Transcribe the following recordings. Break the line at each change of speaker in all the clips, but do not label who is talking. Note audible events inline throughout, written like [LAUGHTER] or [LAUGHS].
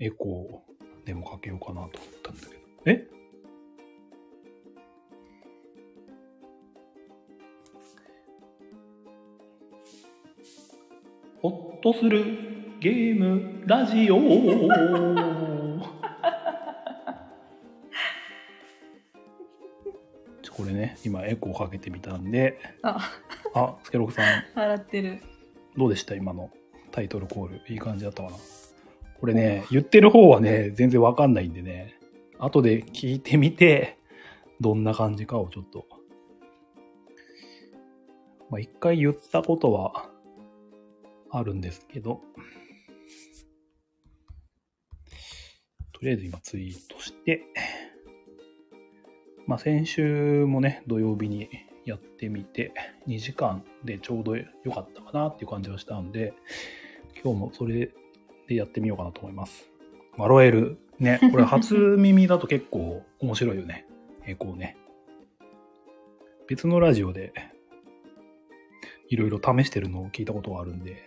エコーでもかけようかなと思ったんだけど。えほっとするゲームラジオ [LAUGHS] ちょこれね、今エコーかけてみたんで、
あ、
あ、スケロクさん、
笑ってる。
どうでした今のタイトルコール。いい感じだったかなこれね、言ってる方はね、全然わかんないんでね、後で聞いてみて、どんな感じかをちょっと。まあ、一回言ったことはあるんですけど、とりあえず今ツイートして、まあ、先週もね、土曜日にやってみて、2時間でちょうど良かったかなっていう感じはしたんで、今日もそれでやってみようかなと思います。マロエル。ね、これ初耳だと結構面白いよね。 [LAUGHS] えーこうね。別のラジオでいろいろ試してるのを聞いたことがあるんで。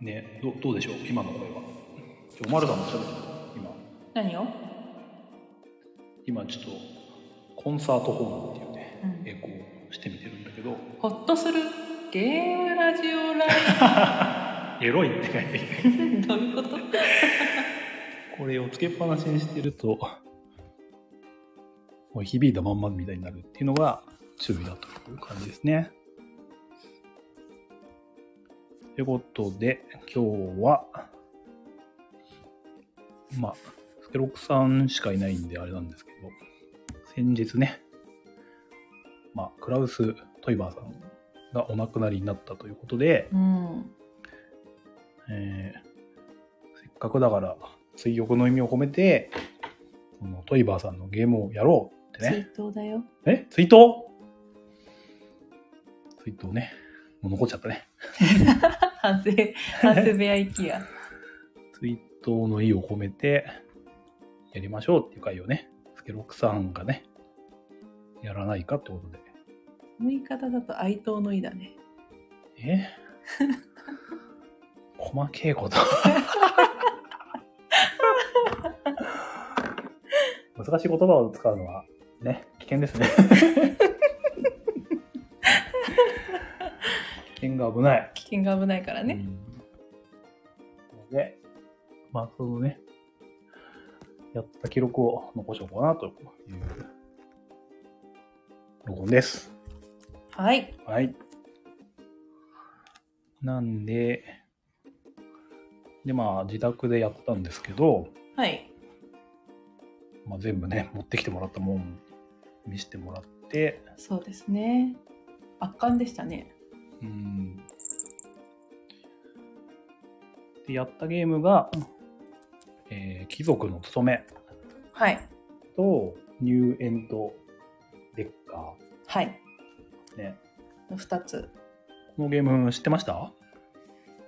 ね、どどうでしょう今の声は。今日、マルさんも喋ってた今。
何を
今ちょっとコンサートホールっていうね、
うん
エコーしてみてるんだけど
ほっとするゲームラジオライ
エロいって書いてきて
[LAUGHS] ブ。どういうこと
これをつけっぱなしにしてるともう響いたまんまみたいになるっていうのが注意だという感じですね。ということで今日はまあスケロクさんしかいないんであれなんですけど先日ねまあクラウス・トイバーさんがお亡くなりになったということで、
うん。
えーせっかくだから追憶の意味を込めてそのトイバーさんのゲームをやろうってね
追悼だよ。
え追悼追悼ねもう残っちゃったね
反省、反省部屋行きや。
追悼の意を込めてやりましょうっていう回をねスケロクさんがねやらないかってことで
その言い方だと哀悼の意だね。
え細けいこと難しい言葉を使うのはね危険ですね危険が危ない
危険が危ないからね。
うんでまあそのねやった記録を残しようかなという録音です
はい。
はい。なんで、で、まあ、自宅でやったんですけど、
はい。
まあ、全部ね、持ってきてもらったもん、見せてもらって、
そうですね。圧巻でしたね。
うん。で、やったゲームが、えー貴族の務め
はい。
と、ニューエンドデッカ
はい。
ー。ね。
の二つ。
このゲーム知ってました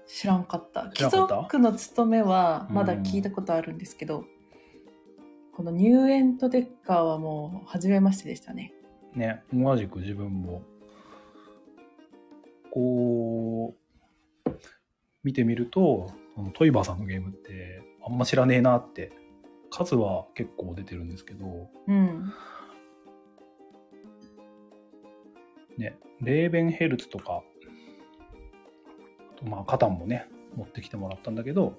知らんかった。
知ら
貴
んかった
族の務めはまだ聞いたことあるんですけど、この入園とデッカーはもう初めましてでしたね。
ね、同じく自分も、こう、見てみると、あのトイバーさんのゲームって、あんま知らねえなって、数は結構出てるんですけど、
うん。
ね、レーベンヘルツとか、あとまあ、カタンもね、持ってきてもらったんだけど、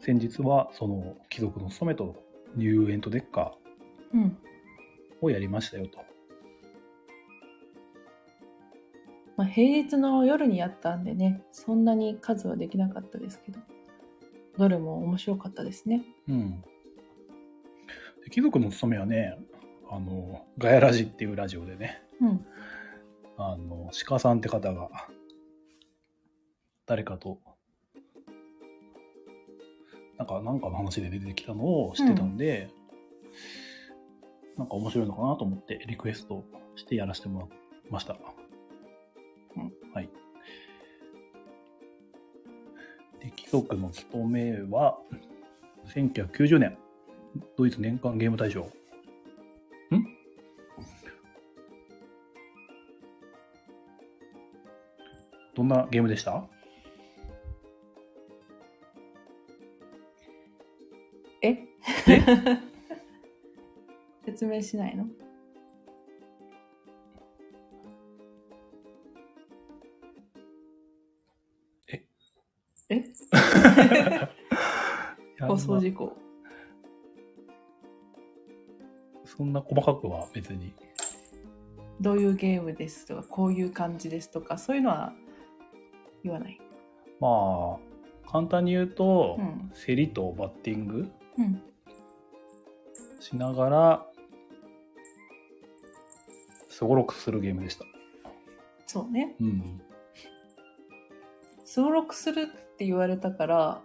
先日は、その、貴族の務めと、ニューエントデッカー、
うん。
をやりましたよと。
まあ、平日の夜にやったんでねそんなに数はできなかったですけどどれも面白かったですね
うん。で貴族の務めはね、あの、ガヤラジっていうラジオでね、
うん
あの、鹿さんって方が、誰かと、なんか、なんかの話で出てきたのをしてたんで、なんか面白いのかなと思ってリクエストしてやらせてもらいました。
うん
はい。で、貴族の務めは、1990年、ドイツ年間ゲーム大賞。んどんなゲームでした
え
え
[LAUGHS] 説明しないの
え
[LAUGHS] え放送事故。
そんな細かくは別に。
どういうゲームですとか、こういう感じですとか、そういうのは言わない。
まあ、簡単に言うと、
うん。
競りとバッティング
うん。
しながら、すごろくするゲームでした。
そうね。
うん。
すごろくするって言われたから、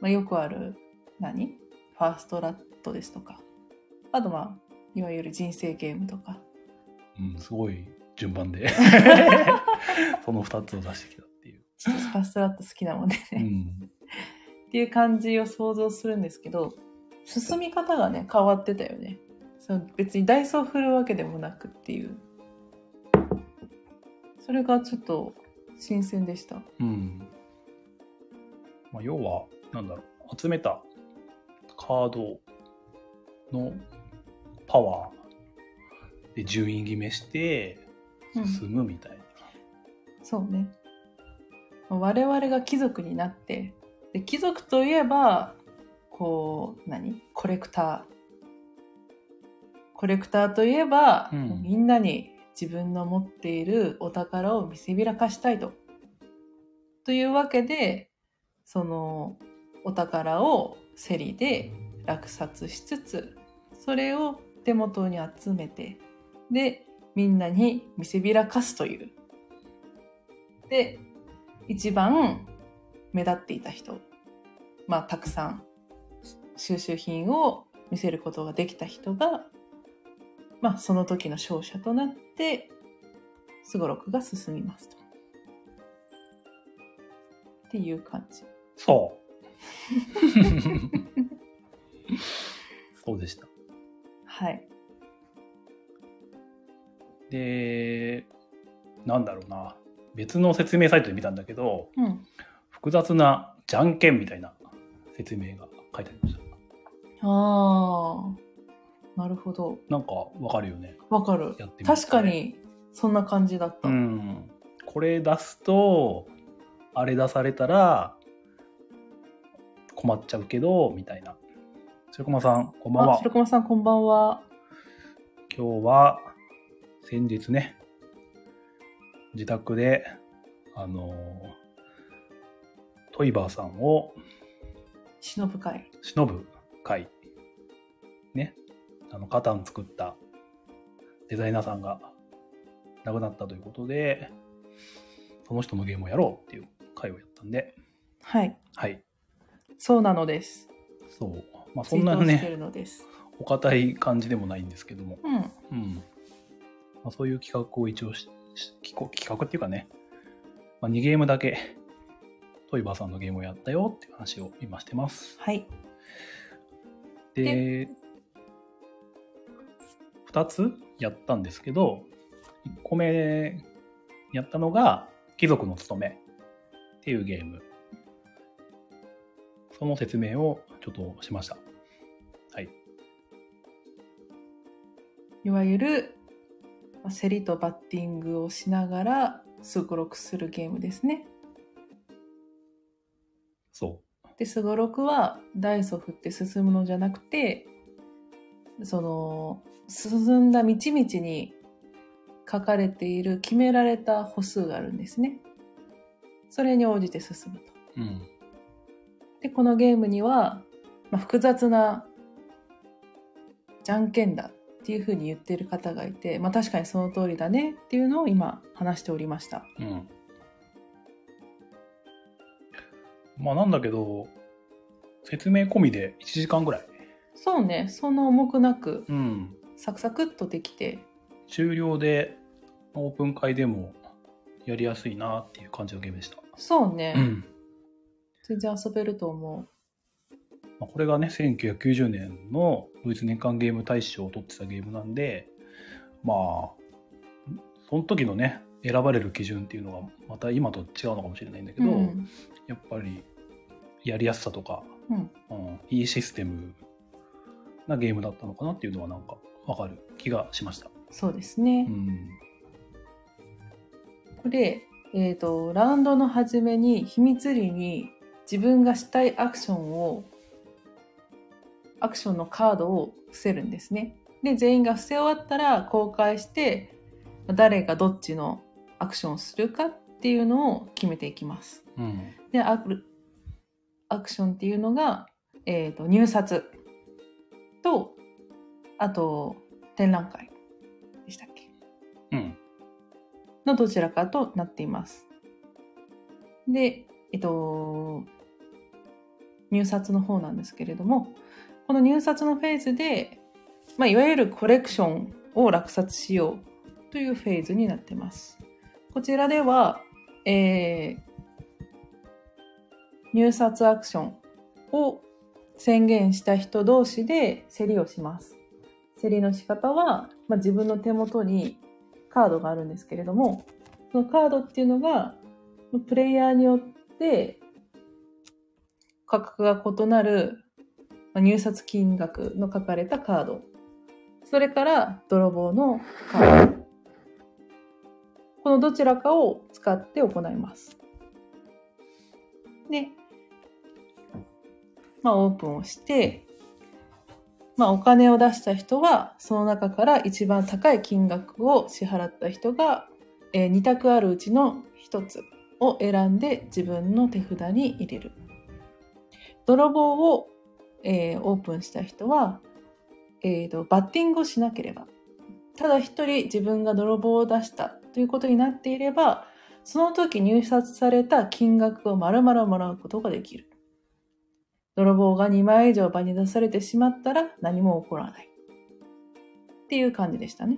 まあ、よくある何ファーストラットですとかあとまあいわゆる人生ゲームとか
うん、すごい順番
[LAUGHS]
で、その2つを出してきたっていう。
ちょっとファーストラット好きなもんでね、
う
っ
ん。
ていう感じを想像するんですけど進み方がね変わってたよねその別にダイソー振るわけでもなくっていうそれがちょっと新鮮でした
うん。まあ、要は、なんだろう、集めたカードのパワーで順位決めして
うん
進むみたいな。
そうね。我々が貴族になって、で貴族といえば、こう、何コレクター。コレクターといえば、
うん
もうみんなに自分の持っているお宝を見せびらかしたいと。というわけで、そのお宝を競りで落札しつつ、それを手元に集めて、で、みんなに見せびらかすという。で一番目立っていた人まあたくさん収集品を見せることができた人がまあその時の勝者となってすごろくが進みますと。っていう感じ。
そう。そうでした。
はい。
で、なんだろうな。別の説明サイトで見たんだけど、
うん。
複雑なじゃんけんみたいな説明が書いてありました。
ああ。なるほど。
なんかわかるよね。
わかる。
やってみます
確かにそんな感じだった。
うん。これ出すと、あれ出されたら困っちゃうけど、みたいな。白駒さん、こんばん
あ、
は。
白駒さんこんばんは。
今日は先日ね自宅であのトイバーさんを
忍ぶ会。
忍ぶ会ねあのカタン作ったデザイナーさんが亡くなったということでその人のゲームをやろうっていう会をやったんで
はい。
はい
そうなのです。
そうまあそんな
追悼して
ね
るのです。
お堅い感じでもないんですけども
うん。
うんまあ、そういう企画を一応しし企画企画っていうかね、まあ、2ゲームだけトイバーさんのゲームをやったよっていう話を今してます。
はい。
で、2つやったんですけど、1個目やったのが、貴族の務めっていうゲーム。その説明をちょっとしました。
いわゆる、まあ競りとバッティングをしながら、すごろくするゲームですね。
そ
で、すごろくは、ダイソ振って進むのじゃなくて、その、進んだ道々に書かれている決められた歩数があるんですね。それに応じて進むと。
う。うん。
でこのゲームには、まあ、複雑なじゃんけんだっていうふうに言ってる方がいて、まあ、確かにその通りだねっていうのを今話しておりました
うん。まあなんだけど、説明込みで1時間ぐらい。
そうねそんな重くなく
うん。
サクサクっとできて
終了で、オープン会でもやりやすいなっていう感じのゲームでした。
そうね、
うん。
全然遊べると思
まあ、これがね、1990年のドイツ年間ゲーム大賞を取ってたゲームなんで、まあ、その時のね、選ばれる基準っていうのがまた今と違うのかもしれないんだけど、
うん
やっぱりやりやすさとか、
うん
うんいいシステムなゲームだったのかなっていうのはなんかわかる気がしました。
そうですね。
うん
これ、えー、とラウンドの初めに秘密裏に自分がしたいアクションをアクションのカードを伏せるんですね。で全員が伏せ終わったら公開して誰がどっちのアクションをするかっていうのを決めていきます。
うん
でアクアクションっていうのが、えー、と入札とあと展覧会でしたっけ
うん
のどちらかとなっています。で、えっと、入札の方なんですけれども、この入札のフェーズで、まあ、いわゆるコレクションを落札しようというフェーズになってます。こちらでは、えー入札アクションを宣言した人同士で競りをします。競りの仕方は、まあ、自分の手元にカードがあるんですけれどもそのカードっていうのがプレイヤーによって価格が異なるまあ入札金額の書かれたカードそれから泥棒のカードこのどちらかを使って行いますでまあオープンをしてまあ、お金を出した人はその中から一番高い金額を支払った人が、え2択あるうちの1つを選んで自分の手札に入れる泥棒を、えーオープンした人は、えーとバッティングをしなければただ1人自分が泥棒を出したということになっていればその時入札された金額を丸々もらうことができる泥棒が2枚以上場に出されてしまったら何も起こらない。っていう感じでしたね。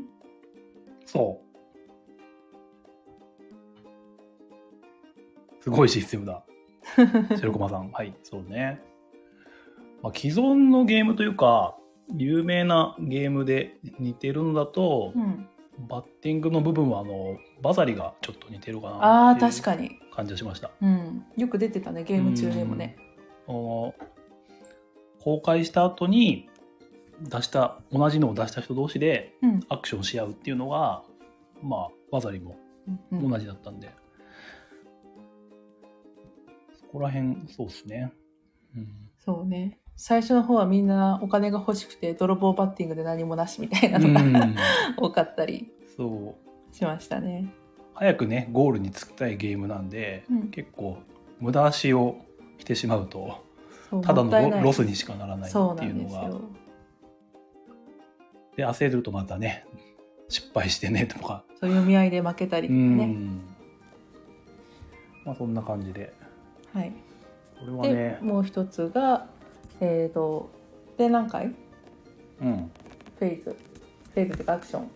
そう。すごいシステム
[LAUGHS]
だ。白駒さん。はい、そうね。まあ、既存のゲームというか、有名なゲームで似てるのだと、
うん、
バッティングの部分は、あの、バザリがちょっと似てるかな。
ああ確かに、
感じがしました。
うん。よく出てたねゲーム中でもね。
あの公開した後に、出した、同じのを出した人同士で
うん
アクションし合うっていうのが、まあ、バザリも
うん
同じだったんで、そこら辺そうですね、うん、
そうね最初の方はみんなお金が欲しくて泥棒バッティングで何もなしみたいなのが、
うん
[LAUGHS] 多かったり
そう
しましたね。
早くねゴールにつきたいゲームなんで、
うん
結構無駄足をしてしまうと
そう
ただ
もったい
の
ない
ロロスにしかならないって
そうない
うん
で
の
す
が
よ。
で焦るとまたね失敗してねとか、
そう読み合いで負けたりと
う
か
ん
ね。
まあそんな感じで
はい
これは
で、
ね
もう一つが、えー、と展覧会
うんうん
フェイズフェイズというかアクション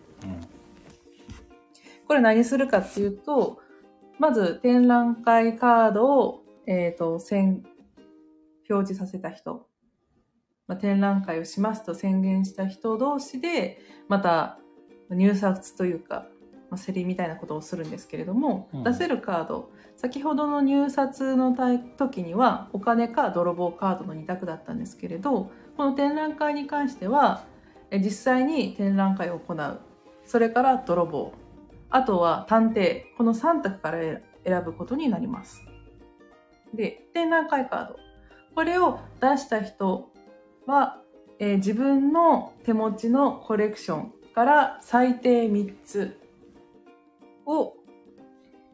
これ何するかっていうとまず展覧会カードを、えー、と宣表示させた人、まあ、展覧会をしますと宣言した人同士でまた入札というか、まあ、競りみたいなことをするんですけれども、
うん
出せるカード先ほどの入札の対時にはお金か泥棒カードの2択だったんですけれどこの展覧会に関してはえ実際に展覧会を行うそれから泥棒あとは探偵この3択から選選ぶことになりますで展覧会カードこれを出した人は、えー自分の手持ちのコレクションから最低3つを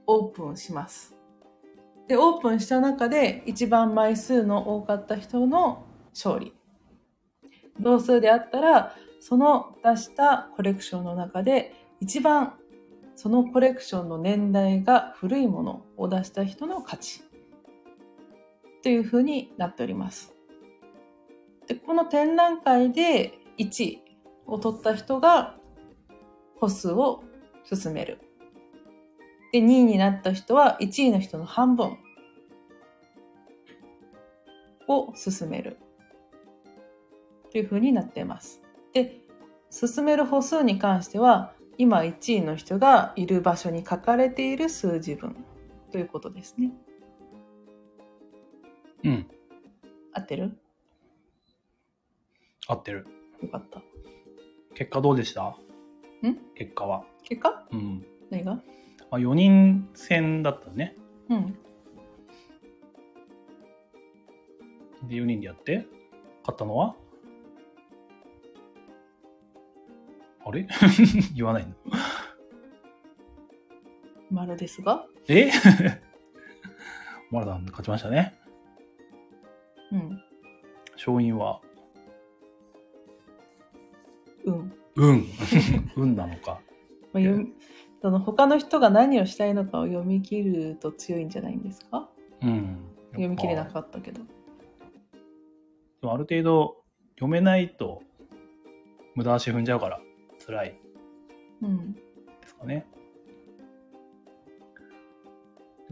オープンしますでオープンした中で一番枚数の多かった人の勝利同数であったらその出したコレクションの中で一番そのコレクションの年代が古いものを出した人の勝ちというふうになっております。でこの展覧会で1位を取った人が歩数を進める。で2位になった人は1位の人の半分を進める。というふうになっています。で進める歩数に関しては今1位の人がいる場所に書かれている数字分ということですね。
うん。
合ってる
合ってる。
よかった。
結果どうでした
ん
結果は。
結果
うん。
何が
まあ、4人戦だったね。
うん。
で、4人でやって、勝ったのはあれ [LAUGHS] 言わないの。
丸ですが
え [LAUGHS] マラダン勝ちましたね。
うん。
勝因は、
うん。
運。 [LAUGHS] 運なのか。
まあ、読みその他の人が何をしたいのかを読み切ると強いんじゃないんですか
うん。
読み切れな
っ
かったけど。
た。でもある程度、読めないと、無駄足踏んじゃうから、辛い
うん。
ですかね。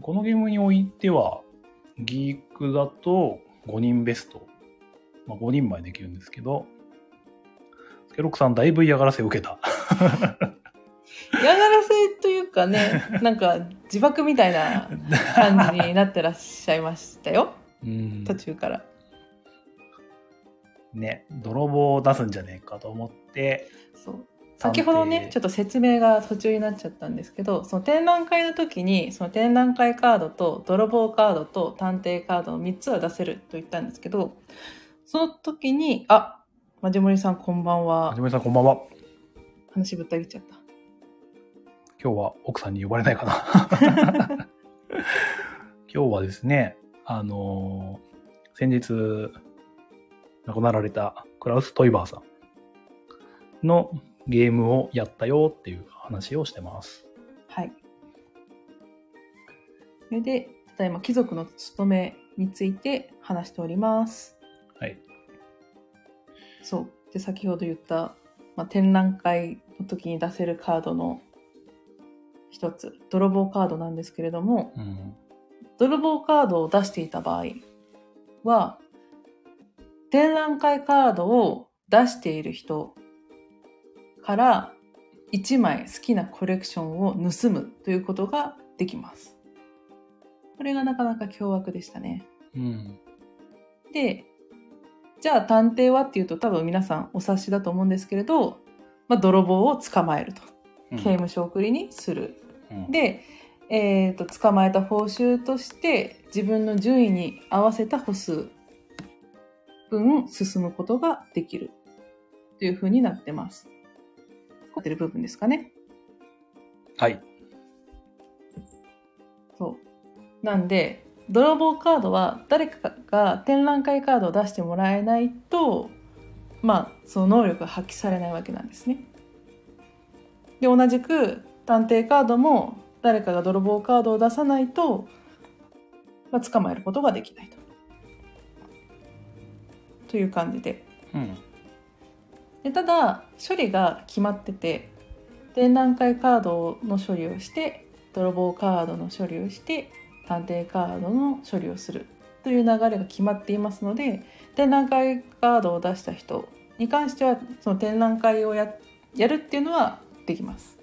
このゲームにおいては、ギークだと5人ベスト。まあ、5人前できるんですけど、スケロックさんだいぶ嫌がらせを受けた。
嫌がらせという
[LAUGHS]
かね、なんか自爆みたいな感じになってらっしゃいましたよ。
[LAUGHS] うん
途中から。
ね、泥棒を出すんじゃねえかと思って、
そう
探偵
先ほどねちょっと説明が途中になっちゃったんですけどその展覧会の時にその展覧会カードと泥棒カードと探偵カードの3つは出せると言ったんですけどその時にあマジモリさんこんばん
は
は
じめさんこんばんは。
話ぶった切っちゃった
今日は奥さんに呼ばれないかな。 [LAUGHS] 今日はですね、あのー先日亡くなられたクラウス・トイバーさんのゲームをやったよっていう話をしてます。
はいそれでただいま貴族の務めについて話しております
はい。
そう。で、先ほど言った、まあ、展覧会の時に出せるカードの一つ、泥棒カードなんですけれども、
うん。
泥棒カードを出していた場合は、展覧会カードを出している人から1枚好きなコレクションを盗むということができます。これがなかなか凶悪でしたね。
うん。
で、じゃあ探偵はっていうと多分皆さんお察しだと思うんですけれど、まあ、泥棒を捕まえると。
うん
刑務所送りにする。
うん
で、えっと捕まえた報酬として自分の順位に合わせた歩数分進むことができるというふうになってます。凝ってる部分ですかね。
はい。
そう。なんで、泥棒カードは誰かが展覧会カードを出してもらえないと、まあ、その能力が発揮されないわけなんですね。で、同じく探偵カードも誰かが泥棒カードを出さないと、まあ、捕まえることができないと。という感じで。
うん。
でただ処理が決まってて展覧会カードの処理をして泥棒カードの処理をして探偵カードの処理をするという流れが決まっていますので展覧会カードを出した人に関してはその展覧会をややるっていうのはできます。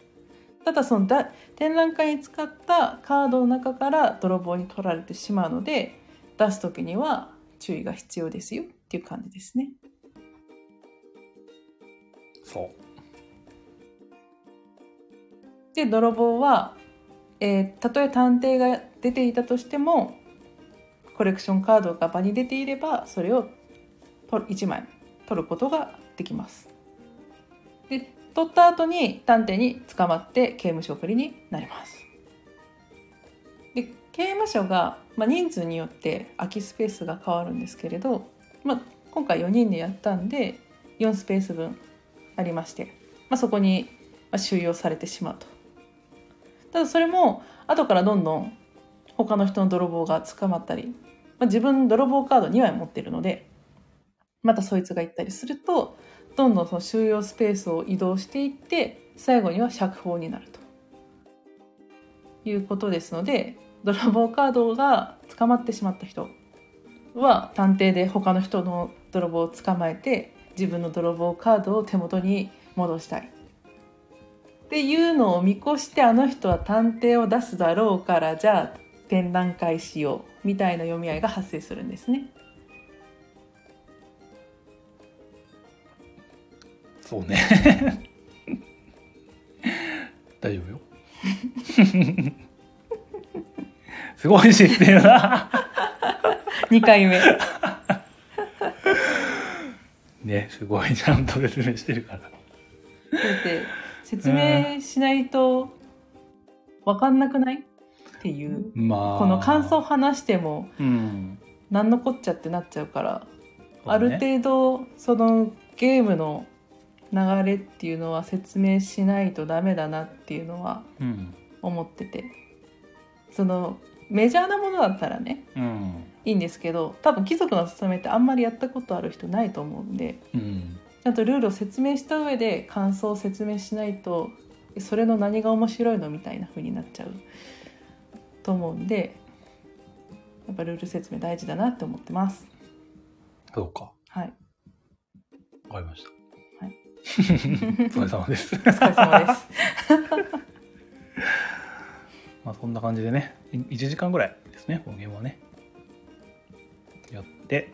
ただそのだ展覧会に使ったカードの中から泥棒に取られてしまうので出す時には注意が必要ですよっていう感じですね。
そう。
で泥棒は、えーたとえ探偵が出ていたとしてもコレクションカードが場に出ていればそれを取る1枚取ることができます。で取った後に探偵に捕まって刑務所送りになります。で刑務所が、まあ、人数によって空きスペースが変わるんですけれど、まあ、今回4人でやったんで4スペース分ありまして、まあ、そこにまあ収容されてしまうとただそれも後からどんどん他の人の泥棒が捕まったり、まあ、自分泥棒カード2枚持ってるのでまたそいつが行ったりするとどんどんその収容スペースを移動していって最後には釈放になるということですので泥棒カードが捕まってしまった人は探偵で他の人の泥棒を捕まえて自分の泥棒カードを手元に戻したいっていうのを見越してあの人は探偵を出すだろうからじゃあ展覧会しようみたいな読み合いが発生するんですね。
そうね。 [LAUGHS] 大丈夫よ。 [LAUGHS] すごいシステムだ。
2回目。
ね、すごいちゃんと説明してるから。
だって説明しないと分かんなくないっていう
まあ。
この感想を。話しても
うん。
何のこっちゃってなっちゃうからあ
そうね
る程度そのゲームの流れっていうのは説明しないとダメだなっていうのは
うん。
思っててそのメジャーなものだったらね
うん。
いいんですけど多分貴族の勧めってあんまりやったことある人ないと思うんで
うん。
ちゃんとルールを説明した上で感想を説明しないとえそれの何が面白いのみたいな風になっちゃうと思うんでやっぱルール説明大事だなって思ってます。
そうか。
はい、
わかりました。
は
[LAUGHS] お
い。
疲れ様です。 [LAUGHS]
お疲れ様です。
まあそんな感じでね、い1時間ぐらいですね、このゲームはね。やって、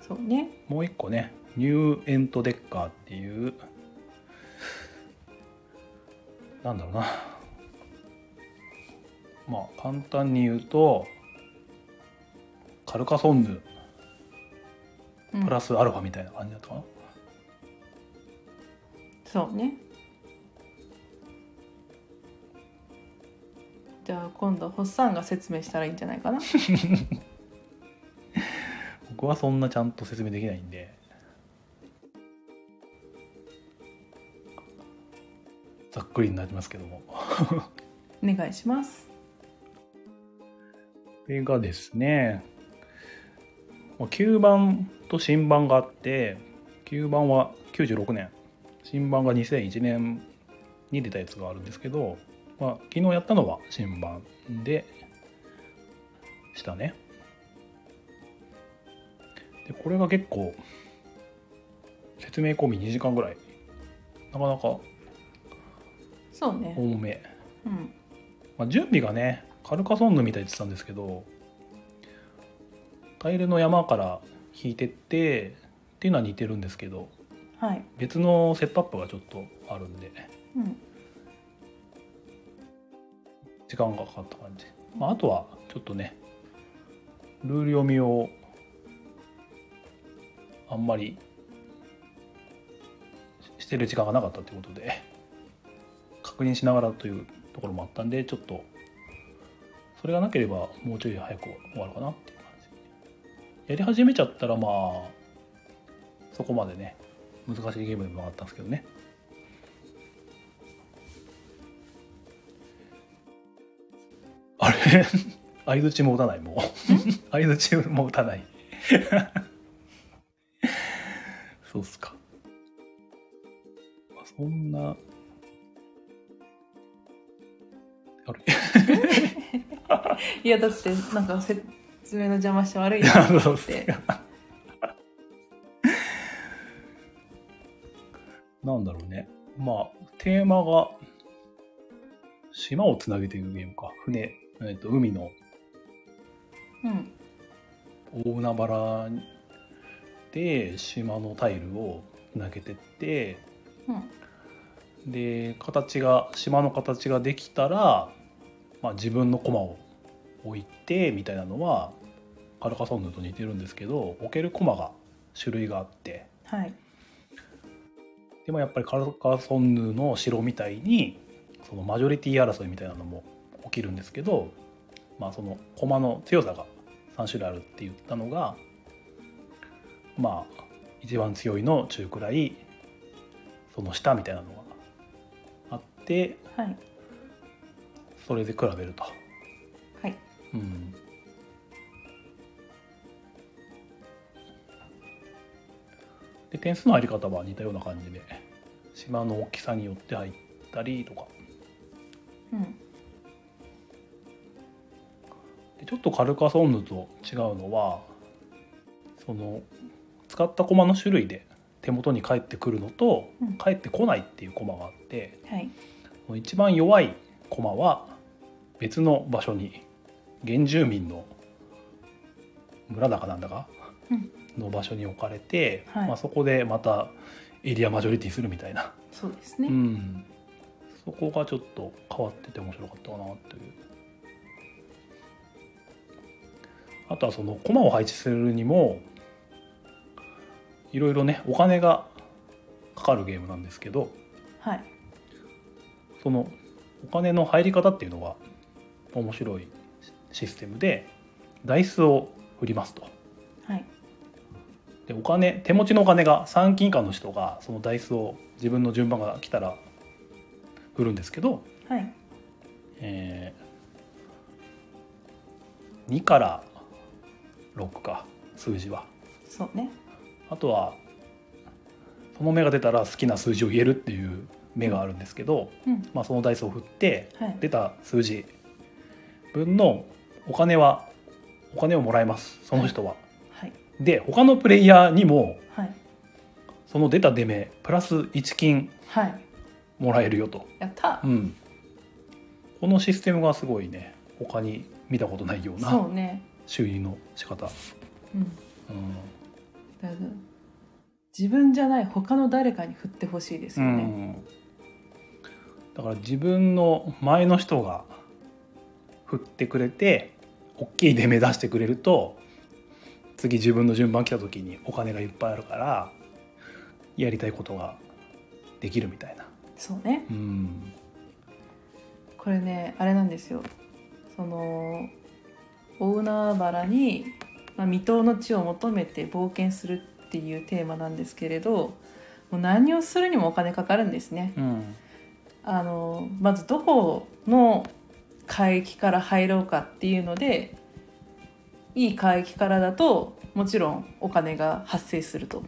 そうね。
もう一個ね、ニューエントデッカーっていう、なんだろうな。まあ簡単に言うと、カルカソンヌ
うん
プラスアルファみたいな感じだったかな。
そうね。じゃあ今度ホッサンが説明したらいいんじゃない
[LAUGHS]
かな。
僕はそんなちゃんと説明できないんでざっくりになりますけども
お願いします。
これがですねまあ旧版と新版があって旧版は96年新版が2001年に出たやつがあるんですけど、まあ、昨日やったのは新版でしたねでこれが結構説明込み2時間ぐらいなかなか
そうね。
多め
うん。
まあ、準備がねカルカソンヌみたいに言ってたんですけどタイルの山から引いてってっていうのは似てるんですけど
はい。
別のセットアップがちょっとあるんで
うん。
時間がかかった感じ、まあ、あとはちょっとねルール読みをあんまりししてる時間がなかったということで確認しながらというところもあったんでちょっとそれがなければもうちょい早く終わるかなっていう感じやり始めちゃったらまあそこまでね難しいゲームでもなかったんですけどねあれ相槌も打たないもう相槌も打たないそうっすか、まあ、そんなあれ
いやだってなんか説明の邪魔して悪い
い
な
や
と
そう
思
っ
っ
す
て。
かなんだろうねまあテーマが島をつなげていくゲームか船、えっと海の
うん。
大海原で島のタイルを投げてって
うん。
で形が島の形ができたら、まあ、自分の駒を置いてみたいなのはカルカソンヌと似てるんですけど置ける駒が種類があって
はい。
でもやっぱりカルカソンヌの城みたいにそのマジョリティ争いみたいなのも起きるんですけど、まあ、その駒の強さが3種類あるって言ったのがまあ一番強いの中くらいその下みたいなのがあって
はい。
それで比べると。
はい。
うんで点数の入り方は似たような感じで島の大きさによって入ったりとか
うん。
でちょっとカルカソンヌと違うのはその使った駒の種類で手元に返ってくるのと、
うん
返ってこないっていう駒があって
はい
その一番弱い駒は別の場所に原住民の村だかなんだか、
うん
の場所に置かれて、
はい
まあ、そこでまたエリアマジョリティするみたいな、
そうですね、
うん、そこがちょっと変わってて面白かったかなという。あとはその駒を配置するにもいろいろねお金がかかるゲームなんですけど
はい
そのお金の入り方っていうのが面白いシステムでダイスを振りますと
はい
でお金手持ちのお金が3金以下の人がそのダイスを自分の順番が来たら振るんですけど、
はい
えー2から6か数字は
そうね
あとはその目が出たら好きな数字を言えるっていう目があるんですけど、
うん
まあ、そのダイスを振って
はい
出た数字分のお金はお金をもらえますその人は。
はい
で他のプレイヤーにも
はい
その出た出目プラス1金
はい
もらえるよと、
やった
う、ん、このシステムがすごいね他に見たことないような
そうね
収入の仕方、
うん
うん
だいぶ自分じゃない他の誰かに振ってほしいですよ
う
ね、
ん、だから自分の前の人が振ってくれて大きい出目出してくれると次自分の順番来た時にお金がいっぱいあるからやりたいことができるみたいな。
そうね
うん
これねあれなんですよその大海原に、まあ、未踏の地を求めて冒険するっていうテーマなんですけれどもう何をするにもお金かかるんですね
うん
あのまずどこの海域から入ろうかっていうのでいい海域からだともちろんお金が発生すると。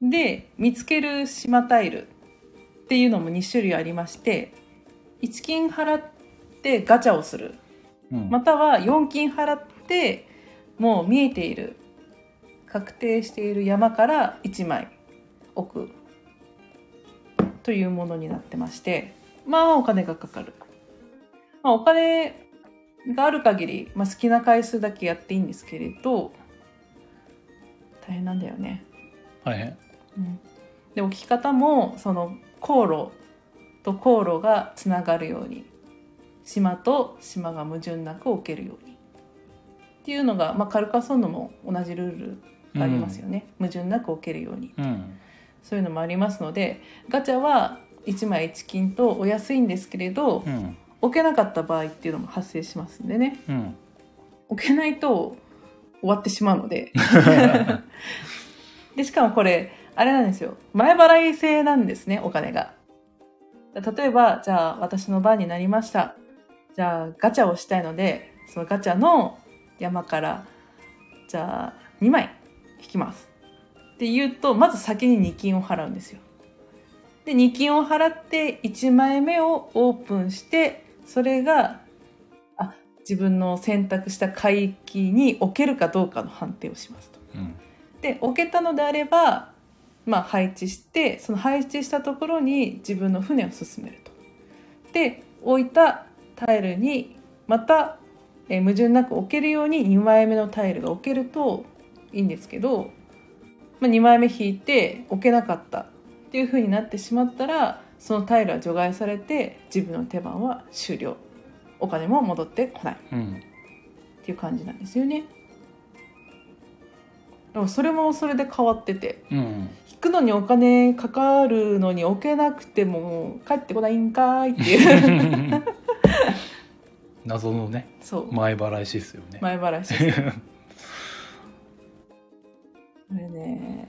で見つける島タイルっていうのも2種類ありまして1金払ってガチャをする
うん
または4金払ってもう見えている確定している山から1枚置くというものになってましてまあお金がかかる、まあ、お金がある限り、まあ、好きな回数だけやっていいんですけれど大変なんだよね、
大変
うん、で置き方もその航路と航路がつながるように島と島が矛盾なく置けるようにっていうのが、まあ、カルカソンヌも同じルールがありますよね、矛盾なく置けるように
うん
そういうのもありますのでガチャは1枚1金とお安いんですけれど
うん
置けなかった場合っていうのも発生しますんでね
うん
置けないと終わってしまうのででしかもこれあれなんですよ前払い制なんですねお金が例えばじゃあ私の番になりましたじゃあガチャをしたいのでそのガチャの山からじゃあ2枚引きますって言うとまず先に2金を払うんですよで2金を払って1枚目をオープンしてそれがあ自分の選択した海域に置けるかどうかの判定をしますと
うん
で置けたのであれば、まあ、配置してその配置したところに自分の船を進めると。で置いたタイルにまた、えー矛盾なく置けるように2枚目のタイルが置けるといいんですけど、まあ、2枚目引いて置けなかったっていう風になってしまったらそのタイルは除外されて自分の手番は終了お金も戻ってこない。
うん
っていう感じなんですよね。でもそれもそれで変わってて
うん
引くのにお金かかるのに置けなくても帰ってこないんかいって
[LAUGHS]
いう
謎のね
そう
前払いシステムね、
前払いしてこれね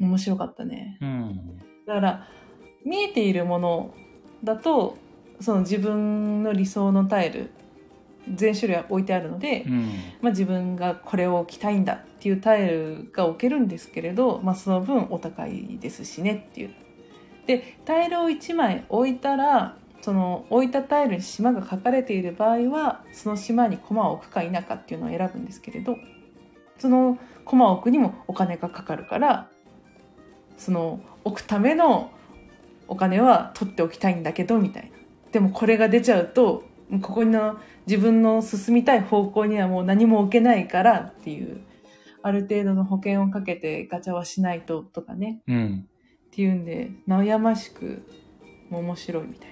面白かったね
うん
だから見えているものだとその自分の理想のタイル全種類置いてあるので、
うん
まあ、自分がこれを置きたいんだっていうタイルが置けるんですけれど、まあ、その分お高いですしねっていう。でタイルを1枚置いたらその置いたタイルに島が書かれている場合はその島に駒を置くか否かっていうのを選ぶんですけれどその駒を置くにもお金がかかるからその置くためのお金は取っておきたいんだけどみたいなでもこれが出ちゃうともうここの自分の進みたい方向にはもう何も置けないからっていうある程度の保険をかけてガチャはしないととかね
うん。
っていうんで悩ましくも面白いみたい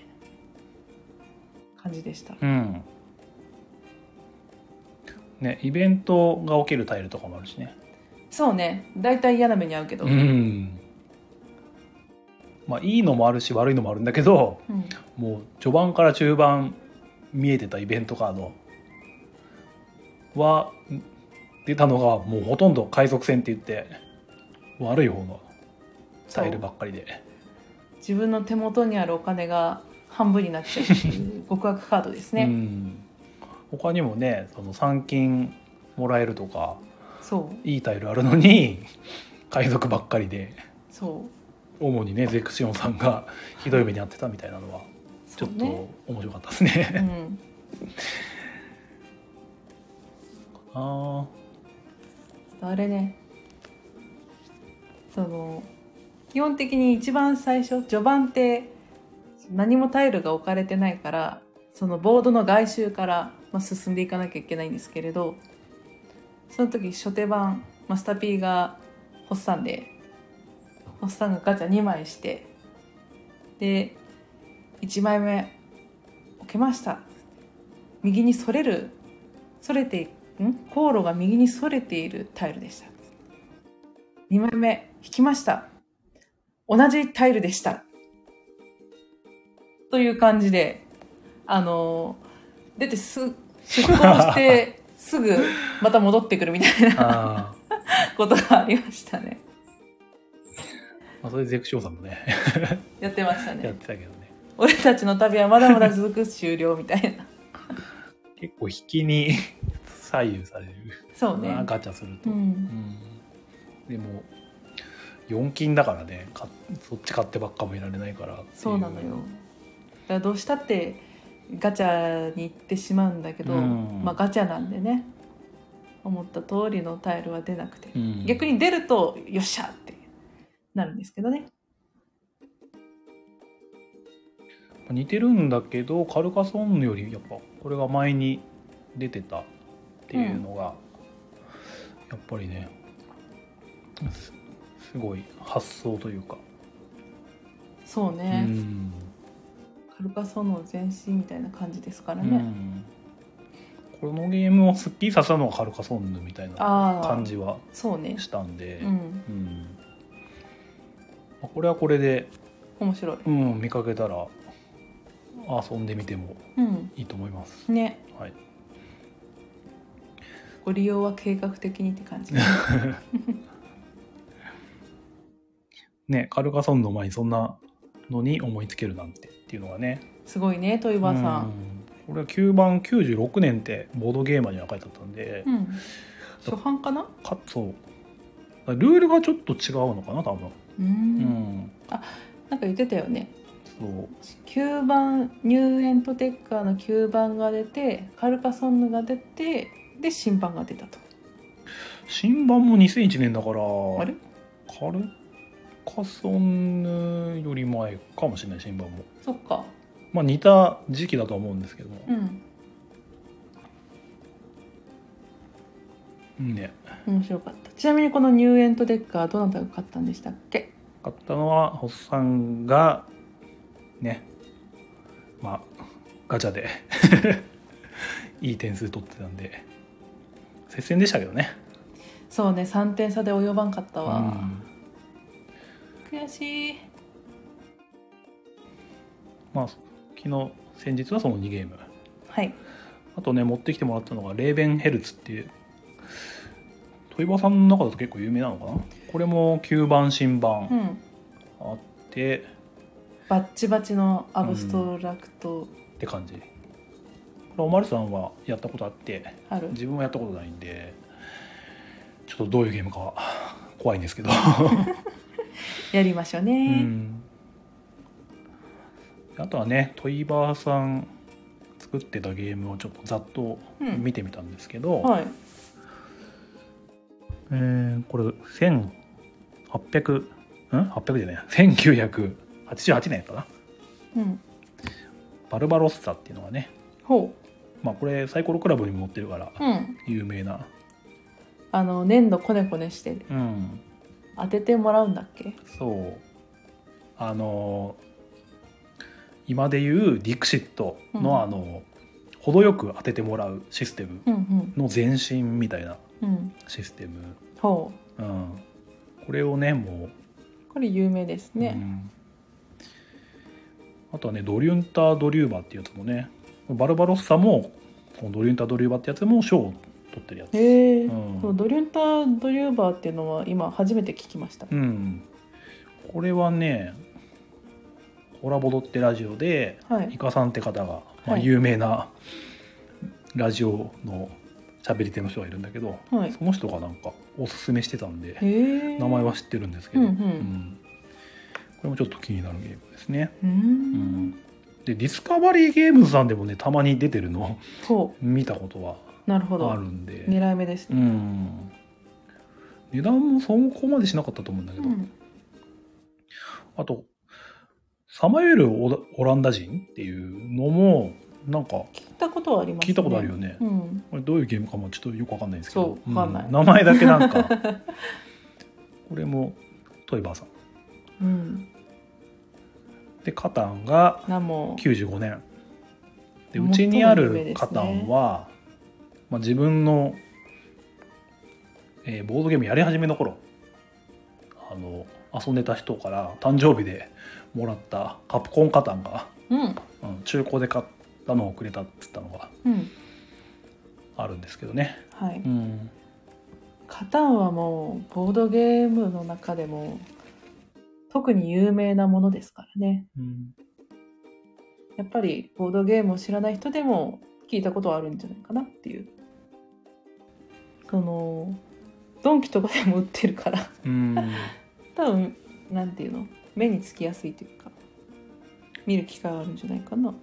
な感じでした。
うん。ね、イベントが起きるタイルとかもあるしね。
そうね大体嫌な目に遭うけど、
うん。まあ、いいのもあるし、悪いのもあるんだけど、
うん
もう序盤から中盤見えてたイベントカードはん出たのがもうほとんど海賊船って言って悪い方のタイルばっかりで
自分の手元にあるお金が半分になっちゃうっていう極悪カードです
う
ね、
ん他にもねその参勤もらえるとか
そう
いいタイルあるのに海賊ばっかりで
そう
主にねゼクシオンさんがひどい目に遭ってたみたいなのはち
そ
ょっ
う
と
ね
面白かったですね。
[LAUGHS] うん、
あ
あれねその基本的に一番最初序盤って何もタイルが置かれてないからそのボードの外周から、まあ、進んでいかなきゃいけないんですけれどその時初手番マスター P がホッサンでホッサンがガチャ2枚してで1枚目置けました右にそれるそれてん航路が右にそれているタイルでした2枚目引きました同じタイルでしたという感じであのー出てす出航してすぐまた戻ってくるみたい
ー
な
あー
ことがありましたね
まあそれでゼクシオンさんもね
やってました
やっ
ね
てたけどね
俺たちの旅はまだまだ続く終了みたいな [LAUGHS]
結構引きに左右される
そうね
なガチャする
う
と、
ん
うんでも4金だからねかそっち買ってばっかもいられないからってい
そうなのよ。だからどうしたってガチャに行ってしまうんだけど、
うん
まあガチャなんでね思った通りのタイルは出なくて、
うん
逆に出るとよっしゃってなるんですけどね
似てるんだけどカルカソンヌよりやっぱこれが前に出てたっていうのが、やっぱりねすすごい発想というか、
そう
う
ね、
ん
カルカソンヌの前身みたいな感じですから
う
ね、
んこのゲームをすっきりさせたのがカルカソンヌみたいな
ああ
感じは
そうね
したんで、
うん
うんまあこれはこれで、
面白い
うん、見かけたら遊んでみても
うん
いいと思います。
ね
はい、
ご利用は計画的にって
[LAUGHS]
感じ
ねカルカソンの前にそんなのに思いつけるなんてっていうのがね。
すごいねトイバーさん、
うんこれは9番96年ってボードゲーマーには書いてあったんで、
うん、初版かな
かそうルールがちょっと違うのかな多分、
う
うんん、
なんか言ってたよね
そう
9番入園とテッカーの9番が出てカルカソンヌが出てで新版が出たと
新版も2001年だから
あれ
カルカソンヌより前かもしれない新版も
そっか
まあ似た時期だとは思うんですけども
う、ん
ね
面白かったちなみにこの入園とデッカーどなたが買ったんでしたっけ
買ったのはホッサンがねまあガチャで [LAUGHS] いい点数取ってたんで接戦でしたけどね
そうね3点差で及ばんかった
う
わ、
ん
悔しい
まあ昨日先日はその2ゲーム
はい
あとね持ってきてもらったのがレーベンヘルツっていうトイバさんの中だと結構有名なのかなこれも9番新
う
版
ん
あって、っ
バッチバチのアブストラクト
て感じこれおまるさんはやったことあって
ある、
自分はやったことないんでちょっとどういうゲームかは怖いんですけど、
やりましょう
う
ね、
んあとはねトイバーさん作ってたゲームをちょっとざっと見てみたんですけど、
はい
えーこれ1800ん ?800 じゃないや1988年かな
うん。
バルバロッサっていうのがね
ほ
まあこれサイコロクラブにも載ってるから
う。うん。
有名な
あの、粘土こねこねして
うん
当ててもらうんだっけ
そうあの今で言うディクシット
うん
のあの、程よく当ててもらうシステム
うん
の前身みたいな
うん。うん。
システム、
ほ
うん、これをねも
う。これ有名です
う、う
ね。
んあとはねドリュンタ・ドリューバっていうやつもねバルバロッサもこのドリュンタ・ドリューバってやつも賞を取ってるやつ、
へえ。
うん
このドリュンタ・ドリューバーっていうのは今初めて聞きました。
うん、これはねコラボドってラジオで
は
イ
い。
カさんって方が、まあ、
はい
有名なラジオの喋り手の人がいるんだけど、
はい。
その人がなんかおすすめしてたんで
へえ。
名前は。知ってるんですけど、
うんうん
これもちょっと気になるゲームですね。
うー。
うんんでディスカバリーゲームズさんでもねたまに出てるの
ほ
見たことは
う。なるほ
あ
ど
る。んで、
狙い目です
う
ね。
ん、値段もそこまでしなかったと思うんだけ
う
ど、
ん。
あと、サマエルオラオランダ人っていうのも、なんか
聞いたことはあります。
聞いたことあるよ。ね。
うん。
これどういうゲームかもちょっとよくわかんないんですけど
そ、うわかんない
名前だけなん
[LAUGHS]
か、これもトイバーさん。
うん。
で、カタンが
なも。
95年。で、
も
う
っと
ちにあ
有名です
る
ね
カタンは、まあ、自分の、えーボードゲームやり始めの頃、あの、遊んでた人から誕生日でもらったカプコンカタンが、
うん。
うん、中古で買ったのをくれたっつったのが
うん。
あるんですけどね、
はい。
うん、
カタンはもうボードゲームの中でも特に有名なものですからね
うん
やっぱりボードゲームを知らない人でも聞いたことはあるんじゃないかなっていうそのドンキとかでも売ってるから [LAUGHS]
うん
多分なんていうの目につきやすいというか見る機会があるんじゃないかな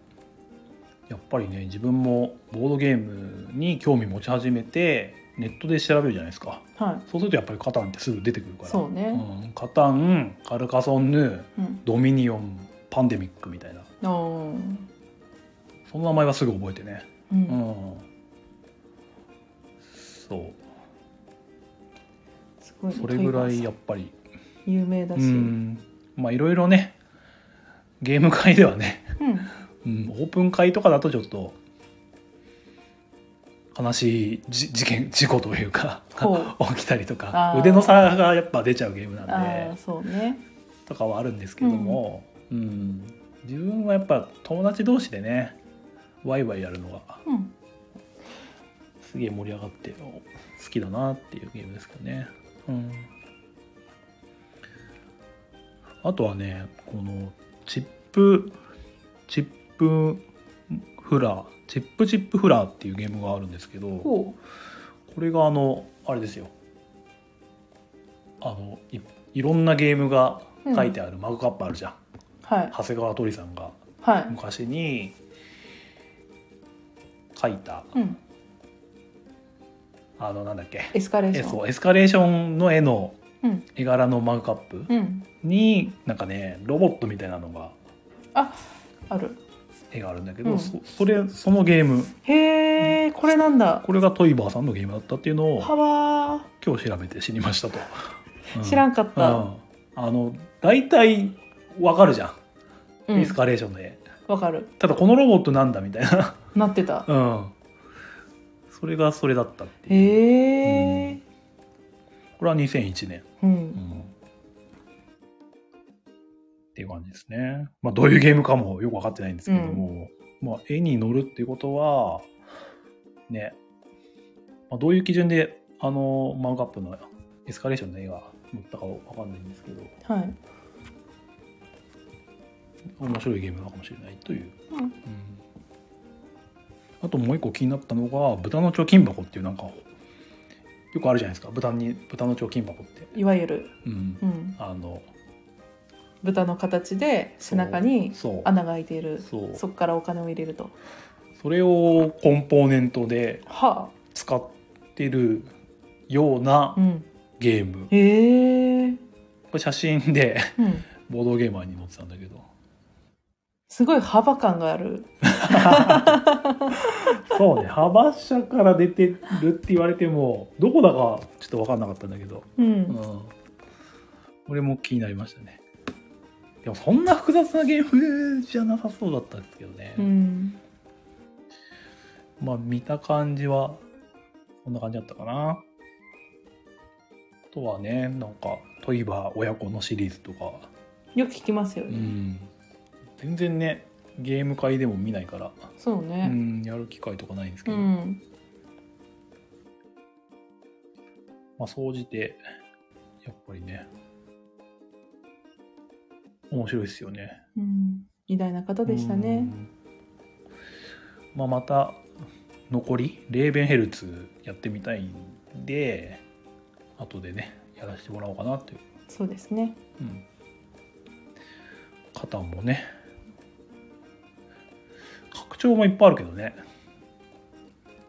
やっぱりね自分もボードゲームに興味持ち始めてネットで調べるじゃないですか
はい
そうするとやっぱりカタンってすぐ出てくるから
そうね
ん、カタンカルカソンヌ
うん
ドミニオンパンデミックみたいな
おー
その名前はすぐ覚えてね、
う、
うんん、そう
すごいね
それぐらい
トイバーさ
や
ん
っぱり
有名だし、
う
うん
んまあいろいろねゲーム界ではねうん、オープン会とかだとちょっと悲しいじ事件事故というか
ほう [LAUGHS]
起きたりと
あ
か
ー
腕の差がやっぱ出ちゃうゲームな
あ
ん
あ
で
そうね
とかはあるんですけども、うん自分はやっぱ友達同士でねワイワイやるのが
うん
すげえ盛り上がって好きだなっていうゲームですけどね。うん、あとはねこのチップチップフラーチップチップフラーっていうゲームがあるんですけどこ
ほ
れがあのあれですよあのいいろんなゲームが書いてあるマグカップあるじゃん、
うはい
長谷川鳥さんが
はい
昔に書いた
うん、
あのなんだっけ
エスカレーシ
え
ョン。
そうエスカレーションの絵の
うん
絵柄のマグカップ
うん、
になんかねロボットみたいなのが
ある。
絵があるんだけど、
うん
そそれそのゲーム
へえ、これなんだ。
これがトイバーさんのゲームだったっていうのを
はわ
今日調べて知りましたと、う
ー、 [LAUGHS] 知らんかっ
う
た。
ん、あの大体わかるじゃん、
うん
エスカレーションの絵
わかる。
ただこのロボットなんだみたい [LAUGHS] な、
なってた。
うん、それがそれだったっていう
へえ、
これは2001年
う、
うんんっていう感じですね。まあ、どういうゲームかもよく分かってないんですけども、まあ、絵に乗るっていうことは、ね、まあ、どういう基準で、あの、マグカップのエスカレーションの絵が載ったか分かんないんですけど、
はい。
面白いゲームなのかもしれないという。
うん
あともう一個気になったのが、豚の貯金箱っていうなんか、よくあるじゃないですか、豚に、豚の貯金箱って。
いわゆる、
うん。
うん、
あの、
豚の形で背中に
そう。
穴が開いている。
そう
そこからお金を入れると。
それをコンポーネントで
は
使ってるような
あ、うん。
ゲーム
へえ、
これ写真で [LAUGHS]
うん、
ボードゲーマーに載ってたんだけど。
すごい幅感がある
そうね、幅社から出てるって言われても、どこだかちょっと分かんなかったんだけど、
うん
うん。俺も気になりましたね。でもそんな複雑なゲームじゃなさそうだったんですけどね。
うん
まあ見た感じは、こんな感じだったかな。あとはね、なんか、トイバー親子のシリーズとか、
よく聞きますよ
う
ね、
ん。全然ね、ゲーム界でも見ないから、
そう
う
ね
ん、やる機会とかないんですけ
う
ど、
ん
まあ、総じて、やっぱりね、面白いですよね。
うん偉大な方でした
う
ね
ん。まあ、また、残り、レーベンヘルツやってみたいんで、後でね、やらせてもらおうかなっていう。
そうですね
うん。肩もね、拡張もいっぱいあるけどね、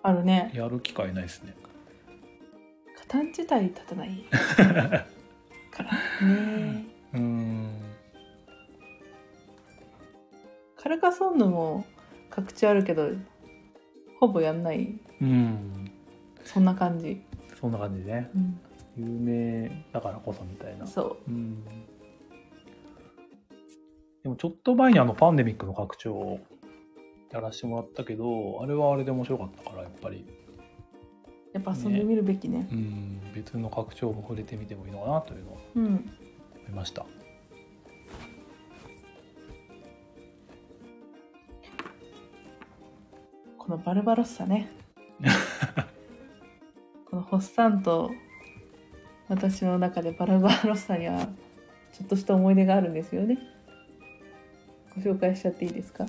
あるね
やる機会ないですね。
型自体立たないから
[LAUGHS]
ね
うん。
カルカソンヌも各地あるけどほぼやんない
うん。
そんな感じ、
そんな感じでね。
うん
有名だからこそみたいな。
そ
うん。でもちょっと前にあのパンデミックの拡張をやらせてもらったけど、あれはあれで面白かったから、やっぱり。
うやっぱ遊んでみるべきね
うん、別の拡張も触れてみてもいいのかなというのを
うん
思いました。
このバルバロッサねこのホッサンと私の中でバルバロッサにはちょっとした思い出があるんですよねご紹介しちゃっていいですか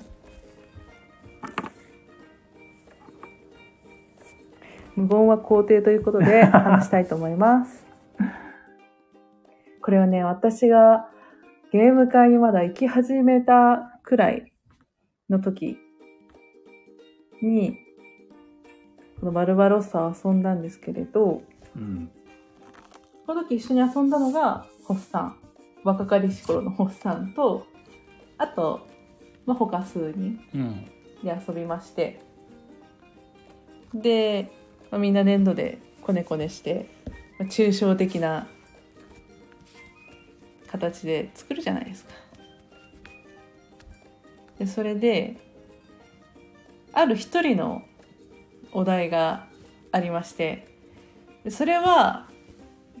無言は肯定ということで話したいと思いますこれはね私がゲーム会にまだ行き始めたくらいの時に、このバルバロッサを遊んだんですけれど、
うん。
この時一緒に遊んだのが、ホッサン。若かりし頃のホッサンと、あと、まあ、他数人
うん。
で遊びまして。で、まあ、みんな粘土でこねこねして、まあ抽象的な形で作るじゃないですか。で、それで、ある一人のお題がありまして、でそれは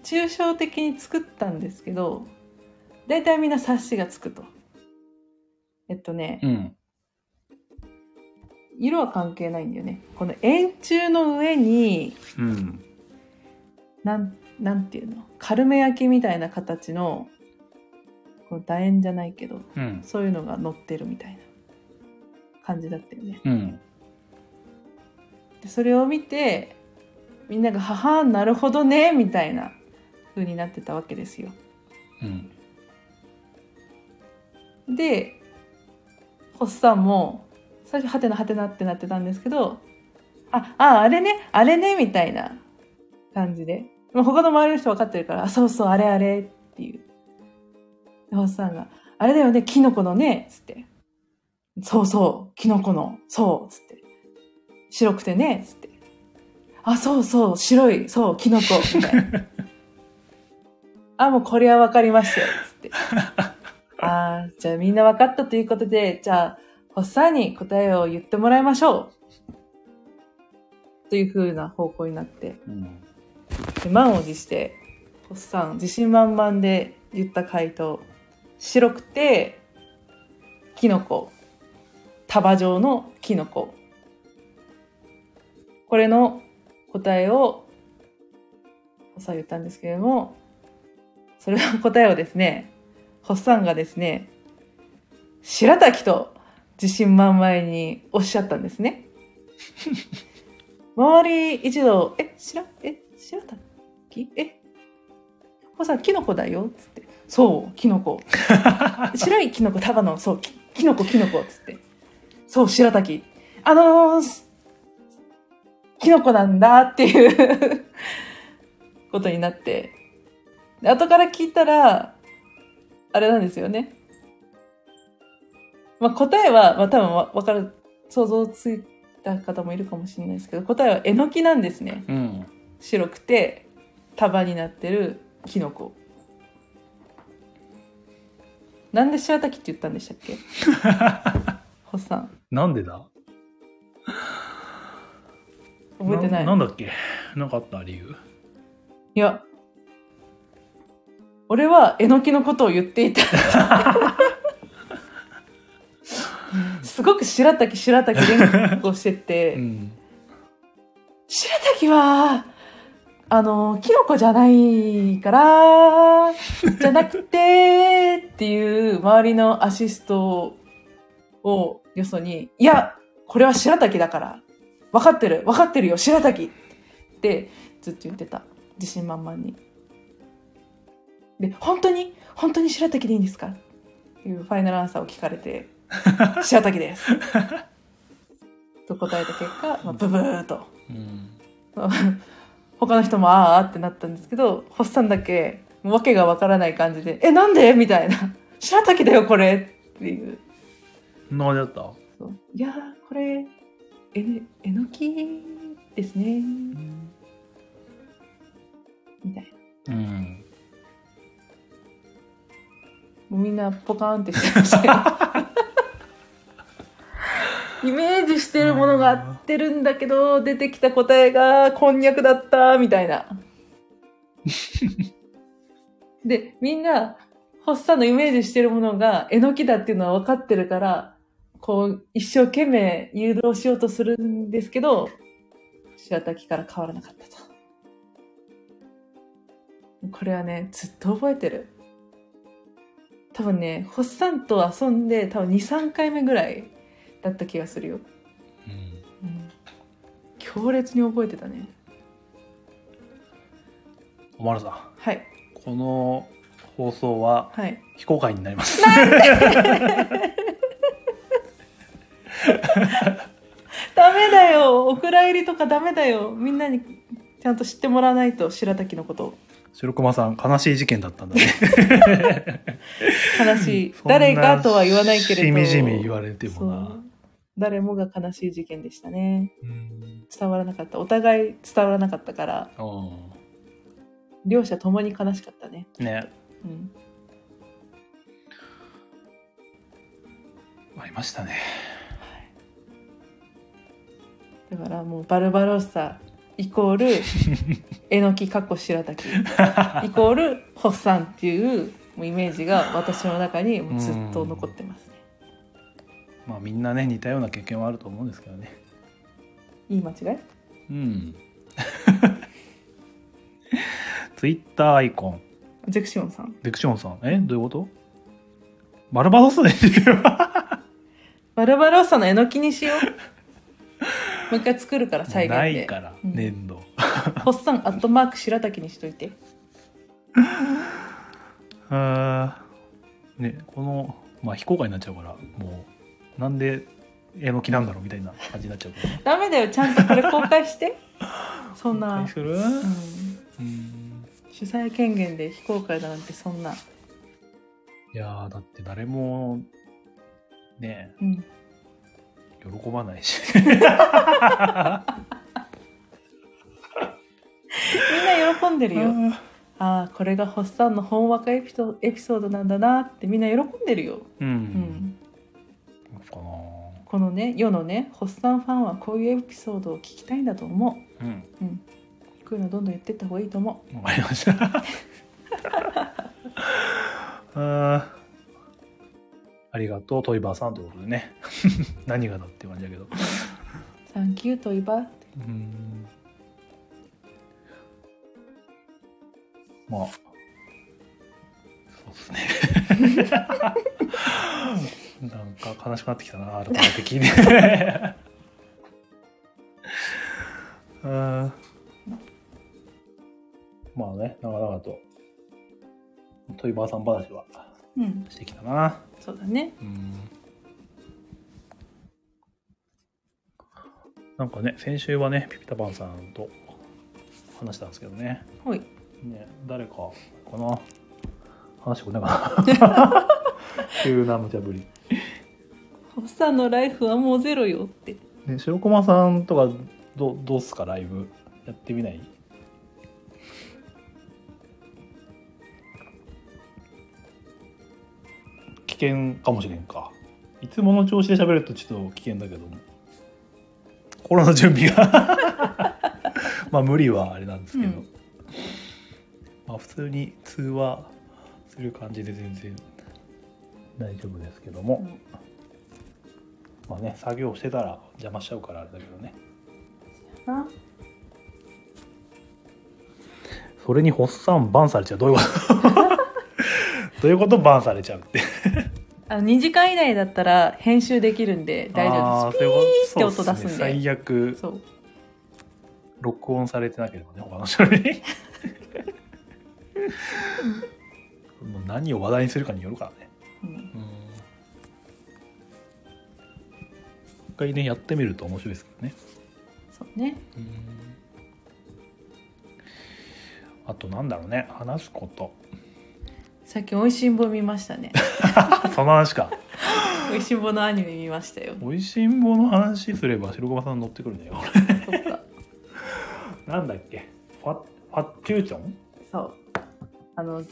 抽象的に作ったんですけど、だいたいみんな察しがつくと。えっとね、
うん。
色は関係ないんだよねこの円柱の上に
うん。
なんなんていうのカルメ焼きみたいな形のこの楕円じゃないけど
うん。
そういうのが乗ってるみたいな感じだったよね
うん。
でそれを見てみんなが「ははなるほどね」みたいな風になってたわけですよ
うん。
でホッサンも最初「はてなはてな」ってなってたんですけど「あああれねあれね」みたいな感じでまあ他の周りの人分かってるから「あそうそうあれあれ」っていうでホッサンが「あれだよねキノコのね」つって「そうそうキノコのそう」つって「白くてね」つって「あそうそう白いそうキノコ」みたいな「あもうこれは分かりましたよ」つってああ、じゃあみんな分かったということで、じゃあ、ホッサーに答えを言ってもらいましょう。という風な方向になって、
うん。
で満を持して、ホッサン自信満々で言った回答。白くて、キノコ。束状のキノコ。これの答えを、ホッサン言ったんですけれども、それの答えをですね、ホッサンがですね、白滝と自信満々におっしゃったんですね。周り一同、え、白、え、白滝え、ホッサン、キノコだよつって。そう、キノコ。白いキノコ、ただの、そう、キキノコ、キノコ、つって。そう、白滝。あのーすキノコなんだって [LAUGHS] いうことになって。で後から聞いたら、あれなんですよね。まあ、答えは、まあ、多分わわかる、想像ついた方もいるかもしれないですけど、答えはえのきなんですね。
うん。
白くて束になってるキノコ。なんで白滝って言ったんでしたっ
[LAUGHS]
けほっさん。
なんでだ
覚えてない。
なんだっけなんかあった理由
いや、俺はえのきのことを言ってい
[LAUGHS]
た。すごく白滝白滝連呼してて、
うん。
白滝は、あの、キノコじゃないから、じゃなくて、っていう周りのアシストをよそに、いや、これは白滝だから、分かってる、分かってるよ、白滝ってずっと言ってた。自信満々に。で、本当に、本当に白滝でいいんですかっていうファイナルアンサーを聞かれて、白滝です。と答えた結果、まあ、ブブーと。
うん。
[LAUGHS] 他の人もあーあってなったんですけどホッサンだけもう訳がわからない感じで「えなんで?」みたいな「白滝だよこれ」っていう
そんな感じだった
「そういやーこれえのえのきですね」みたいな
うん。
もうみんなポカーンってしてましたよイメージしてるものが合ってるんだけど出てきた答えがこんにゃくだったみたいなでみんなホッサンのイメージしてるものがえのきだっていうのは分かってるからこう一生懸命誘導しようとするんですけど白滝から変わらなかったとこれはねずっと覚えてる多分ねホッサンと遊んで多分23回目ぐらいだった気がするよ、
うん。
うん、強烈に覚えてたね
おまるさん、
はい
この放送は
はい
非公開になり [LAUGHS] ます。
ダメだよお蔵入りとかダメだよみんなにちゃんと知ってもらわないと白滝のことを
白熊さん、悲しい事件だったんだね。
悲しい [LAUGHS] 誰がとは言わないけれど
そんなしみじみ言われても
そ
な
う。誰もが悲しい事件でしたね
うん。
伝わらなかったお互い伝わらなかったから
う
両者ともに悲しかったね
ん。ね。
うん
ありましたね。
だからもうバルバロッサイコールえのきかっこ
[LAUGHS]
白滝イコールホッサンっていうもうイメージが私の中にもうずっと残ってますね。
まあみんなね、似たような経験はあると思うんですけどね。
いい間違い
うん。 [LAUGHS] ツイッターアイコン、
ジェクシオンさん。
デクションさん。えどういうことバルバドスで
バルバロッサのえのきにし
[LAUGHS]
よう。もう一回作るから再現で。
ないから、
うん
粘土。
ホッサンアットマーク白滝にしといて。
あーね、この、まあ非公開になっちゃうから、もう、なんで、えのきなんだろうみたいな感じになっちゃうからね。
ダメだよ、ちゃんとこれ公
[LAUGHS]
開して。そんな
何、する
うん、
うん。
主催権限で非公開だなんてそんな。
いやーだって誰も、ね、
うん、
喜ばないし。
みんな喜んでるよ。ああ、これがホッサンのほんわかエピソエピソードなんだなってみんな喜んでるよ。
う。
うんん
かな
このね世のねホッサンファンはこういうエピソードを聞きたいんだと
う
思
ん。
う、うん、こういうのどんどん言ってった方がいいと思
わかりました。 [LAUGHS] あーありがとう、トイバーさんということでね。 [LAUGHS] 何がだって感じだけど。
う「サンキューといば
うん。まあ。そうですね。 [LAUGHS] なんか悲しくなってきたな、改めて聞いて。 [LAUGHS] うんまあね、長々と、トイバーさん話は」
うん
してきたな。
そうだね
うんなんかね先週はねピピタパンさんと話したんですけどね
ほい
ね誰かかな話してくれな [LAUGHS] かった。急な無茶ぶり。
ホッサンのライフはもうゼロよって
ね、白駒さんとかどどうっすかライブやってみない危険かもしれんかいつもの調子で喋るとちょっと危険だけども心の準備が [LAUGHS] まあ無理はあれなんですけど、
うん
まあ普通に通話する感じで全然大丈夫ですけども、
うん
まあね作業してたら邪魔しちゃうからあれだけどね
な
それにホッサンバンされちゃうどういうこと [LAUGHS] どういうことバンされちゃうって
あの2時間以内だったら編集できるんで大丈夫です
ピー
ピーって音出すんで
最悪
そう
録音されてなければね他の人に [LAUGHS] もう何を話題にするかによるからね
うん
うん一回ねやってみると面白いですけどね
そうね
あとなんだろうね話すこと
さっき「おいしんぼ」見ましたね
その話か
おいしんぼのアニメ見ましたよ
美味しんぼの話すれば白駒さん乗ってくるね俺
そっか
なんだっけファファッチューチョン
そうあの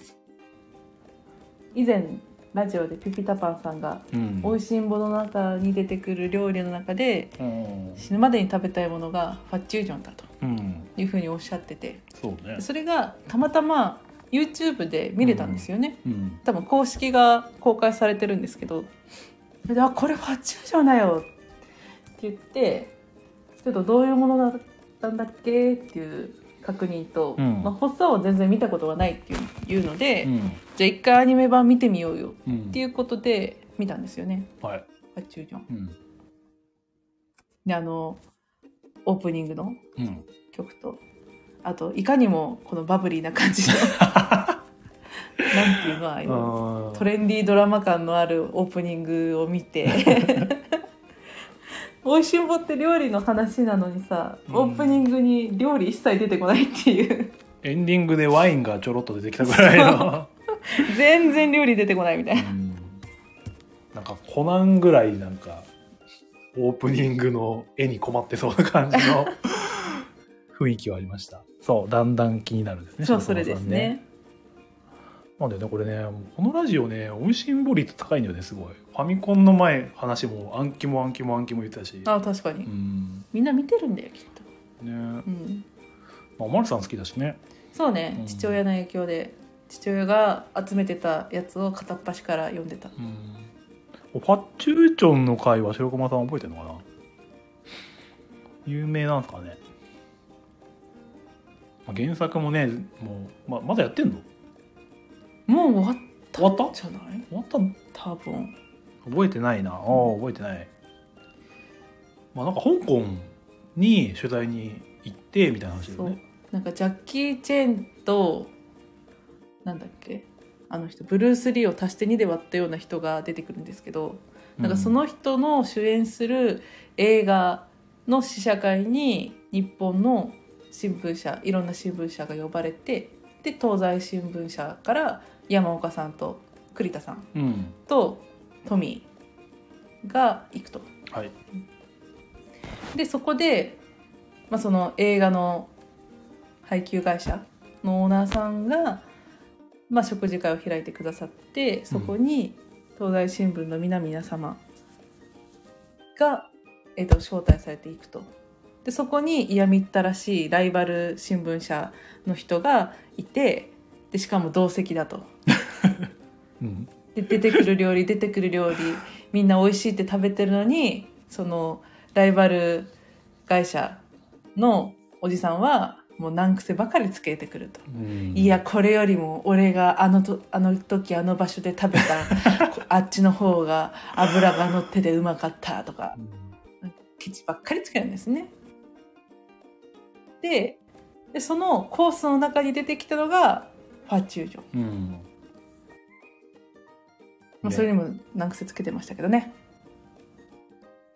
以前ラジオでピピタパンさんが
うん
「おいしんぼ」の中に出てくる料理の中で
うん、
死ぬまでに食べたいものがファッチュージョンだと
うん、
いうふうにおっしゃってて
そうね
それがたまたま YouTube で見れたんですよね、
うん
多分公式が公開されてるんですけどそれで「あこれファッチュージョンだよ」って言ってちょっとどういうものだったんだっけっていう確認と、
うん
まあ、発作を全然見たことがないっていういうので、
うん
じゃあ一回アニメ版見てみようよっ
うん
ていうことで見たんですよね
はい、
ファッチュージョン。
うん
であのオープニングの
うん、
曲とあといかにもこのバブリーな感じ
[LAUGHS]
のなんていうのは今
あ
トレンディードラマ感のあるオープニングを見 [LAUGHS] て「おいしんぼ」って料理の話なのにさ
うん
オープニングに料理一切出てこないっていう
エンディングでワインがちょろっと出てきたぐらい
[LAUGHS]
の、、
全然料理出てこないみたいうなん
なんかコナンぐらいなんかオープニングの絵に困ってそうな感じの雰囲気はありましたそうだんだん気になるんですね
[LAUGHS] そうそ
白
れ
駒さん
ですね
なんでねこれねこのラジオね美味しんぼ率高いのよねすごいファミコンの前話も暗記も暗記も暗記も言ってたし
あ確か
う
に
ん
みんな見てるんだよきっと、
ねま
うん、
あマルさん好きだしね
そうね、
うん
父親の影響で父親が集めてたやつを片っ端から読んでた
うんファッチューチョンの回は白駒さん覚えてるのかな有名なんですかね、まあ、原作もねもう、まあまだやってんの
もう終わった
終わった
じゃない
終わったの
多分
覚えてないなああ覚えてないまあなんか香港に取材に行ってみたいな話だよ
そう
ね
なんかジャッキー・チェンとなんだっけあの人ブルース・リーを足して2で割ったような人が出てくるんですけど、なんかその人の主演する映画の試写会に日本の新聞社いろんな新聞社が呼ばれてで東西新聞社から山岡さんと栗田さん
うん、うん
とトミーが行くと。
はい
でそこで、まあ、その映画の配給会社のオーナーさんが、まあ、食事会を開いてくださってそこに東大新聞の皆々様が、えっと招待されていくと。でそこに嫌みったらしいライバル新聞社の人がいてでしかも同席だと。
うん
で出てくる料理出てくる料理みんな美味しいって食べてるのにそのライバル会社のおじさんはもう難癖ばかりつけてくると。
うん
いやこれよりも俺があのとあの時あの場所で食
[LAUGHS]
べたこあっちの方が油が乗っててうまかったとか
うん
ケチばっかりつけるんですね。ででそのコースの中に出てきたのがファッチュージョン、
うん
まあ、
ね
それにも難癖つけてましたけどね。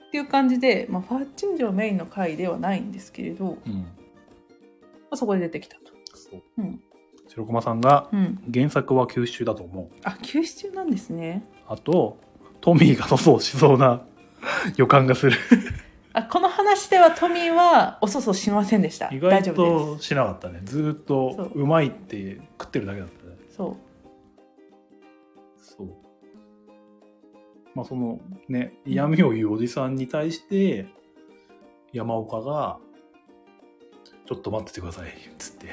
っていう感じで、まあ、ファッチュージョンメインの回ではないんですけれど、ま
うん
あ、そこで出てきたと。
そう
うん
白駒さんが
うん。
原作は九州だと思う
あ、休止中なんですね。
あとトミーが粗相しそうな予感がする
あ、この話ではトミーはおそそしませんでした。
意外
大丈夫で
としなかったねずーっと
そう
うまいって食ってるだけだったね
す。そう。
そうまあそのね嫌味を言うおじさんに対して山岡が「ちょっと待っててください」っつって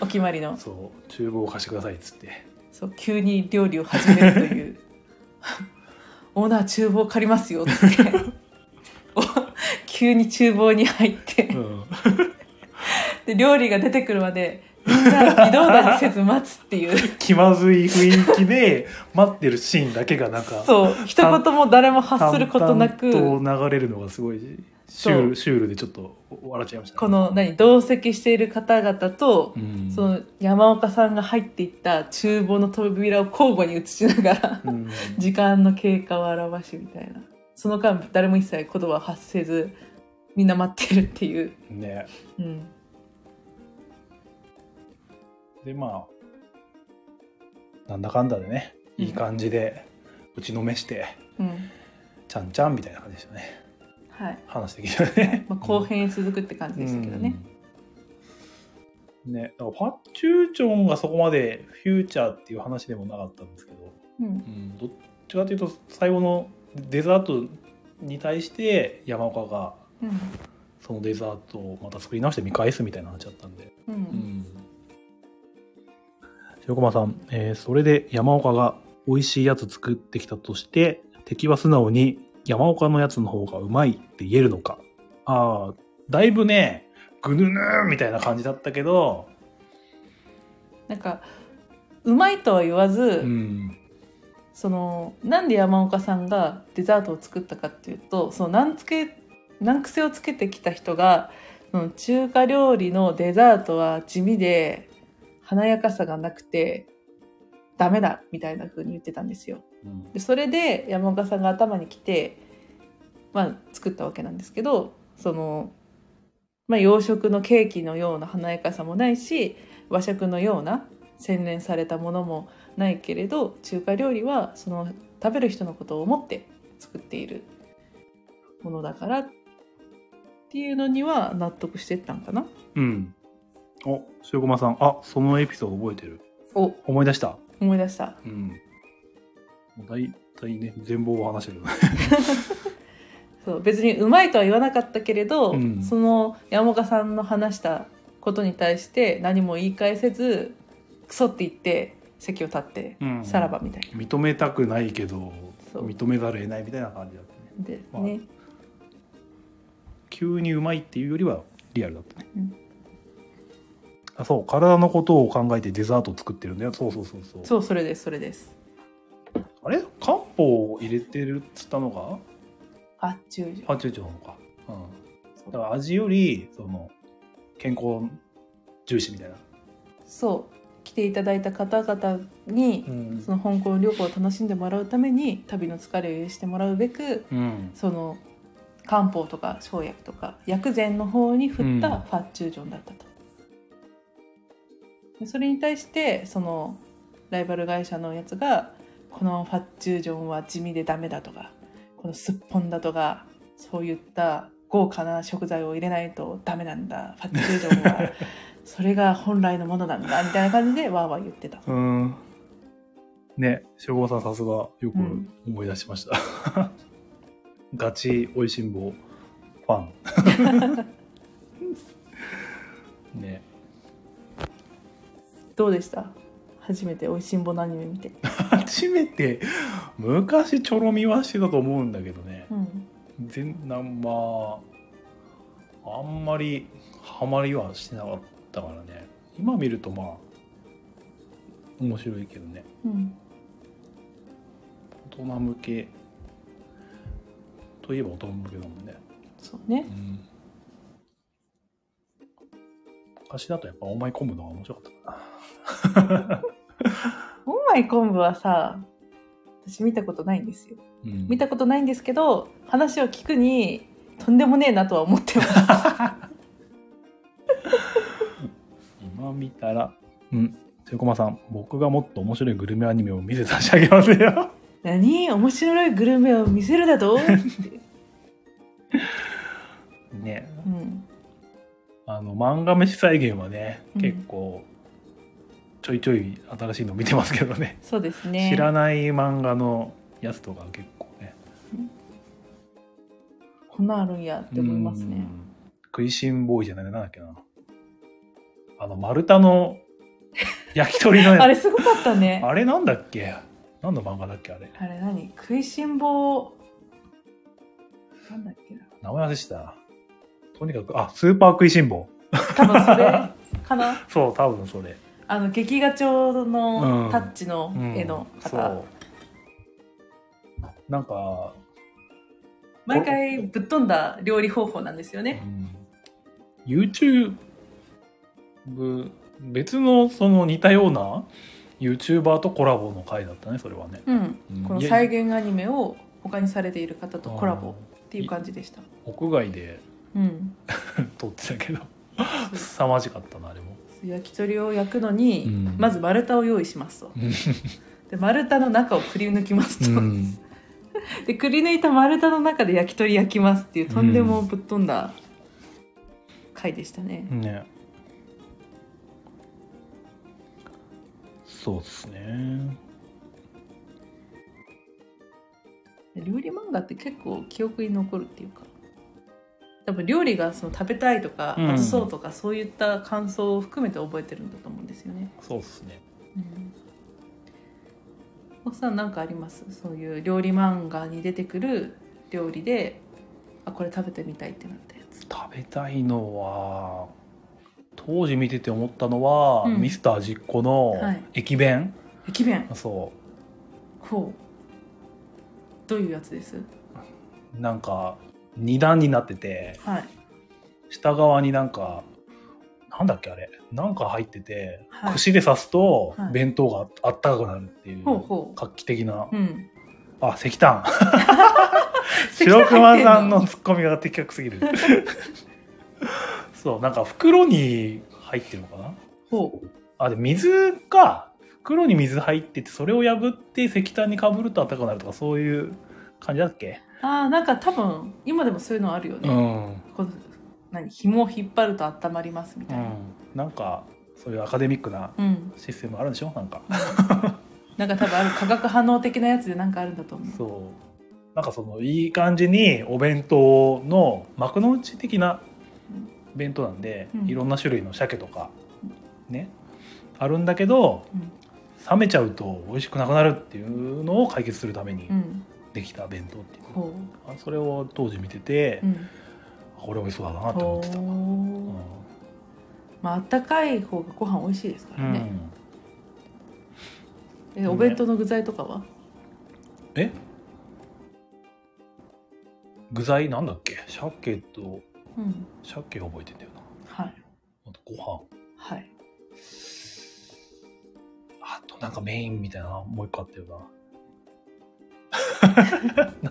お決まりの
そう厨房を貸してくださいっつって
そう急に料理を始めるという [LAUGHS] オーナー厨房借りますよっつって [LAUGHS] お急に厨房に入って
うん
で料理が出てくるまでみんな微動だにせず待つっていう
気まずい雰囲気で待ってるシーンだけがなんか
そう一言も誰も発することな
淡
く
々と流れるのがすごいシ
そう
ュールシュールでちょっと笑っちゃいましたね、
この何同席している方々と
うん
その山岡さんが入っていった厨房の扉を交互に映しながら
うん
時間の経過を表しみたいなその間誰も一切言葉を発せずみんな待ってるっていう、
ね
うん、
でまあなんだかんだでねいい感じで打ちのめして、
うん、
ちゃんちゃんみたいな感じでしたね
はい、
話的にはね、
まあ、後編へ続くって感じでしたけどね、
うん。ね、だからパッチューチョンがそこまでフューチャーっていう話でもなかったんですけど、
うん
うん、どっちかというと最後のデザートに対して山岡が
うん
そのデザートをまた作り直して見返すみたいな話だったんで、
うん
うん、白駒さん、えーそれで山岡が美味しいやつ作ってきたとして敵は素直に山岡のやつの方がうまいって言えるのかああだいぶねぐぬぬーみたいな感じだったけど、
なんかうまいとは言わず、
うん、
そのなんで山岡さんがデザートを作ったかっていうとその難つけ難癖をつけてきた人がその中華料理のデザートは地味で華やかさがなくてダメだみたいな風に言ってたんですよ。
うん
でそれで山岡さんが頭に来て、まあ、作ったわけなんですけどその、まあ、洋食のケーキのような華やかさもないし和食のような洗練されたものもないけれど中華料理はその食べる人のことを思って作っているものだからっていうのには納得してったんかな。
うん、お白駒さんあそのエピソード覚えてる
お
思い出した
思い出した。
うんもう大体ね全貌を話してる
そう別にうまいとは言わなかったけれど、
うん
その山岡さんの話したことに対して何も言い返せずクソって言って席を立って、
うん
さらばみたい
認めたくないけど
そう
認めざるを得ないみたいな感じだったね
なで、
まあ
ね
急にうまいっていうよりはリアルだったね、
うん
あそう体のことを考えてデザートを作ってるんだよそうそうそうそう
そうそれですそれです
あれ漢方を入れてるっつったのが
あっちゅうじょ
パチューチョなのか、うん、だから味よりその健康重視みたいな、
そう来ていただいた方々に、
ん
その香港旅行を楽しんでもらうために旅の疲れを許してもらうべく
うん、
その漢方とか生薬とか薬膳の方に振っ
うん
たファッチュージョンだったと、でそれに対してそのライバル会社のやつがこのファッチュージョンは地味でダメだとかこのすっぽんだとかそういった豪華な食材を入れないとダメなんだファッチュージョン
[LAUGHS]
はそれが本来のものなんだみたいな感じでわーわー言ってた
うんね白駒さんさすがよく
うん
思い出しました、 [LAUGHS] ガチおいしん坊ファ [LAUGHS] ンね
どうでした初めて「おいしんぼ」のアニメ見て、
初めて昔チョロ見はしてたと思うんだけどね
うん、
全然まああんまりハマりはしてなかったからね今見るとまあ面白いけどね
うん
大人向けといえば大人向けだもんね、
そうね
うん、昔だとやっぱお前込むのが面白かったか
オンマイ昆布はさ私見たことないんですよ
な、うん
見たことないんですけど話を聞くにとんでもねえなとは思
[LAUGHS]
ってます
今見たらうん。セイコマさん、僕がもっと面白いグルメアニメを見せ差し上げますよ。
何面白いグルメを見せる
[LAUGHS]
だと、って
ね
うん、
あの、漫画飯再現はね、
うん
結構、ちょいちょい新しいの見てますけどね。
そうですね
知らない漫画のやつとか結構ね。
こんなんあるんやって思いますね
うん。食いしん坊いじゃないなんだっけな。あの、丸太
[LAUGHS]
の焼き鳥のやつ
あれすごかったね
あれなんだっけ何の漫画だっけあれ。
あれ何食いしん坊なんだっけな
名前忘れした。とにかく、あ、スーパー食いしん坊。
多分
[LAUGHS]
それかな
そう、多分それ。
あの劇画調
う
の
ん
タッチの
うん
絵の方、
そう。なんか、
毎回ぶっ飛んだ料理方法なんですよ
う
ね、
ん、YouTube、別のその似たような YouTuber とコラボの回だったね、それはね。
うん、
うん
この
家
再現アニメを他にされている方とコラボっていう感じでした
屋外で
うん
撮ってたけど、凄まじかったな、あれも。
焼き鳥を焼くのに、
うん
まず丸太を用意しますと [LAUGHS] で丸太の中をくり抜きますと、
うん
[LAUGHS] でくり抜いた丸太の中で焼き鳥焼きますっていうとんでもぶっ飛んだ回でしたね、
ねそうですね
料理漫画って結構記憶に残るっていうか多分料理がその食べたいとか
うん
まずそうとかそういった感想を含めて覚えてるんだと思うんですよね。
そうですね
うん、おっさんなんかありますそういう料理漫画に出てくる料理であこれ食べてみたいってなったやつ。
食べたいのは当時見てて思ったのは、
うん
ミスター実行の
はい
駅弁、
駅弁
そ
ほうどういうやつです
うなんか二段になってて
はい
下側になんかなんだっけあれなんか入ってて、
はい
串で刺すと
はい
弁当がああったかくなるっていう、
ほうほ
画期的な
う。うん
あ石炭
[LAUGHS] 石炭入
白
ってんの
熊さんのツッコミが的確すぎるそうなんか袋に入ってるのかな
ほう
あで水か袋に水入っててそれを破って石炭にかぶると暖かくなるとかそういう感じだっけ
あーなんか多分今でもそういうのあるよね。
ん、
この何紐を引っ張ると温まりますみ
う
たいな、
ん、なんかそういうアカデミックな
うん
システムあるんでしょなんか
なんか多分ある化学反応的なやつでなんかあるんだと思う
そうなんかそのいい感じにお弁当の幕の内的な弁当なんで、
うん
いろんな種類の鮭とかねあるんだけど冷めちゃうと美味しくなくなるっていうのを解決するために
うん、うん、
できた弁当っていう、
ほ
あそれを当時見てて、
う、うん、
これ美味しそうだなって思
ほ
ってた、
う、
うん
まああったかい方がご飯美味しいですか
う
らね、
ん
えお弁当の具材とかは、
え具材なんだっけ鮭と
うん
鮭覚えてんだよな
はい
あとご飯
はい
あとなんかメインみたいなもう一個あったよな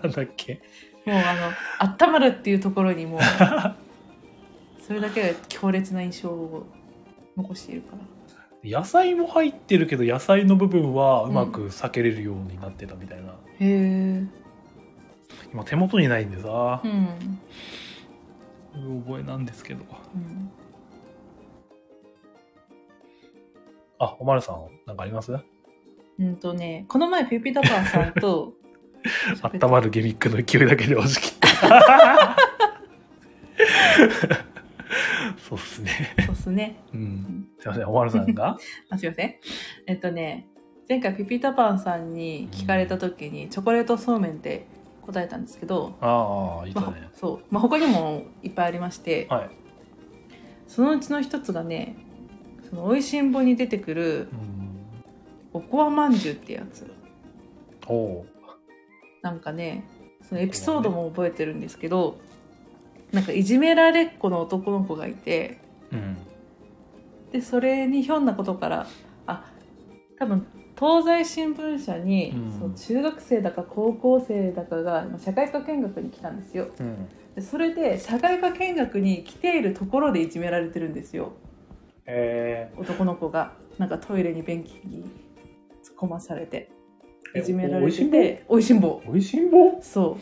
[LAUGHS] なんだっけ
もうあの温まるっていうところ
[LAUGHS]
にもうそれだけが強烈な印象を残しているから
野菜も入ってるけど野菜の部分はうまく避けれるようになってたみたいな、
へえ
今手元にないんでさ
う、ん、
覚えなんですけど
うん、
あおまるさんなんかありますあ
うんとねこの前ピューピータパンさん
[LAUGHS]
と
ったまるギミックの勢いだけで押し切ったそうっすね
そうっすね
うんすいませんおまるさんが
あすいません。えっとね、前回ピピタパンさんに聞かれた時に、チョコレートそうめんって答えたんですけど、
[LAUGHS] ああいた
ま
ね
あ、そう、まあ、他にもいっぱいありまして、
はい、
そのうちの一つがね、その美味しんぼに出てく
う
る
ん、
おこわまんじゅうってやつ。
おお
なんかね、そのエピソードも覚えてるんですけど、なんかいじめられっ子の男の子がいて、
ううん
でそれにひょんなことからあ多分東西新聞社に、
うん
その中学生だか高校生だかがまあ社会科見学に来たんですよ
うん
でそれで社会科見学に来ているところでいじめられてるんですよ
え
男の子がなんかトイレに便器に突っ込まされて
え
いじめられて
おい
ておいしんぼ
ー、おいしんぼ
そう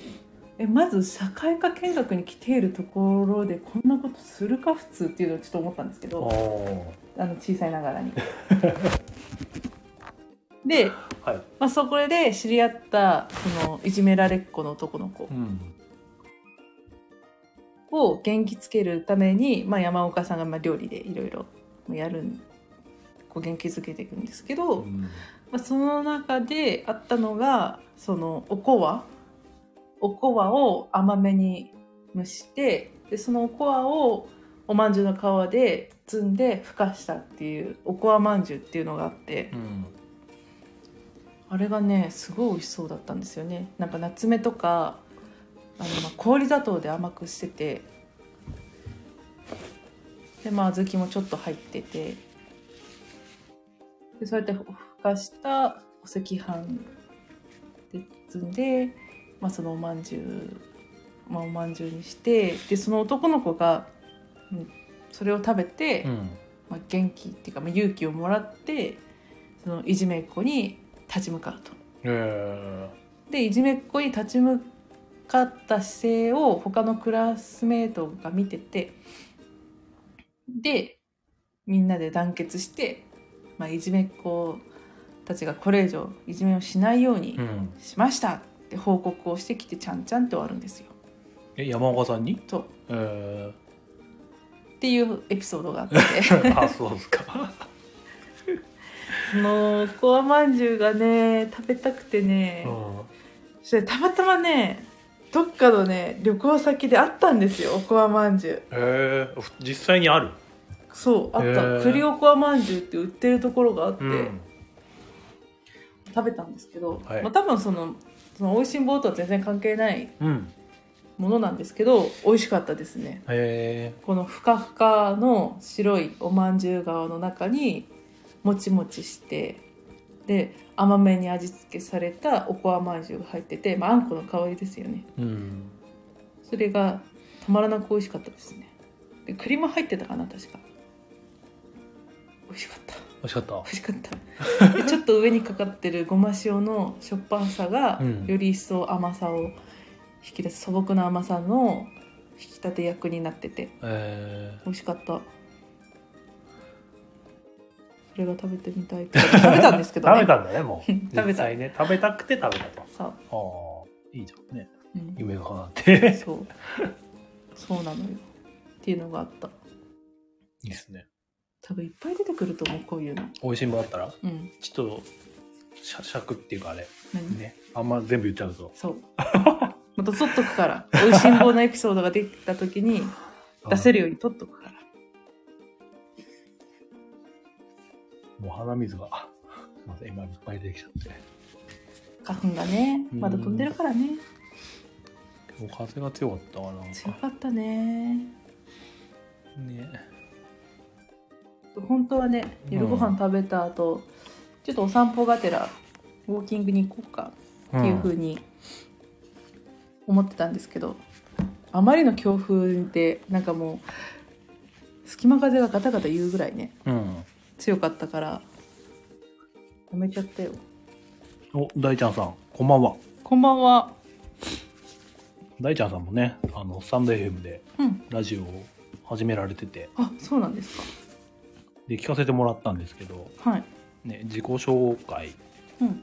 えまず社会科見学に来ているところでこんなことするか普通っていうのをちょっと思ったんですけ
あ
ど
あ
あの小さいな
[LAUGHS]
がらに。で、
はい
まあ、そこで知り合ったそのいじめられっ子の男の子
うん
を元気つけるために、まあ、山岡さんがまあ料理でいろいろやるんこう元気づけていくんですけど、
うん
まあ、その中であったのがそのおこわおこわを甘めに蒸してでそのおこわをおまんじゅうの皮で包んでふかしたっていうおこわまんじゅうっていうのがあって
うん
あれがねすごい美味しそうだったんですよねなんか夏目とかあのまあ氷砂糖で甘くしててでまあ小豆もちょっと入っててでそうやってふかしたお赤飯で包んで、まあ、そのおまんじゅう、まあ、おまんじゅうにしてでその男の子がうんそれを食べて、
うん
まあ、元気っていうか、まあ、勇気をもらってそのいじめっ子に立ち向かうと。
えー、
でいじめっ子に立ち向かった姿勢を他のクラスメートが見ててでみんなで団結して、まあ、いじめっ子たちがこれ以上いじめをしないように
うん
しましたって報告をしてきてちゃんちゃんって終わるんですよ。
え山岡さんに
と
えー、
っていうエピソードがあ
[LAUGHS]
って
あそうですか
そのコアまんじゅうがね食べたくてね。
[LAUGHS] うん
そしてたまたまねどっかのね旅行先であったんですよおこわまんじゅう
えー、実際にある
そうあった、
へー
栗おこわまんじゅうって売ってるところがあって、食べたんですけど、
はい
まあ、多分そのその美味しんぼうとは全然関係ない
うん
ものなんですけど美味しかったですね
え
このふかふかの白いおまんじゅう側の中にもちもちしてで甘めに味付けされたおこわまんじゅうが入ってて、まあ、あんこの香りですよね
ー、うん
それがたまらなく美味しかったですねで栗も入ってたかな確か美味しかった
美味しかった
美味しかったでちょっと上にかかってるごま塩のしょっぱさが
うん
より一層甘さを引き出す素朴な甘さの引き立て役になってて
え
美味しかったそれが食べてみた
[LAUGHS]
いって食べたんですけ
ー、
ど
食
ね
べたんだねもう
[LAUGHS] 食べた
実際ね食べたくて食べたと
そう、
ああいいじゃんね
うん
夢が叶って [LAUGHS]
そうそうなのよっていうのがあった
いいですね
多分いっぱい出てくると思うこういうの
美味しんぼあったら
うん
ちょっとしゃしゃくっていうかあれ
何
ねあんま全部言っちゃうと
そう [LAUGHS] また取っとくから美味しんぼのエピソードが出てきた時に出せるように取っとくから
うんもう鼻水が [LAUGHS] あすいません今いっぱい出てきちゃって
花粉がねまだ飛んでるからね
今日風が強かったかななん
強
か
かったね
ね
本当はね夜ご飯食べた後、ちょっとお散歩がてらウォーキングに行こうか
う
っていう風に思ってたんですけど、あまりの強風でなんかもう隙間風がガタガタ言うぐらいね
うん
強かったからやめちゃったよ
お大ちゃんさんこんばんは
こんばんは
大ちゃんさんもねあのスタンド FM で
うん
ラジオを始められてて
あそうなんです
で聞かせてもらったんですけど、
かはい
ね、自己紹介
うん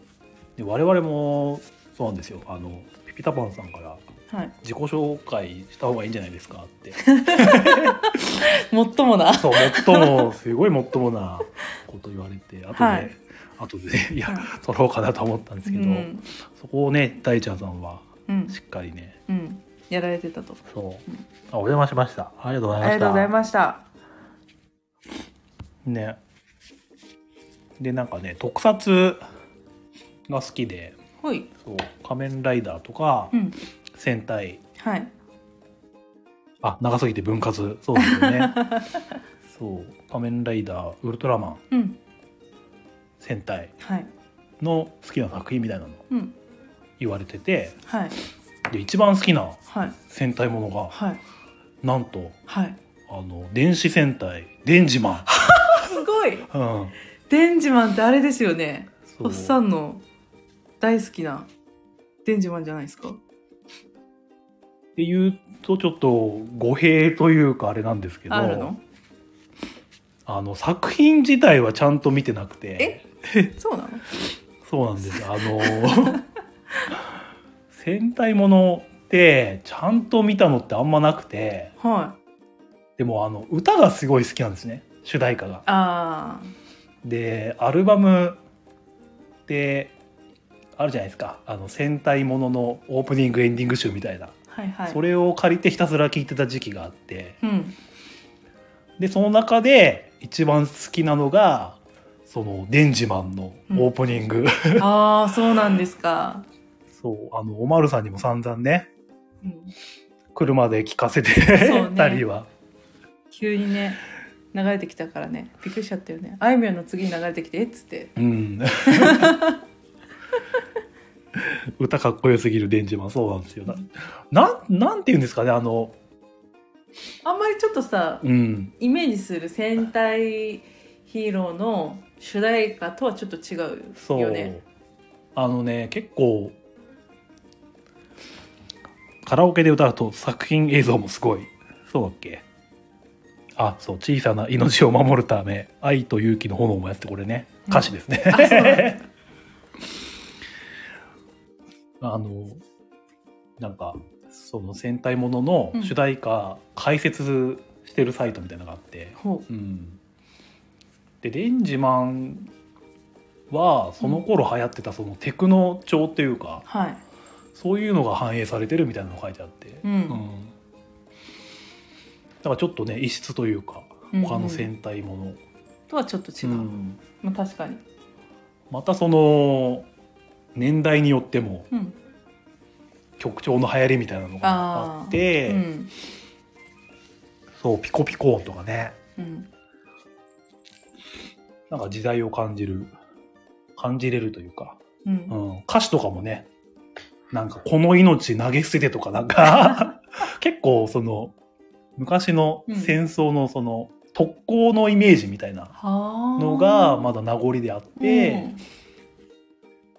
で我々もそうなんですよあのピピタパンさんから
はい
自己紹介した方がいいんじゃないですかって
[LAUGHS] もっともな
そうもっともすごいもっともなこと言われて後で、
はい
後でねいや、
は
取ろうかなと思ったんですけど、
うん
そこをね大ちゃんさんは
うん
しっかりね
うんやられてたと
そう
うん
あお邪魔しましたありがとうござい
あ
ました
りがとうございました
ねでなんかね特撮が好きで
ほい
そう仮面ライダーとか、
うん
戦隊
はい
あ長すぎて分割そうですよ
[LAUGHS]
ねそう仮面ライダーウルトラマン
うん
戦隊
はい
の好きな作品みたいなの
うん
言われてて
はい
で一番好きな
はい
戦隊ものが
はい
なんと
はい
あの電子戦隊デンジマン
ごい [LAUGHS]
うん。
デンジマンってあれですよね
そう
おっさんの大好きなデンジマンじゃないですか
って言うとちょっと語弊というかあれなんですけど
あるの
あの作品自体はちゃんと見てなくて
そうなの
そうなんですあの [LAUGHS] 戦隊ものってちゃんと見たのってあんまなくて
はい
でもあの歌がすごい好きなんですね主題歌が。
あ
でアルバムってあるじゃないですかあの戦隊もののオープニングエンディング集みたいな、
ーはいはい
それを借りてひたすら聴いてた時期があって。
うん
でその中で一番好きなのがその「デンジマン」のオープニング、
ああそうなんですか、
そう [LAUGHS] あのおまるさんにも散々ね
うん、
車で聞かせて
うね
[LAUGHS] たりは
急にね流れてきたからねびっくりしちゃったよねあいみょんの次に流れてきてえっつって
うん [LAUGHS] 歌かっこよすぎる「デンジマン」そうなんですよななんなんて言うんですかねあの
あんまりちょっとさ
うん
イメージする戦隊ヒーローの主題歌とはちょっと違
そう
うよね
あのね結構カラオケで歌うと作品映像もすごいそうだっけあそう小さな命を守るため愛と勇気の炎もやってこれね歌詞ですね、
あそうなんだ
[LAUGHS] あのなんかその戦隊ものの主題歌、解説してるサイトみたいなのがあって、
ほ
うん、でレンジマンはその頃流行ってたそのテクノ調っていうか
う、はい
そういうのが反映されてるみたいなのが書いてあって、
うん
んだからちょっとね異質というか他の
うんうん
戦隊もの、
とはちょっと違う、
うん
まあ、確かに、
またその年代によっても
うん
曲調の流行りみたいなのがあって
うん
そうピコピコ音とかね
うん、
なんか時代を感じる感じれるというか
うん
うん、歌詞とかもね、なんかこの命投げ捨ててとかなん
[LAUGHS]
か、結構その、昔の戦争のその特攻のイメージみたいな
はあ
のがまだ名残であって、
うん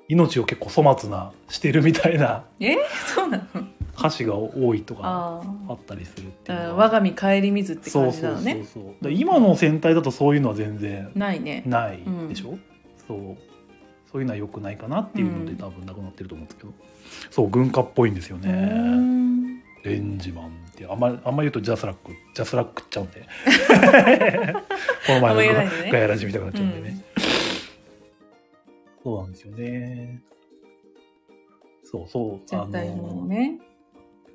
命を結構粗末なしてるみたいな
えそうなの
歌詞が多いとか
あ
あったりするって
あ
いうの
我が身帰り水って
そ
感
う
じ
そう
なの
そ
ね
うそう。だから今の戦隊だとそういうのは全然
ないね
ないでしょ、そうそういうのは良くないかなっていうので多分なくなってると思うんですけど、そう軍歌っぽいんですよ
うー
ね
ん
レンジマンってあんまりあんま言うとジャスラックジャスラックっちゃ
[LAUGHS]
うんでこの前
あんま言
のガ,、
わないでね
ガヤラジみたくなっちゃうんで
う
ね
ん、
そうなんですよねそうそう
絶対もう
ね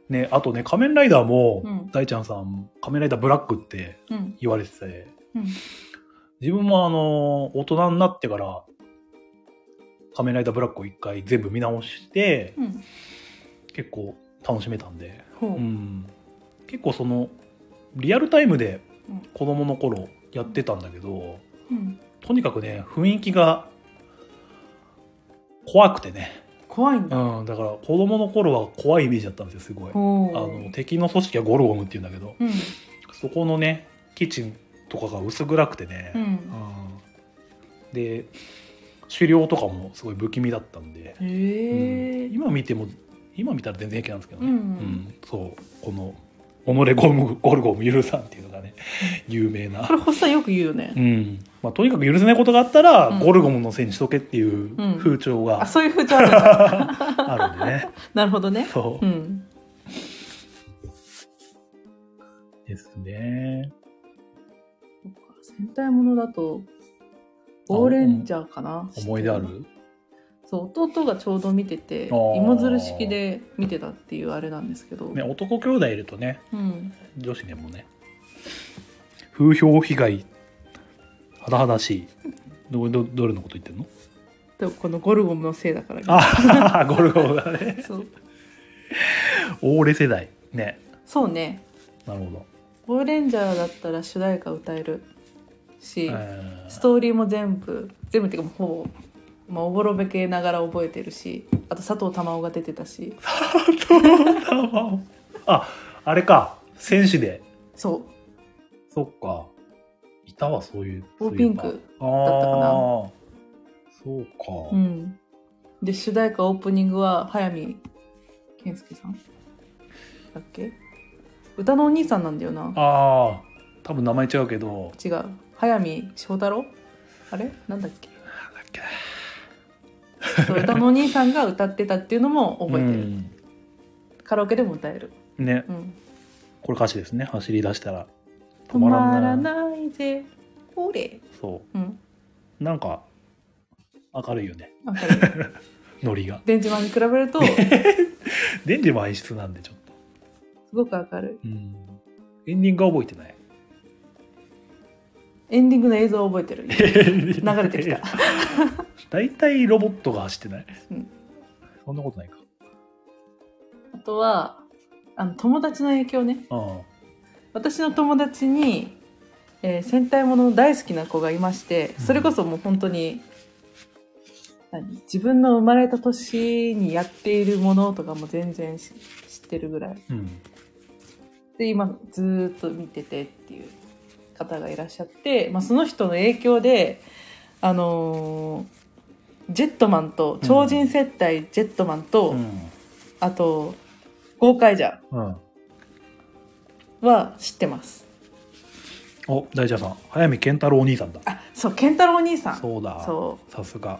ね、
ねあとね仮面ライダーも、
うん
大ちゃんさん仮面ライダーブラックって
うん
言われてて
うん、
自分もあの、大人になってから、仮面ライダーブラックを一回全部見直して、
うん、
結構楽しめたんで、
ほう、
うん。結構その、リアルタイムで
うん
子供の頃やってたんだけど、
うん、
とにかくね、雰囲気が怖くてね。
怖いんだ、
うん、だから子供の頃は怖いイメージだったんですよ、すごい。あ
ほう
の、敵の組織はゴルゴムっていうんだけど、
うん
そこのね、キッチンとかが薄暗くてね、
うん
で狩猟とかもすごい不気味だったんで、
へえ、
うん今見ても今見たら全然平気なんですけど
う
ね、
ん
うんそうこの「己ゴムゴルゴム許さん」っていうのがね有名な
こ、れホッさんよく言うよね
う、んまあ、とにかく許せないことがあったら、
うん
ゴルゴムのせいにしとけっていう
うん
風潮
あ
が
そういう風潮あるんだ
あるんで
[LAUGHS]
ね、
なるほどね
そう
う、ん
ですね
そっか戦隊ものだとゴーレンジャーかな
思い出ある
そう弟がちょうど見てて
あー
芋づる式で見てたっていうあれなんですけど、
ね男兄弟いるとね
うん、
女子でもね風評被害甚だしいどどどれのこと言
[LAUGHS]
ってんの
でもこのゴルゴムのせいだからね
あゴルゴだね [LAUGHS]
そう
オーレ世代ね
そうね
なるほど、
ゴーレンジャーだったら主題歌歌えるし、
えー
ストーリーも全部全部っていうかもうほぼ、まあ、おぼろべけながら覚えてるしあと佐藤珠緒が出てたし
[LAUGHS] ああれか戦士で
そ
そっかいたわ、そういう。
ボ
そう
ー
い
ピ
え
ン
ば
ク。
あ
ったかな
あ。そうか。
うん。で、主題歌オープニングは早見健介さんだっけ歌のお兄さんなんだよな。
ああ。多分名前違うけど。
違う。早見翔太郎あれなんだっけ
なんだっけ。
そう歌のお兄さんが歌ってたっていうのも覚えてる。カラオケでも歌える。
うんね、
うん。
これ歌詞ですね。走り出したら。
止
止まらんな
ま
い
らないで、ほれ。
そ
うん。
う。なんか。明るいよね。
わかる。 [LAUGHS]
ノリが。
電磁版に比べ
[LAUGHS]
ると、す
デンジも演出なんで、ちょっと。
ごく明る
うん。エンディングは覚えてない。
い。エンディングの映像を覚えてる。
流
流れてきた。
[LAUGHS] 大体ロボットが走ってない、
うん
そんなことないか
あとは、あの友達の影響ね。
あ
私の友達に、えー戦隊もの大好きな子がいまして
うん
それこそもう本当に何自分の生まれた年にやっているものとかも全然し知ってるぐらい
うん
で今ずーっと見ててっていう方がいらっしゃって、まあ、その人の影響であのージェットマンと超人戦隊ジェットマンと、
うん
あとゴーカイジャ
うん
ーは知ってます
お大ちゃんさん早見健太郎お兄さんだ
あそうケンタロウお兄さん
そうだ
そう
さすが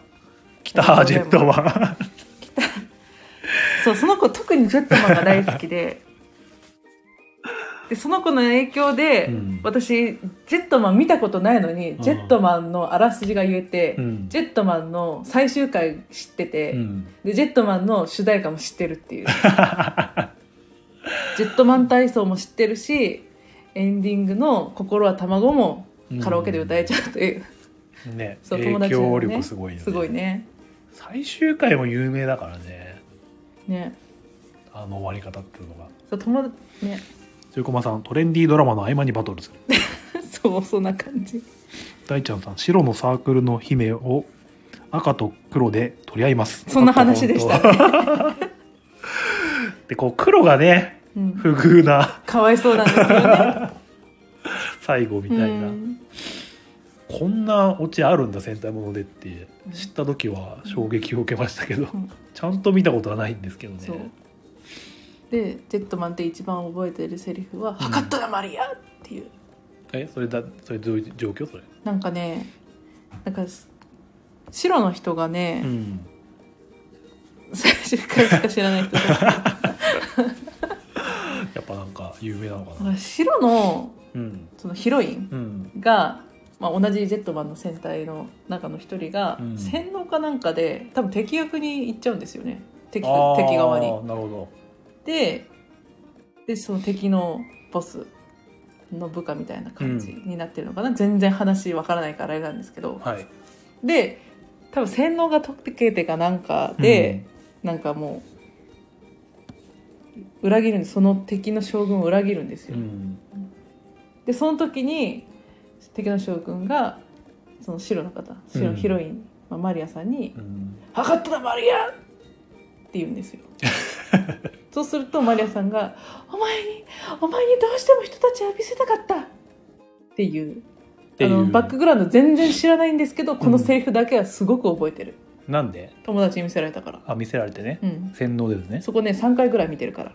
来
あ
たジ
り
ェ
が
ッ
と
ト
うご
は
そう、その子特にジェットマンが大好きで、で、その子の影響で、
うん
私、ジェットマン見たことないのに、
ん
ジェットマンのあらすじが言えて、
うん
ジェットマンの最終回知ってて、
うん
で、ジェットマンの主題歌も知ってるって
[LAUGHS]
いう。ジェットマン体操も知ってるし、エンディングの心は卵もカラオケで歌えちゃうという、
ね
そう友
影
達だよね
響力すごいよね
すごいね。
最終回も有名だからね
ね。
あの終わり方っていうのが
そう、友達、ね。 [LAUGHS]
ジョイコマさんトレンディードラマの合間にバトルする
そう、そんな感じ。
大ちゃんさん白のサークルの姫を赤と黒で取り合います
そんな話でした
たでこう黒がね
うん。
不遇な
かわいそうなんです
[LAUGHS]
よね。
最後みたいな、
うん
こんなオチあるんだ戦隊ものでって知った時は衝撃を受けましたけど、
うん
ちゃんと見たことはないんですけどね
そうでジェットマンって一番覚えてるセリフは「ハカットだマリア!」っていう
えそれだそれどういう状況それ、
なんかねなんかす白の人が
う
ね、
ん、
最終回しか知らない
[LAUGHS]
人だ
やっぱなんか有名なのか
か
な
ら白の
うん
そのヒロイン
うん
が、まあ、同じジェットマンの戦隊の中の一人が、
うん
洗脳かなんかで多分敵役に行っちゃうんですよね敵
あー
敵側に。
なるほ
ででその敵のボスの部下みたいな感じになってるのかな、全然話わからないからあれなんですけど、
どはい
で多分洗脳が解けてかなんかで、なんかもう裏切るんですその敵の将軍を裏切るんです
う
よ、
ん
でその時に敵の将軍がその白の方白のヒロイン、まあ、マリアさんに
うん
「測ったなマリア!」って言うんで
[LAUGHS]
すよそうするとマリアさんが「お前にお前にどうしても人たちを浴びせたかった!」っていう
ってい
あの
う
バックグラウンド全然知らないんですけどこのセリフだけはすごく覚えてる、
なんで
友達に見せられたから
あ見せられてね
うん
洗脳ですね
そこね3回ぐらい見てるから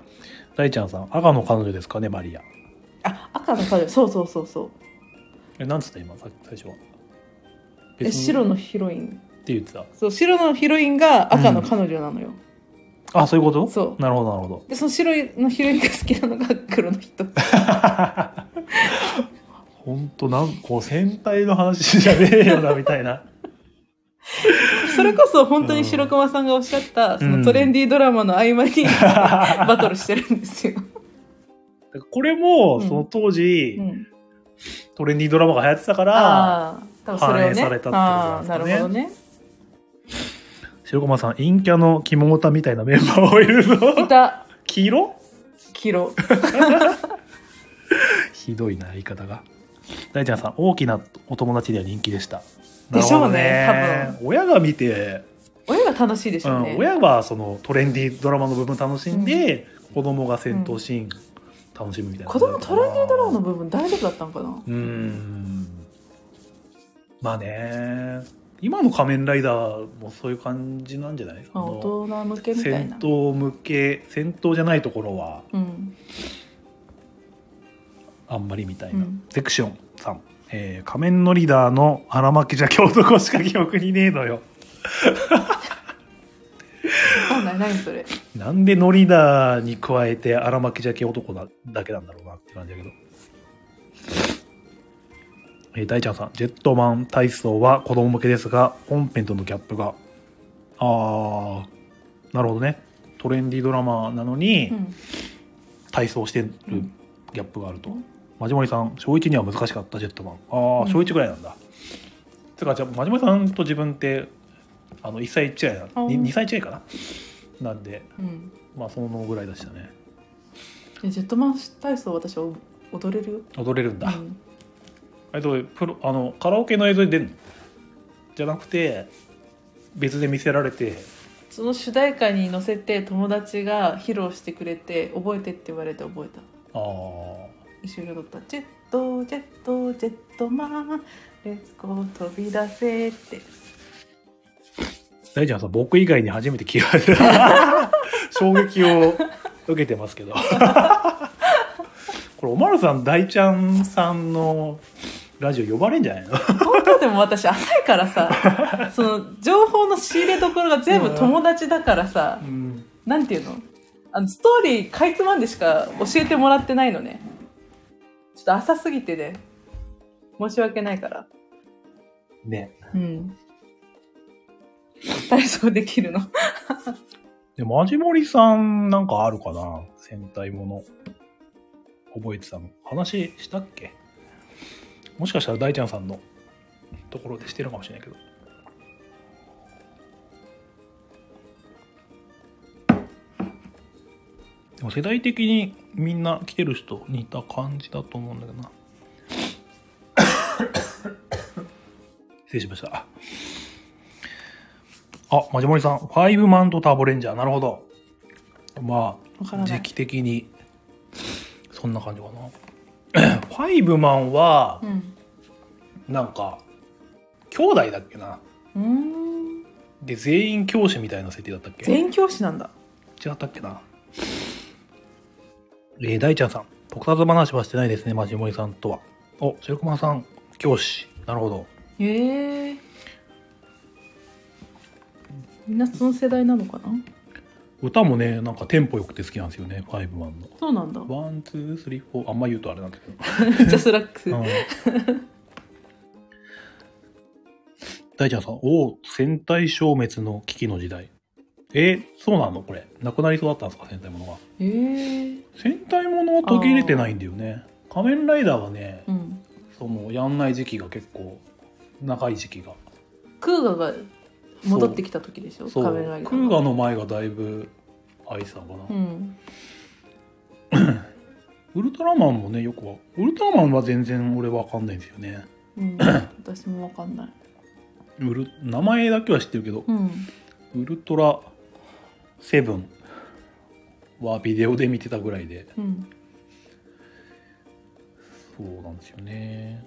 大ちゃんさん赤の彼女ですかねマリア
あ赤の彼女そうそうそうそう
えなんつった今さ最初は
え白のヒロイン
って言ってた
そう白のヒロインが赤の彼女なのよ、
あそういうこと
そう
なるほどなるほど
でその白いのヒロインが好きなのが黒の人
本当なんこう戦隊の話じゃねえよなみたい
[LAUGHS]
な
それこそ本当に白熊さんがおっしゃったそのトレンディードラマの合
[LAUGHS]
間にバトルしてるんですよ、
これも、
うん
その当時、
うん、
トレンディードラマが流行ってたから
ああ多分それを
反映
ね
されたってことな
あ
ん
あ
です
な
かね
るほどね
白駒さん陰キャの肝もたみたいなメンバーもいるぞ
[LAUGHS] いた
黄色
黄色
ひどいな言い方が大ちゃんさん大きなお友達では人気でした
でしょうね
なるほどね親が見て
親が楽しいでし
う
ょうんね、
ん、親はそのトレンディードラマの部分楽しんで、子供が戦闘シーン楽しむみたいな
子供トレンディードラマの
の
部分大丈夫だったのかな
うんまあね今の仮面ライダーもそういう感じなんじゃないです
まあ、大人向けみたい
戦
な。
闘向け戦闘じゃないところは
うん。
あんまりみたいな、
うん
セクションさん、えー仮面のリーダーの腹巻きじゃ京都語しか記憶にねえのよ
わかんない、何それ。
なんでノリダーに加えて荒巻きじゃけ男だだけなんだろうなって感じだけど。えー大ちゃんさん、ジェットマン体操は子供向けですが、本編とのギャップが。あー、なるほどね。トレンディードラマなのに
うん。
体操してる
うん
ギャップがあると。
うん
マジモリさん、小一には難しかった、ジェットマン。あー、
うん
小一ぐらいなんだ。つうか、じゃあ、マジモリさんと自分って、あの、1歳違いな、
あ
2, 歳違いかな。なんで、
うん。
まあ、そのぐらいでしたね。
いやジェットマン体操、私お踊れるよ。
踊れるんだ、
うん
あれどうプロあのカラオケの映像に出るのじゃなくて別で見せられて
その主題歌に乗せて友達が披露してくれて覚えてって言われて覚えた
ああ
一緒に踊った「ジェットジェットジェットマンレッツゴー飛び出せ」って
大ちゃんさん僕以外に初めて聞かれ [LAUGHS] た衝撃を受けてますけ [LAUGHS] どこれおまるさん大ちゃんさんのラジオ呼ばれんじゃないの
本当でも私浅いから [LAUGHS] さその情報の仕入れどころが全部友達だからさ
うん
なんていうのあのストーリーかいつまんでしか教えてもらってないのねちょっと浅すぎてね申し訳ないから
ね
うん [LAUGHS] 体操できるの
でマジモリさんなんかあるかな戦隊もの覚えてたの話したっけもしかしたら大ちゃんさんのところでしてるかもしれないけどでも世代的にみんな来てる人似た感じだと思うんだけどな [COUGHS] 失礼しましたあ、マジモリさん、ファイブマンとターボレンジャー、なるほど。ま
わか
あ、
らな
時
い
期的に、そんな感じかな。 [CLEARS THROAT] ファイブマンは
う、ん
なんか、兄弟だっけな。
うーん
で、全員教師みたいな設定だったっけ
全教師なんだ
違ったっけな。えー大ちゃんさん、特撮話はしてないですね、マジモリさんとは。お、白熊さん、教師。なるほど。
へえみんなその世代なのかな
歌もね、なんかテンポよくて好きなんですよね、ファイブマンの。
そうなんだ
ワン、ツー、スリー、フォー。あんま言うとあれなんだけど。
[LAUGHS] ジャスラックス、
[LAUGHS] 大ちゃんさん、おお、戦隊消滅の危機の時代。えーそうなのこれ。なくなりそうだったんですか戦隊ものが。
へえ
戦隊ものは途切れてないんだよね。仮面ライダーはね
う、ん
その、やんない時期が結構、長い時期が。
クーガが戻ってきた時でしょ
そう。
仮面ライダー
クーガの前がだいぶ、愛さんかな。
うん
ウルトラマンもね、よくわ、ウルトラマンは全然俺わかんないんですよね。
う
[CLEARS THROAT]
ん私もわかんない
ウル、名前だけは知ってるけど、
うん
ウルトラセブンはビデオで見てたぐらいで
うん
そうなんですよね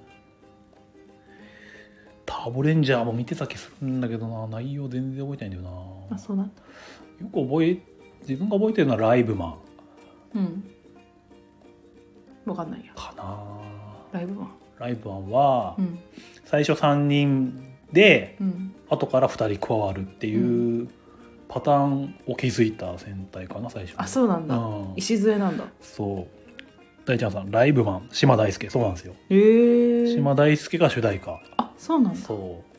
ターボレンジャーも見てた気するんだけどな内容全然覚えてないんだよな
あそうなんだ
よく覚え自分が覚えてるのはライブマン
うんわかんないや
かな
ライブは
ライブマンは
うん
最初3人で
うん
後から2人加わるっていうパターンを築いた戦隊かな最初
あそうなんだ、
うん
礎なんだ
そう大ちゃんさんライブマン島大輔そうなんですよ
へえ
島大輔が主題歌
あそうなんだ
そう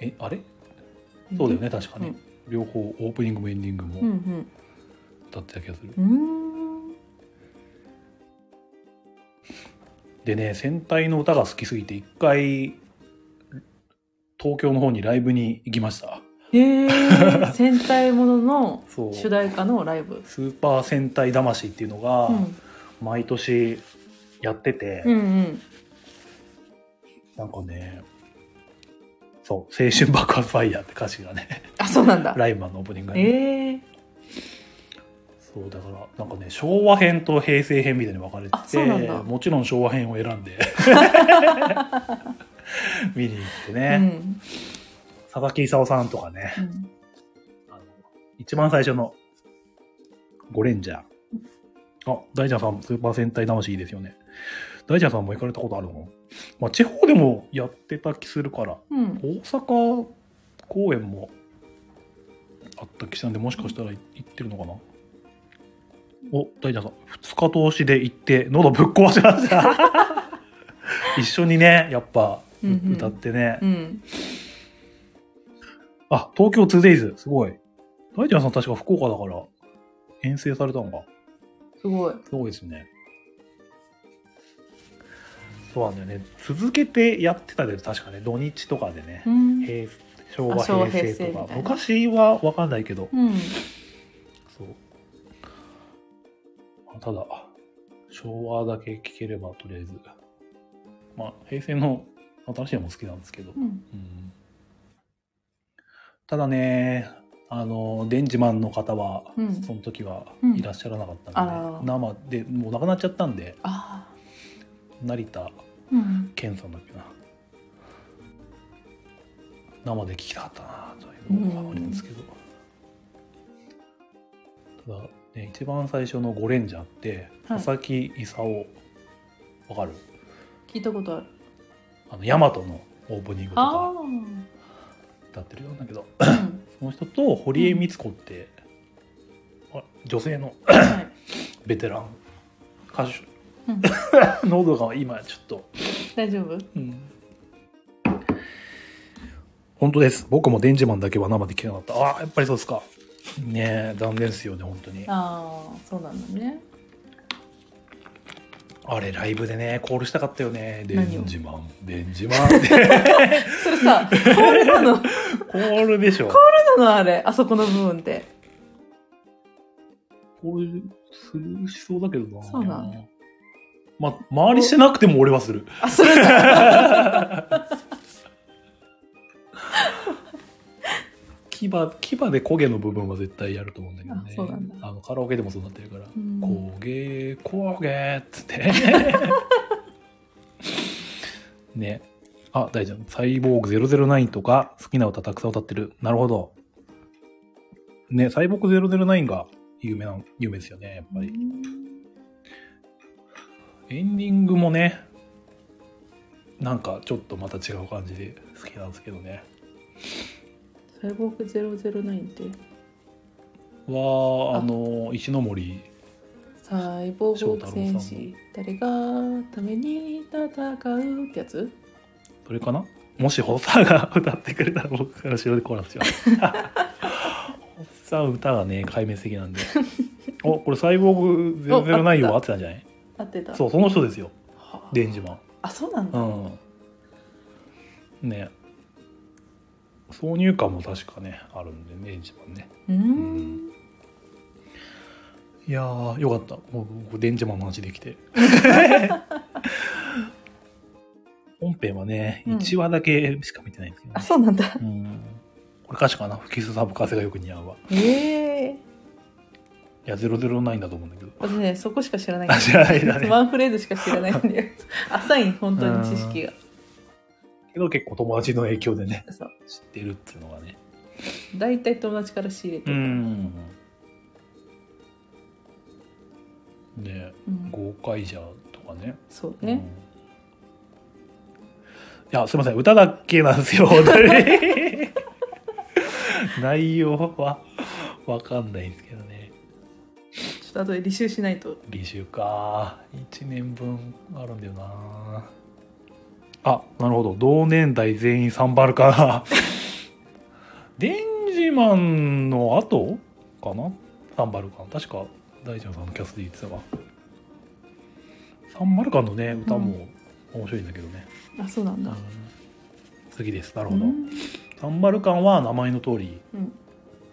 えあれそうだよね確かに、
うん
両方オープニングもエンディング
うん
も歌ってた気がする、
うんうん
でね戦隊の歌が好きすぎて一回東京の方にライブに行きました [LAUGHS]
へえ戦隊ものの
そう
主題歌のライブ、
スーパー戦隊魂っていうのが
うん、
毎年やってて、
うんうん
なんかねそう「青春爆発ファイヤー」って歌詞がね
あそうなんだ
ライブマンのオープニングに
ええ
そうだからなんかね昭和編と平成編みたいに分かれて
あそうなん
て
だ
もちろん昭和編を選んで [LAUGHS] 見に行って
う
ね、
ん
佐々木功さんとかね
うん
あの一番最初のゴレンジャーあ大ちゃんさんスーパー戦隊魂いいですよね大ちゃんさんも行かれたことあるの、まあ、地方でもやってた気するから
うん
大阪公演もあった気したんでもしかしたら行ってるのかなお大ちゃんさん2日通しで行って喉ぶっ壊しました
[LAUGHS]
一緒にねやっぱう
うんうん
歌ってね、
うん
あ東京 2days すごい大ちゃんさん確か福岡だから遠征されたのか
すごい
すごいですねそうなんだよね続けてやってたで確かね土日とかでね、
うん
平昭
あ
和
昭和
平成
平成み
と
たい
か
な
昔は分かんないけど、
うん
そうまあただ昭和だけ聴ければとりあえずまあ平成の新しいのも好きなんですけど、
うん
うんただねあの電磁マンの方は、
うん
その時は
うん
いらっしゃらなかった
あら
ので、生でもう亡くなっちゃったんで
あ
成田
ーうん
健さんだっけな生で聞きたかったなと
う
い
ん
うのがあるんですけど、ただ、ね、一番最初の「ゴレンジャー」って
はい
佐々木功わかる
聞いたことある
あのヤマトのオープニングと
あ
か歌ってるようだけど
あーうん
その人と堀江光子って、あ女性の
はい
ベテラン歌手
うん
[LAUGHS] 喉が今ちょっと、
[COUGHS] 大丈夫
うん本当です僕も「デンジマン」だけは生で聞けなかったあーやっぱりそうですかねえ残念ですよね本当にあ
ああそうなんだね
れライブでねコールしたかったよね「デ
何を
ンジマン」「デンジマン」
[LAUGHS]
って
それさコールなのコー
コールでしょコ
ルなのあれあそこの部分って
ールするしそうだけどな
そうなんだ
ま周りしてなくても俺はする
あするんだ
牙牙で焦げの部分は絶対やると思うんだけどね
あそうなんだ
あのカラオケでもそうなってるから
う
「
ん
焦げ焦げ」っつってねあ大丈夫サイボーグ009」とか好きな歌たくさん歌ってるなるほどねサイボーグ009が有名な有名ですよねやっぱりエンディングもねなんかちょっとまた違う感じで好きなんですけどね
サイボーグ009って
は
あ
あの石ノ森
サイボーグ戦士誰がために戦うってやつ
それかなもしホッサーが歌ってくれたら僕から後ろでコーラスしますホッサー歌がね壊滅的なん [LAUGHS] でおこれサイボーグ009は合ってたんじゃない
合ってた
そうその人ですよ
はあ
デンジマン
あそうなんだ、
うんね挿入歌も確かねあるんでねデンジマンね
うーん
いやーよかったもう僕デンジマンの話でき
[LAUGHS]
て本編はね
うん
1話だけしか見てないんですけど、ね
あそうなんだ
うんこれ歌詞かな「吹きすさぶ風がよく似合うわ」
ええ
いや009だと思うんだけど
私ねそこしか知らない
あ知らないだね
[LAUGHS] ワンフレーズしか知らないんだ
[LAUGHS]
よ浅い本当に知識が
けど結構友達の影響でね
そう
知ってるっていうのがね
大体友達から仕入れてる
んね
うん
豪快じゃとかね
そう
うんい
ね、
やすいません歌だけなんですよ本当に内容はわかんないんですけどね
ちょっと後で履修しないと
履修か1年分あるんだよなあなるほど同年代全員サンバルかなデンジマンの後かなサンバルカン確か大ちゃんさんのキャスで言ってたわサンバルカンのね歌も面白いんだけどね、
あそうなんだ
次ですなる
う
ほど、
ん
サンバルカンは名前の通り
うん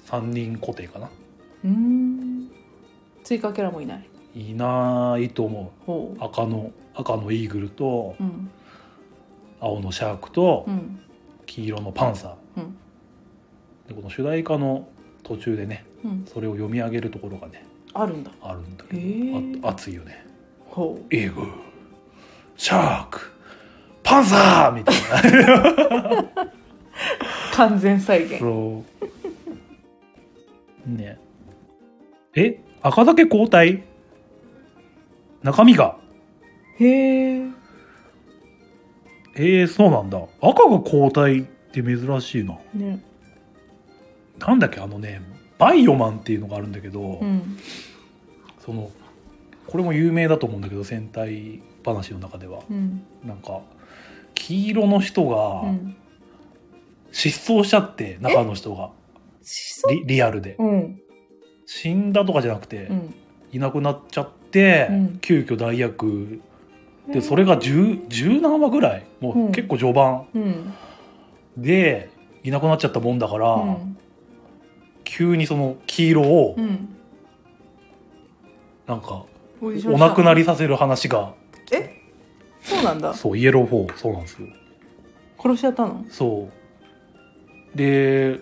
3人固定かな
うん追加キャラもいない
いないと思
ほ
う赤の赤のイーグルと
ううん
青のシャークと、
うん
黄色のパンサー、
うん
でこの主題歌の途中でね
うん
それを読み上げるところがね
ああるんだ
あるんだ
へー
けどあ熱いよね
ほ
イーグルシャークパンサーみたいな
う完全再現
そうねえ赤酒交代中身が
へえ
えー、そうなんだ赤が交代って珍しいな
ね
なんだっけあのねバイオマンっていうのがあるんだけど、
うん
そのこれも有名だと思うんだけど戦隊話の中では
うん
なんか黄色の人が
うん
失踪しちゃって、中の人が
しそ
リリアルで
うん
死んだとかじゃなくて、
うん
いなくなっちゃって、
うん
急遽代役でそれが10 10何話ぐらいも
う
うん結構序盤
うん
でいなくなっちゃったもんだから、
うん
急にその黄色を
うん
なんか
おいしょ
お亡くなりさせる話が
そうなんだ
そうイエロー4そうなんですよ
殺しちゃったの
そうで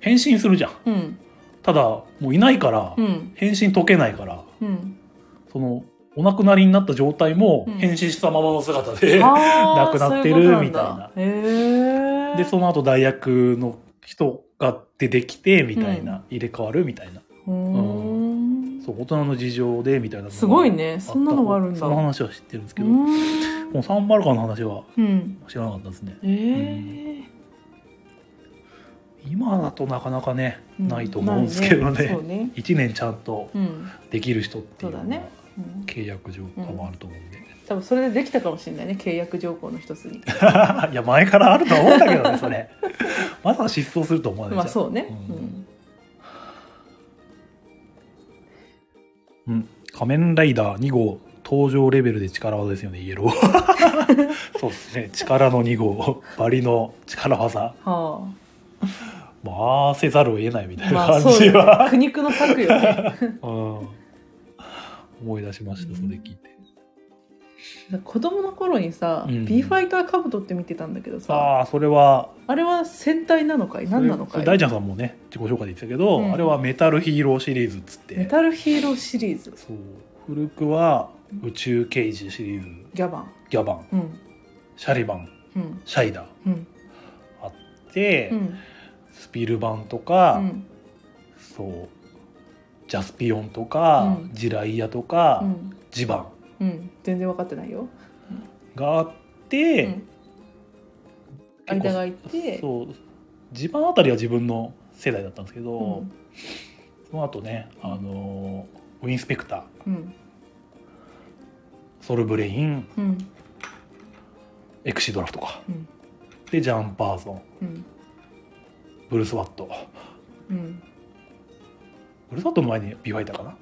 変身するじゃん
うん
ただもういないから、
うん
変身解けないから
うん
そのお亡くなりになった状態も
うん
変身したままの姿で、
亡
亡くなってるみたいな
へえ
でその後代役の人が出てきてみたいな、入れ替わるみたいな
うーん
そう大人の事情でみたいなのが
すごいね
あった
そんなのがあるんだ
その話は知ってるんですけ
う
ど、
ー
も
ん
うサンマルカの話は
うん
知らなかったですね
えー
今だとなかなかね、
うん
ないと思うんですけど
ない
ね
そうね
一1年ちゃんと
うん
できる人っていうのが
そうだねうん
契約上多分あると思うんで、 [LAUGHS]
多分それでできたかもしれないね契約条項の一つに
いや前からあるとは思うんだけどねそれ [LAUGHS] まさか失踪すると思わない
まあ
じゃん
そうね
う
うんん
うん「仮面ライダー2号」登場レベルで力技ですよねイエ
[LAUGHS]
ローそうですね力の2号バリの力技
は
回せざるを得ないみた
あ
いな
まあ
感
そう
じ
よ
は、
ね苦肉の策よね [LAUGHS]
うん、思い出しましたそれ聞いて、
子供の頃にさ
うん
B ファイターカブトって見てたんだけどさ
ああそれは
あれは戦隊なのかい
それ
何なのか
それ
い
大ちゃんさんもね自己紹介で言ってたけど、
うん
あれはメタルヒーローシリーズっつっ
メ
て
タルヒーローシリーズ
そう古くは宇宙刑事シリーズ
ギャバン
ギャバン
うん
シャリバン
うん
シャイダー
うん
あって、
うん
スピルバンと
う
か、
ん
そうジャスピオンとか、
うん
ジライアとか、
うん
ジバン
うん全然分かってないよ
があって、
うん
結構
間が空いて
そうジバンあたりは自分の世代だったんですけど、
うん
その後ねあのーウィンスペクター
うん
ソルブレイン
うん
エクシドラフとか
うん
でジャンパーソン
うん
ブルース・ワット
うん
ブルース・ワットの前に B ファイターかな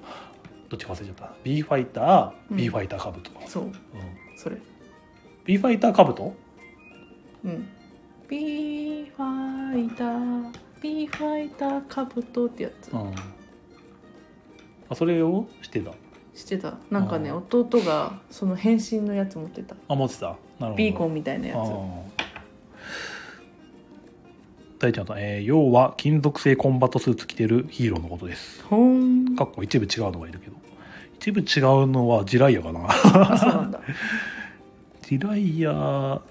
どっちか忘れちゃった B ファイター、
うん
B ファイターカブト、
そう
うん、
それ
B ファイターカブト
うん「ビーファイタービーファイターカブト」ってやつ
うんあそれをしてた
してたなんかね
あ
弟がその変身のやつ持ってた
あ持ってたなるほど
ビーコンみたいなやつ
つ大ちゃんさん、えー要は金属製コンバットスーツ着てるヒーローのことです
ほーん
かっこ一部違うのがいるけど一部違うのはジライアかな
あそうなんだ
ジライアは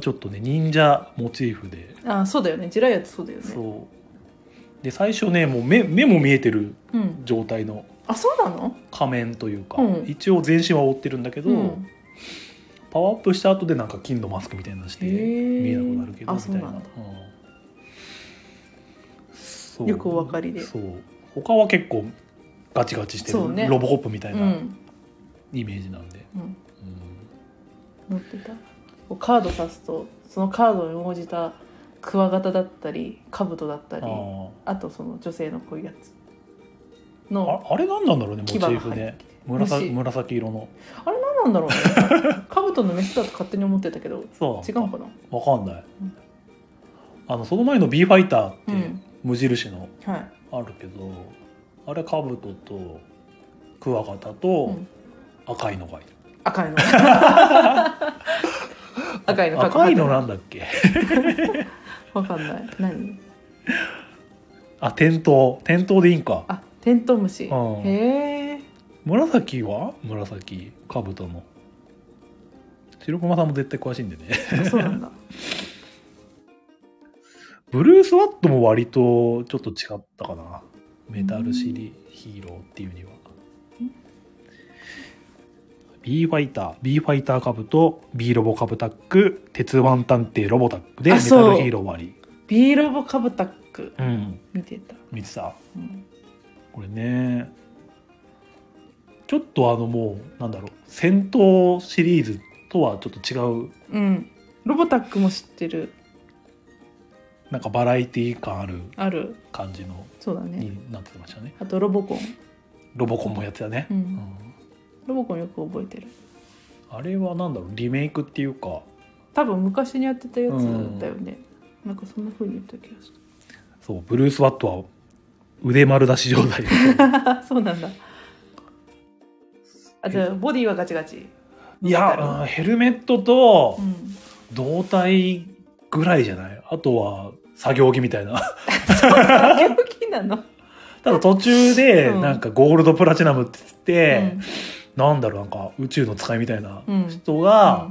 ちょっとね忍者モチーフで
あそうだよねジライアってそうだよね
そうで最初ねもう目目も見えてる
うん
状態の
あそうなの
仮面というか、
うん
一応全身は覆ってるんだけど、
うん
パワーアップした後でなんか金のマスクみたいなのして
へー
見えなくなるけど
あ
みたいな
そうなんだ
うんそう
よくお分かりで
そう他は結構ガチガチして
そ
る、
うね
ロボコップみたいうなんイメージなんで、
うん
うん
乗ってたこうカード刺すとそのカードに応じたクワガタだったりカブトだったりあ
あ
とその女性のこういうやつ
ー
の
ああれなんなんだろうねモチ
牙が入
ー
って
フ
きて
ね紫
虫
紫色の
あれ何なんだろう
[LAUGHS]
ねカブトのメスだと勝手に思ってたけど
そ
違うのかな
わかんない、
うん
あのその前の B ファイターっ
う
て
ん
無印の
はい
あるけど、あれカブトとクワガタと
うん
赤いのがいる、[LAUGHS]
赤いの赤いの
赤いのなんだっけ [LAUGHS]
わかんない何
あ、点灯。点灯でいいんか。
あテントウムシ。
あー
へえ。
紫は紫カブトも白駒さんも絶対詳しいんでね
あそうなん
[LAUGHS]
だ。
ブルース・ワットも割とちょっと違ったかなメタルシリヒーローっていうには B ファイター B ファイターカブと B ロボカブタック鉄腕探偵ロボタックで
あ
メタ
そう
ルヒーロー割
ビーロボカブタッ
り
ク
うん
見てた。
見てた
うん
これねちょっとあのもうなんだろう戦闘シリーズとはちょっと違う
うん。ロボタックも知ってる。
なんかバラエティ感ある
ある。
感じの
そうだね。
になってましたね
あとロボコン。
ロボコンもやってたね、
う。
うんん
ロボコンよく覚えてる。
あれはなんだろうリメイクっていうか
多分昔にやってたやつだよね。なんかそんな風に言った気がす
そうブルース・ワットは腕丸出し状
[LAUGHS]
態
る。そうなんだ。あじゃあボディはガチガチ。
いやうんヘルメットと
うん。
胴体ぐらいじゃないあとは作業着みたいな [LAUGHS]
病気なの。
ただ途中で
うん
なんかゴールドプラチナムってつっ
う
て、
ん
なんだろうなんか宇宙の使いみたいな
うん
人が、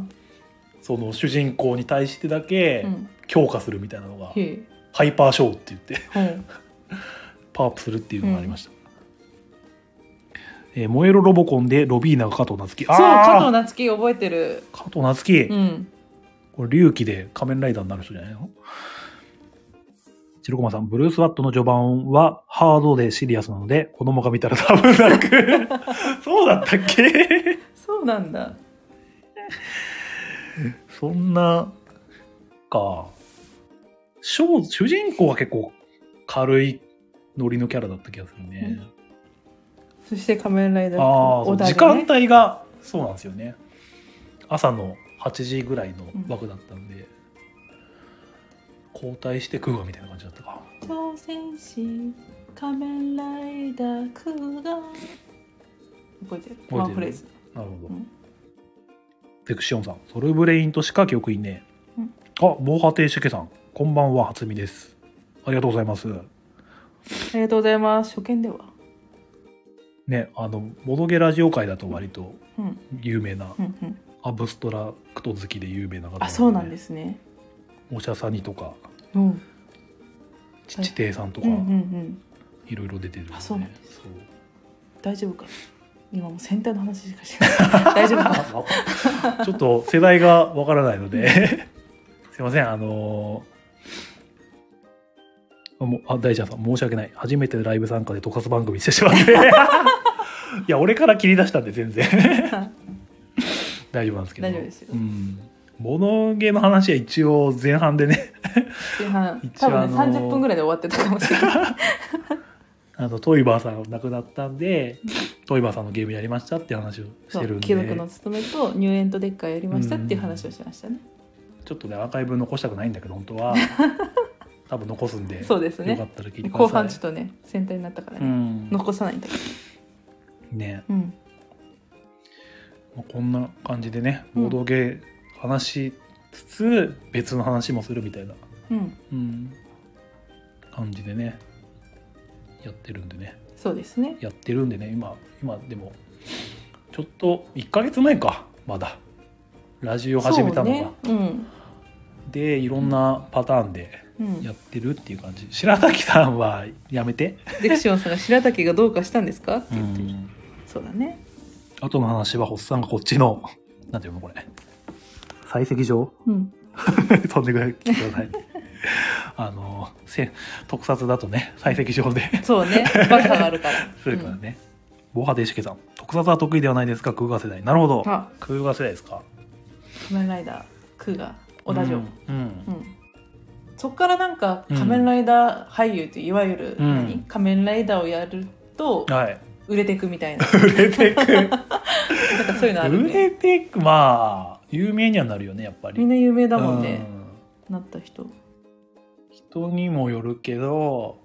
その主人公に対してだけ
うん。
強化するみたいなのが、
へえ。
ハイパーショーって言って [LAUGHS]
ほう
パワーアップするっていうのがありました、えー燃えろロボコンでロビーナが加藤夏樹
そう加藤
あー
夏樹覚えてる。
加藤夏樹、
うん。
これ龍騎で仮面ライダーになる人じゃないの白駒さん、ブルース・ワットの序盤はハードでシリアスなので、子供が見たら多分泣く。 [LAUGHS] そうだったっけ
そうなんだ。
そんな、か。ショー主人公は結構軽いノリのキャラだった気がするね。
そして仮面ライダー
ああ、そう
織田
時
が
間
ね
帯がそうなんですよね朝の8時ぐらいの枠だったんで、交代して食うわみたいな感じだったか
挑戦士仮面ライダークーガー覚えて
覚えてる
るワンフレーズ
なるほど、
うん
セクシオンさんソルブレインとしか記憶いねえ、
うん
あ防波堤しけさんこんばんは初見ですありがとうございます
ありがとうございます初見では
ねあのボドゲラジオ界だと割と
うん
有名な
うんうん
アブストラクト好きで有名な方、
あそうなんですすね
おしゃさにとか
うん
ち地底さんと
う
か
んうんうん
いろいろ出てるんで
あそうなんで
そう
大丈夫か今もう先端の話しかしてない [LAUGHS] 大
[LAUGHS]
丈夫か
ちょっと世代がわからないので [LAUGHS] すいませんあのーあもうあ大ちゃんさん申し訳ない初めてライブ参加で特撮番組してしまって [LAUGHS] いや俺から切り出したんで全然 [LAUGHS] 大丈夫なんですけど
大丈夫ですよ
うんボノゲの話は一応前半でね [LAUGHS]
前半
一
多
応
分
あ
ね
の
30分ぐらいで終わってたかもしれない
あのトイバーさんが亡くなったんで
[LAUGHS]
トイバーさんのゲームやりましたっていう話をし
そ
てるん
う
で
貴族の務めと入園とデッカーやりましたっていう話をしましたね
ちょっとねアーカイブ残したくないんだけど本当
[LAUGHS]
は多分残すんで
そうですね
よかったら聞いてください
後半ちょっとね先端になったから
う
ね
ん
残さないんだけ
ね、
どうん
まあこんな感じでね
うん
ボードゲー話しつつ、別の話もするみたいな、
うん
うん感じでねやってるんでね
そうですね
やってるんでね今今でもちょっと1ヶ月前かまだラジオ始めたのが、
そうね
でいろんなパターンで
うんうん
やってるっていう感じ白滝さんはやめて
デクシオンさんが白滝がどうかしたんですかって言ってる、
うん
そうだね
後の話は、ホッサンがこっちの、なんていうのこれ。採石場
うん
[LAUGHS] そんでぐらい聞いてください。あの、せ特撮だとね、採石場で
そ
[LAUGHS]
うねバカがあるから
するからね。防波堤しけさん。特撮は得意ではないですか空河世代。なるほど
うん。あ
空河世代ですか
仮面ライダークーガ小田城
う
うんん、
うん。
そっからなんか
うん
仮面ライダー俳優といわゆる、
うん
何仮面ライダーをやると
はい。
売れてくみたいな
売れて
[LAUGHS]
く。
なんかそういうのあ
[LAUGHS]
る
売
ね
れてく。まあ、有名にはなるよね、やっぱり。
みんな有名だもん
う
ね、
ん
なった人
人にもよるけど、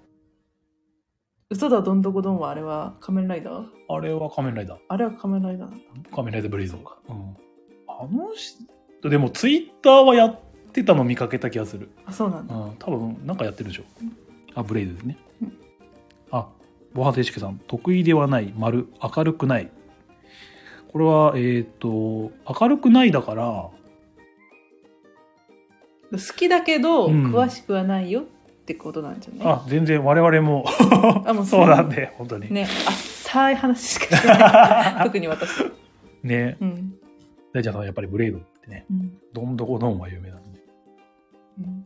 嘘だどんどこどんはあれは仮面ライダー
あれは仮面ライダー。
あれは仮面ライダーなんだ
仮面ライダーブレイズとか、うん、あの人でもツイッターはやってたの見かけた気がする、
あそうなん
う
だ
ん、多分なんかやってるでしょ
うん
あブレイズですね、
うん
あボハセシケさん、得意ではない、丸、明るくない。これは、えっ、と、明るくないだから、
好きだけど、
うん
詳しくはないよってことなんじゃない
あ、全然我々も、
あもう
そうなんで、本当に。ね。
ね浅い話しかしてな
[LAUGHS]
い特に私うん
大ちゃんさんはやっぱりブレードってね、
うん、
どんどこどんは有名なんで。
うん、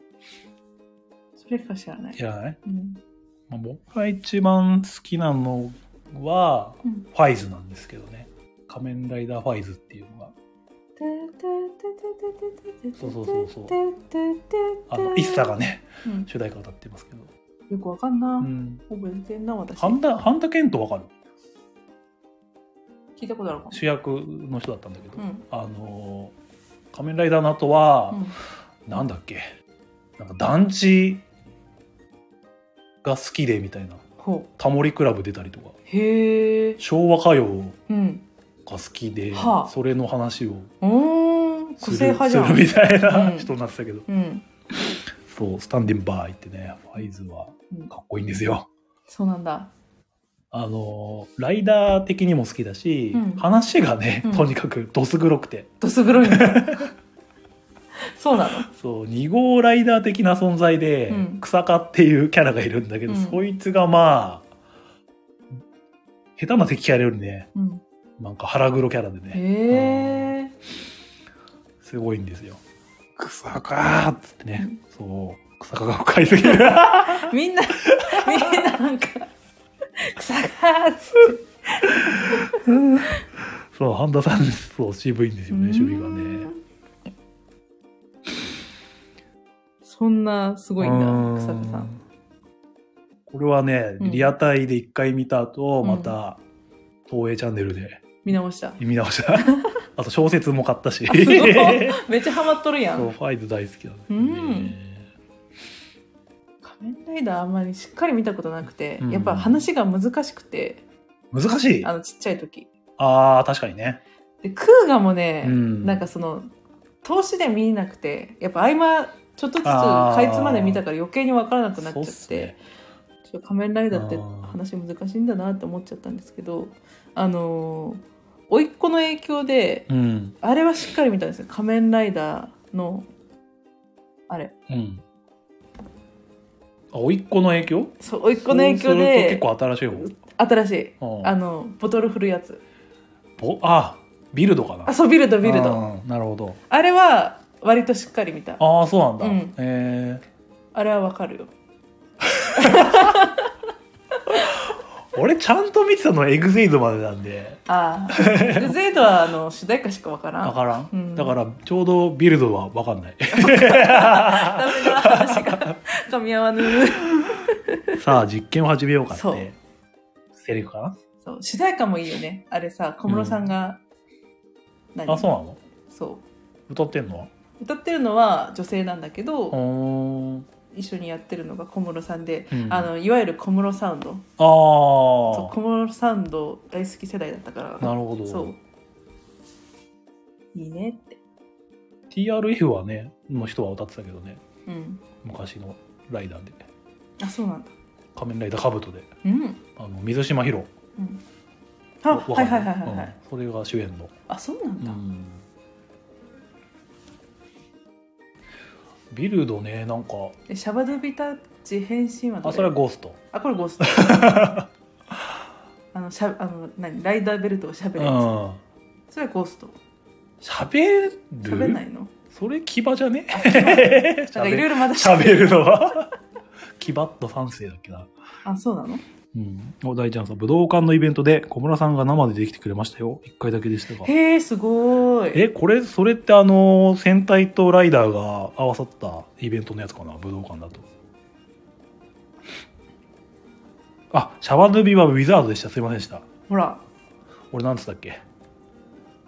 それか知らない
知らない、
うん
まあ、僕が一番好きなのは、
うん
ファイズなんですけどね。仮面ライダーファイズっていうのが、そうそうそうそうあの、イッサがね、
うん
主題歌歌ってますけど。
よくわかんな、
うん。
覚えてんな私
半田、半田健とわかる
聞いたことあるかも
主役の人だったんだけど、
うん
あのー仮面ライダーの後は、なんだっけなんか団地が好きでみたいな
ほう
タモリクラブ出たりとか
へえ
昭和歌謡
うん
が好きで、
はあ
それの話を
うーん
す
個
る
性派じゃ
する
ん
みたいな
うん
人になってたけど、
うん、
そう「スタンディンバーイ」ってねファイズは
うん
か、っこいいんですよ。
そうなんだ
あのーライダー的にも好きだし、
うん
話がね
うん
とにかくどす黒くて、
どす黒いねそうなの
そう2号ライダー的な存在で、
うん
草加っていうキャラがいるんだけど、
うん
そいつがまあ下手な敵キャラよりね
うん、
なんか腹黒キャラでね
へえ
すごいんですよ草加っつってね、
うん
そう草加が深いすぎ
[LAUGHS]
る
みんなみんななんか草がーっつって
そう半田さんそう渋いんですよね守備がね
そんなすごいん
う
だ
ん
草加さん
これはね
うん
リアタイで一回見た後、
うん
また東映チャンネルで
見直
[LAUGHS]
した
見直
[LAUGHS]
したあと小説も買ったし
あすごい [LAUGHS] めっちゃハマっとるや
そう、
ん
ファイズ大好きなんです
うん仮面ライダーあんまりしっかり見たことなくて、
うん
やっぱ話が難しくて
難しい
あ
あ
のちっちゃい時
あー、確かにね。
でクーガもね、
うん
なんかその投資で見なくてやっぱ合間ちょっとずつかいつまで見たから余計に分からなくなっちゃっ
そうす
て
ね
ちょっと仮面ライダーって
あー
話難しいんだなって思っちゃったんですけどあのー甥っ子の影響で
うん。
あれはしっかり見たんですよ仮面ライダーのあれ
うん。あ、甥っ子の影響
そう甥っ子の影響
そうする
で
と結構新しい方
新しい。
うん
あのボトル振るやつ
ぼあ、ビルドかな
あ。そうビルドビルドあ
あー。なるほど。
れは割としっかり見たあ
ああ、そうなんだ。
うん
え
れはわかるよ
ー、俺ちゃんと見てたのエグゼイドまでなんで、
ああグゼイドはあの主題歌しかわからん
わからん。
うん
だから、ちょうどビルドはわかんない。 [LAUGHS]
ダメだ話が [LAUGHS] 噛み合わぬ
さあ、実験を始めようかっ
そう
て。セリフか
そう主題歌もいいよねあれさ小室さんが、何
なあ、そうなの
そ
歌ってんの
う歌ってるのは女性なんだけど、
うーん。
一緒にやってるのが小室さんで、
うん
あのいわゆる小室サウンド
ああ。
そう小室サウンド大好き世代だったから
なるほど。
そういいねって
TRF はね、の人は歌ってたけどね、
うん
昔のライダーで、
あそうなんだ
仮面ライダーカブトで、
うん、
あの水島ヒロ。
うん、あ
わ
はいはいはいはい、は
うん
い
それが主演の。
あそうなんだ、
ビルドね、なんか、
えシャバドゥビタッチ変身はど
あ、
れ
それはゴースト。
あこれ
[LAUGHS]
ゴーストあのしゃあの何ライダーベルトをしゃべ
う
るやつ、
ん。
それはゴースト
喋る
しゃべんないの
それ牙じゃね
なんかいろいろま
[LAUGHS]
だ
喋るのは [LAUGHS] 牙と三世だっけな。
あそうなの
うん。お、大ちゃんさん、武道館のイベントで小村さんが生で出てきてくれましたよ。一回だけでしたが。
へえすごーい
え、これ、それってあの、戦隊とライダーが合わさったイベントのやつかな武道館だと。あ、シャワヌビはウィザードでした。すいませんでした。
ほら
俺なんつったっけ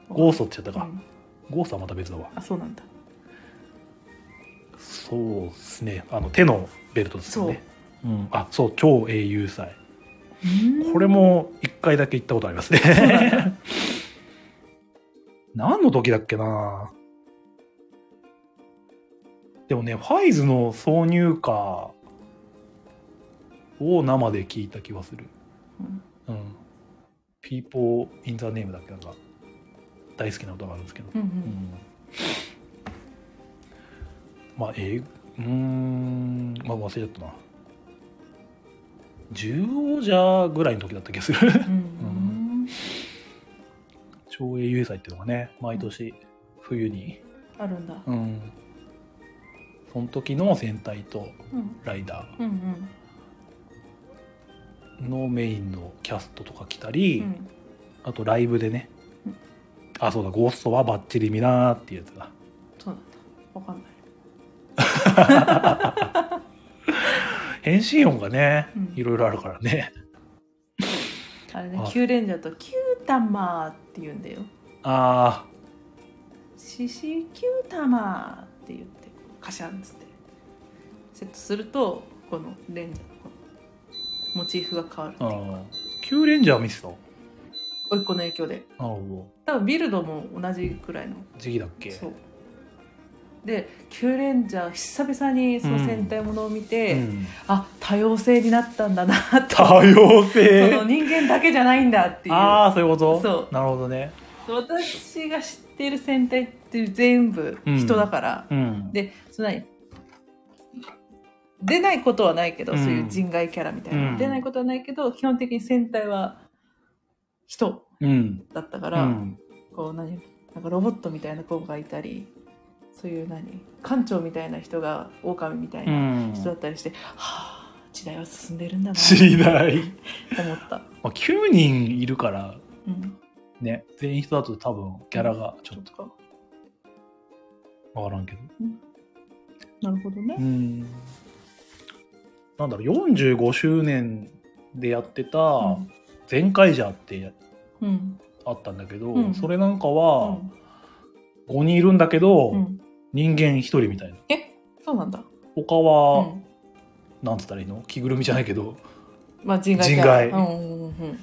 ゴーストって言っ
う
たか。
ん
ゴーストはまた別だわ。
あそうなんだ
そうですね。あの、手のベルトですよね。うん。あ、そう、超英雄祭。
うーん
これも一回だけ行ったことありますね。 [LAUGHS] 何の時だっけなでもね、ファイズの挿入歌を生で聞いた気はする。
ううん
うん。People in the Name だっけなんか、大好きな歌があるんですけど。
うんうん
うんまあ、えうーん、まあ忘れちゃったな。十王者ぐらいの時だった気がする。 [LAUGHS]
うん
長英雄祭っていうのがね、毎年冬に、
あるんだ。
うん。その時の戦隊と
うん
ライダ
うんうん
ーのメインのキャストとか来たり、
うん
あとライブでね
うん。
あ、そうだ、ゴーストはバッチリ見なーっていうやつだ。
そうなんだ。わかんない。
変身音がね
うん、
いろいろあるからね。
あれね
あ、
キュウレンジャーとキュータマーって言うんだよ。
あ
シシキュータマーって言って、カシャンっつって。セットすると、このレンジャーのこのモチーフが変わるって
ー、
いうう。
ん。旧レンジャー見てた。な
おいっ子の影響で。
るほ
多分ビルドも同じくらいの。
ど。時期だっけ
そう。で、キュウレンジャー久々にその戦隊ものを見て、
うん
あ多様性になったんだなと
多様
その
性
人間だけじゃないんだっていう
ああ、そういうこと
そ
なるほどね。
私が知ってる戦隊って全部人だから、
うん。
でその何出ないことはないけど、
うん
そういう人外キャラみたいな、
うん
出ないことはないけど基本的に戦隊は人
うん。
だったか
う
ら、
ん。。
こう何なんかロボットみたいな子がいたりそういう何艦長みたいな人が狼みたいうなん人だったりして、はあ時代は進んでるんだな
時代。
と思った。
まあ、9人いるから、
うん
ね、全員人だと多分キャラがちょっ
とか
とわからんけど。
なるほど
う
ね
ん。なんだろう、45周年でやってた、全開じゃって
うん
あったんだけど、
うん
それなんか
う
は
ん
5人いるんだけど、
うん
人間1人みたいな
えそうなんだ
他は、
うん
なんつったらいいの着ぐるみじゃないけど
まあ人外
人
キャラ
外
うんうんうんうん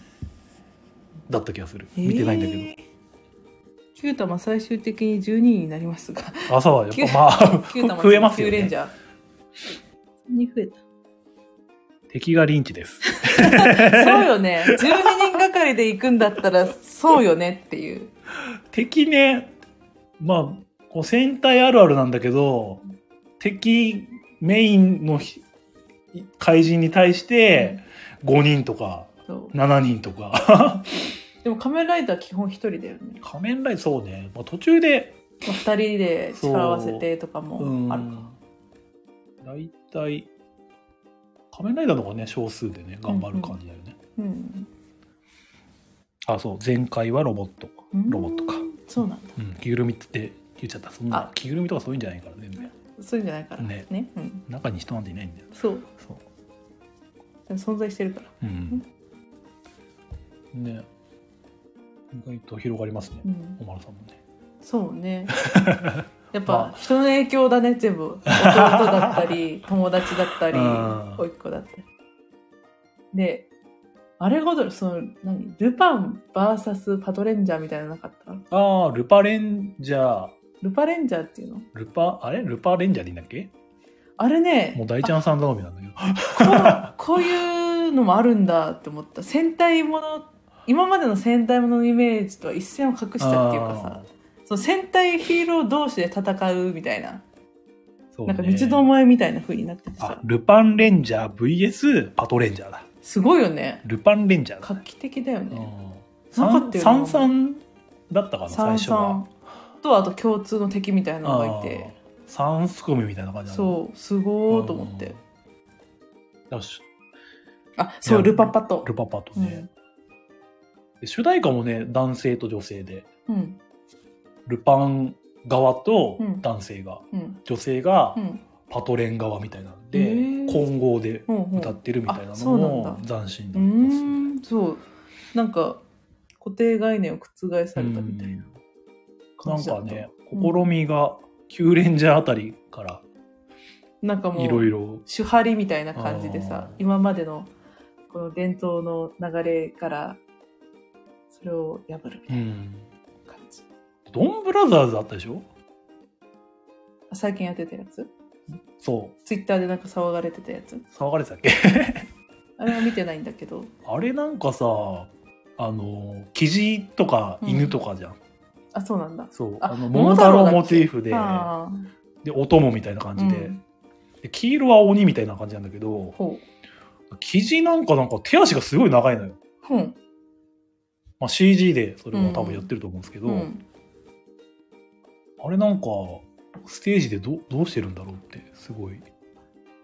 だった気がする [LAUGHS] 見てないんだけど、
えーキュータマ最終的に12位になりますが
朝はやっぱまあ
[LAUGHS]
[LAUGHS]
キュータマ
増えますよ
キューレン
ね
ジャーに増えた
敵がリンチです
そうよね12人がかりで行くんだったらそうよねっていう
敵ねまあこう戦隊あるあるなんだけど敵メインのひ怪人に対して5人とか
そう
7人とか [LAUGHS]
でも仮面ライダーは基本一人だよね
仮面ライダーそうね、まあ、途中で
まあ二人で力を合わせてとか
うん
もあるか
大体仮面ライダーの方がね少数でね頑張る感じだよね、
うん
あそう前回はロボット
うん
ロボットか
そうなんだ
うん着ぐるみって言っちゃったそんな
あ
着ぐるみとかそういうんじゃないから全然
そういうんじゃないから
ね
ねうん
中に人なんていないんだよ
そう
そう
でも存在してるから
うんね意外と広がりますね
うん
おまるさんもね
そうね
[LAUGHS]
やっ
ま
ぱ人の影響だね全部弟だった
[LAUGHS]
り友達だったり
うん
甥っ子だったりであれほどその何ルパン VS パトレンジャーみたいなのなかった
ああルパレンジャー
ルパレンジャーっていうの
ルパあれルパレンジャーでいいんだっけ
あれね
もう大ちゃんさん頼みなんだけど
あこうこういうのもあるんだって思った戦隊もの今までの戦隊もののイメージとは一線を画したっていうかさ
あー
その戦隊ヒーロー同士で戦うみたいな、
そう
なんか
ね
三つどもえみたいな風になってて
あ
さ
ルパンレンジャー VS パトレンジャーだ
すごいよね
ルパンレンジャーだ
画期的だよねなかったよな
三三だったかな最
三
初は
三とあと共通の敵みたいなのがいて
三すくみみたいな感じなの
そうすごーと思って
うんよし
あそうルパパと
ルパパとね、で主題歌もね男性と女性で
うんうん
ルパン側と
うん
男性が、
うん
女性が
うん
パトレン側みたいなので、
へー
混合で
うんうん
歌ってるみたいな
あ
の
そうなん
も
だ
斬新だったん
う
ですね
ーんそうなんか固定概念を覆されたみたいな
な
感
ん
じだった
かね
うん
試みが旧レンジャーあたりから
なんかもう
いろいろ
手張りみたいな感じで
あー
さ今までのこの伝統の流れからそれを破るみた
う
い
ん
な感じ、
ドンブラザーズあったでしょ
あ最近やってたやつ
そう
ツイッターでなんか騒がれてたやつ
騒がれてたっけ
あれは見てないんだ
[LAUGHS]
けど。
あれなんかさ、あの、キジとか犬とかじゃん。
あ、そうなんだ。
そう。
あ
あの、桃太郎
桃
モチ
太
ーフ
郎だっけ
で、
あ
で、お供みたいな感
あ、う
じで、
ん、
で黄色は鬼みたいな感じなんだけど、
ほ
キジなんかなんか手足がすごい長いのよ。
う。ほう。
まあ、CG でそれも多分やってると思うんですけど、
うん。
あれなんか、ステージでどうどうしてるんだろうって、すごい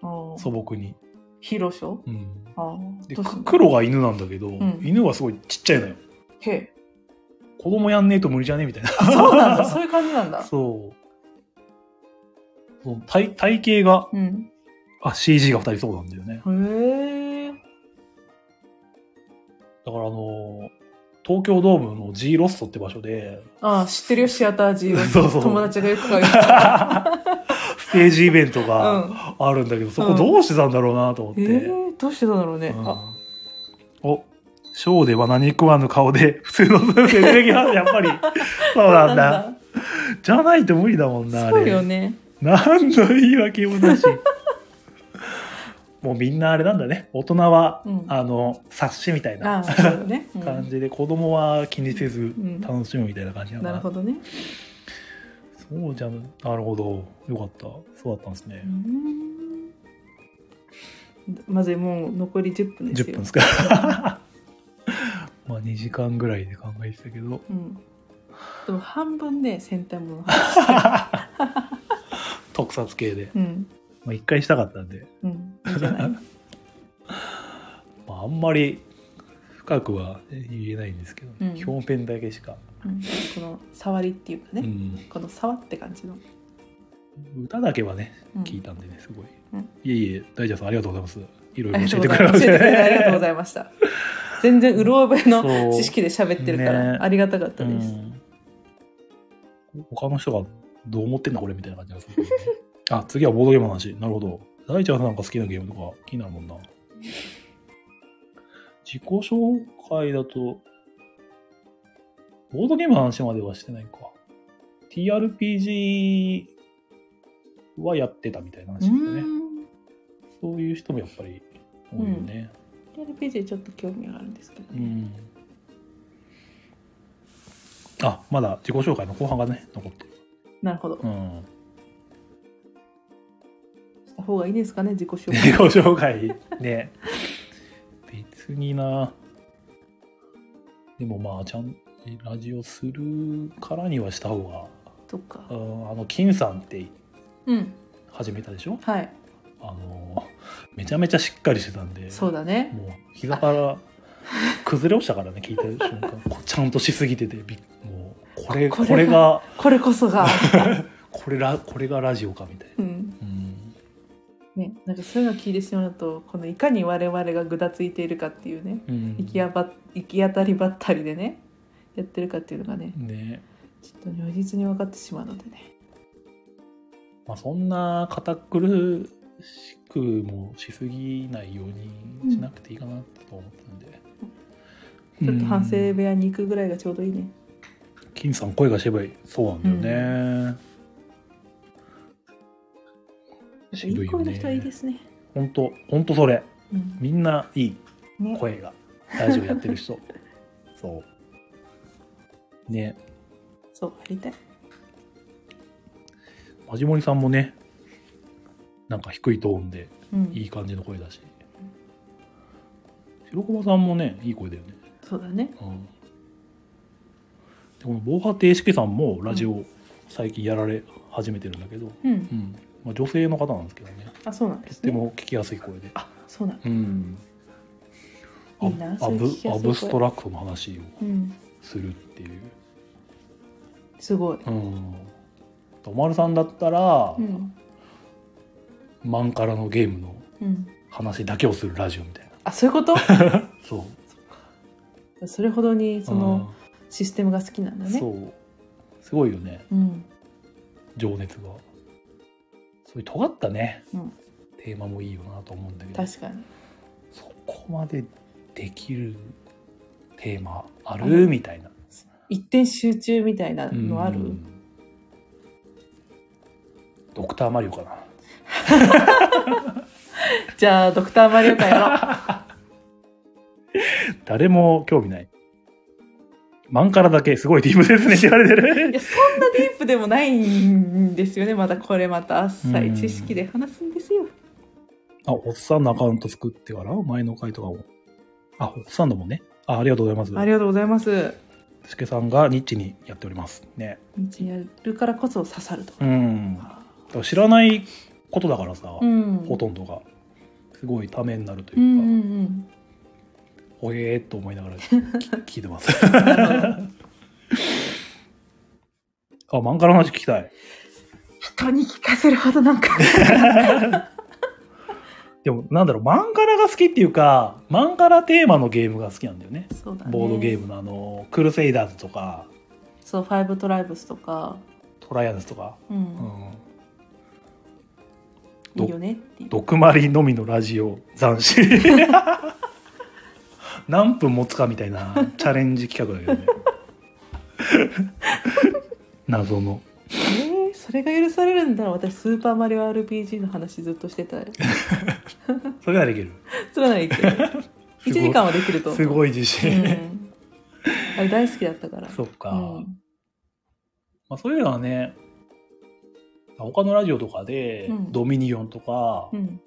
ああ。
素朴に。
広しょ
うん、
ああ。
で
どうすんの
黒が犬なんだけど、
ん
犬はすごいちっちゃいのよ。
へえ。
子供やんねえと無理じゃねえみたいな。
そうなん
[LAUGHS]
だ。そういう感じなんだ。
そう。そう体体型が、
うん。
あ、CG が2人そうなんだよね。
へえ。
だからあのー東京ドームの G ロストって場所 [LAUGHS] で、
ああ、知ってるよ、シアタージーは。
[LAUGHS] そうそう
友達がよく通う。
ステージイベント
う
が
ん。
[LAUGHS] あるんだけど、そこどうしてたんだろうなと思って。
えー、どうしてたんだろうね。
うん
あ、
お、ショーでは何食わぬ顔で、 [LAUGHS] 普通のスーツで出てきます、やっぱ
[LAUGHS]
り。そうなんだ。じゃないと無理だもんな、あ
そうよ
れ。
ね。
何の言い訳もなし。もうみんなあれなんだね。大人は、
うん
あの、冊子みたい
あ
な
あ、そうよね。うん
[LAUGHS] 感じで、子供は気にせず
うん
楽しむみたいな感じなのか
なるほどね。
そうじゃん。なるほど。よかった。そうだったんですね
う。んまずいもう残り10分ですよ。
10分ですか。 [LAUGHS] まあ2時間ぐらいで考えてたけど。
うん。でも半分ね、戦隊もの。
特撮系で。
うん。
まあ一回したかったんで。
うん。いいんじゃない
まあ、あんまり深くは言えないんですけど、ね
うん
表面だけしか、
うんこの触りっていうか
う
ね、
ん、
この触って感じの。
歌だけはね
うん
聞いたんでねすごい、
うん
いえいえ大蛇さんありがとうございますいろい
あ
ろ
りが
教
とう
え
ご
てく
ざ
れまして
います。教えてくれて [LAUGHS] ありがとうございました。全然うろ覚えの
そう
知識で喋ってるから、
ね
ありがたかったです。
うん他の人がどう思ってんだこれみたいな感じなんですけどねあ次はボードゲームの話なるほど大蛇さんなんか好きなゲームとか気になるもんな自己紹介だとボードゲームの話まではしてないか TRPG はやってたみたいな話
う
ですね
ん。
そういう人もやっぱり多いよね、
TRPG ちょっと興味があるんですけど
う
ね。
んあまだ自己紹介の後半がね残ってる
なるほど。
うん
した方がいいですかね、自己
[LAUGHS]
紹
自己
介。
紹介ね別になでもまあちゃんラジオするからにはした方が
とか
う。んあの金さんって
うん。
始めたでしょ
はい。
あのめちゃめちゃしっかりしてたんで
そうだね。
もう膝から崩れ落ちたからね聞いた瞬
[LAUGHS]
間こちゃんとしすぎててびっもうこれ
これが
これが
これこそが。
これらこれがラジオかみたいな、
う
う
ん。
ん、
ね、なんかそういうの聞いてしまうと、このいかに我々がぐだついているかっていうね。
うん
行きやば、行き当たりばったりでね。やってるかっていうのがね、
ね
ちょっと如実に分かってしまうのでね。
まあそんな堅苦しくもしすぎないようにしなくていいかなと思ったんで、
ちょっと反省
うん
部屋に行くぐらいがちょうどいいね。
金さん声が渋いそうなんだよね、
いい声の人はいいですすね。
本当本当それ
うん。
みんないい
ね。
声がラジオやってる
[LAUGHS]
人そうね
そう、やりたい。
マジモリさんもねなんか低いトーンで
うん。
いい感じの声だし白駒さんもねいい声だよね、
そうだね。
うん、でこの防波堤式さんもラジオ最近やられ始めてるんだけど、
うん。
うんまあ、女性の方なんですけどね
あ、そうなんで
とっ
す
て
ね。
も聞きやすい声で、
あ、そうなん。
うん、
いいな
ア
そういう
ブ
聞きや
ア
すい声
ブストラクトの話を
うん。
するっていう
すごい。
うんとまるさんだったら、
うん。
マンカラのゲームの
うん。
話だけをするラジオみたい
あ、そういう
[LAUGHS]
こと。
なそう
それほどにそのシステムが好きなん
う
だ
ん
ね。
そうすごいよね
うん。
情熱がそういう尖ったね、
うん
テーマもいいよなと思うんだけど
確かに。
そこまでできるテーマあ
ある
るみたいな
一点集中みたいなのある。
うんドクターマリオかな
じゃあ、ドクターマリオ会やろ
誰も興味ない。マンカラだけすごいディープですねって言われて
い
る。
[LAUGHS] やそんなディープでもないんですよねまだこれまた浅い知識で話すんですよ。
あ、おっさんのアカウント作ってから、前の回とかも。あ、おっさんのもね。あ、ありがとうございます。
ありがとうございます。
しけさんがニッチにやっております。ね。
道やるからこそ刺さると。
うん。だから知らないことだからさ、
うん。
ほとんどが。すごいためになるという
う
か、
んうん
おえーっと思いながらき
[LAUGHS]
聞いてます。 [LAUGHS]
うん。なるほど
あ、漫画の話聞きたい。
人に聞かせるほど
[LAUGHS]
なんか
でも、なんだろう、漫画が好きっていうか、漫画テーマのゲームが好きなんだよね。
そうだね。
ボードゲー
ム。
ムのあの、クルセイダーズとか、
そうファイブトライブスとか、
トライアンズとか、
う、
うんん、
いいよねっていう。
毒まりのみのラジオ、斬新。 [LAUGHS] 何分持つかみたいなチャレンジ企画だけどね。 [LAUGHS] 謎の。
えーそれが許されるんだら私スーパーマリオ RPG の話ずっとしてた
[LAUGHS]
い。
それならいける。
つらないけど。1時間はできると思う。
す
い。
ごい自信。
うん、あれ大好きだったから。
そっか。
うん
まあ、そういうのはね、他のラジオとかで、
うん
ドミニオンとか、
うん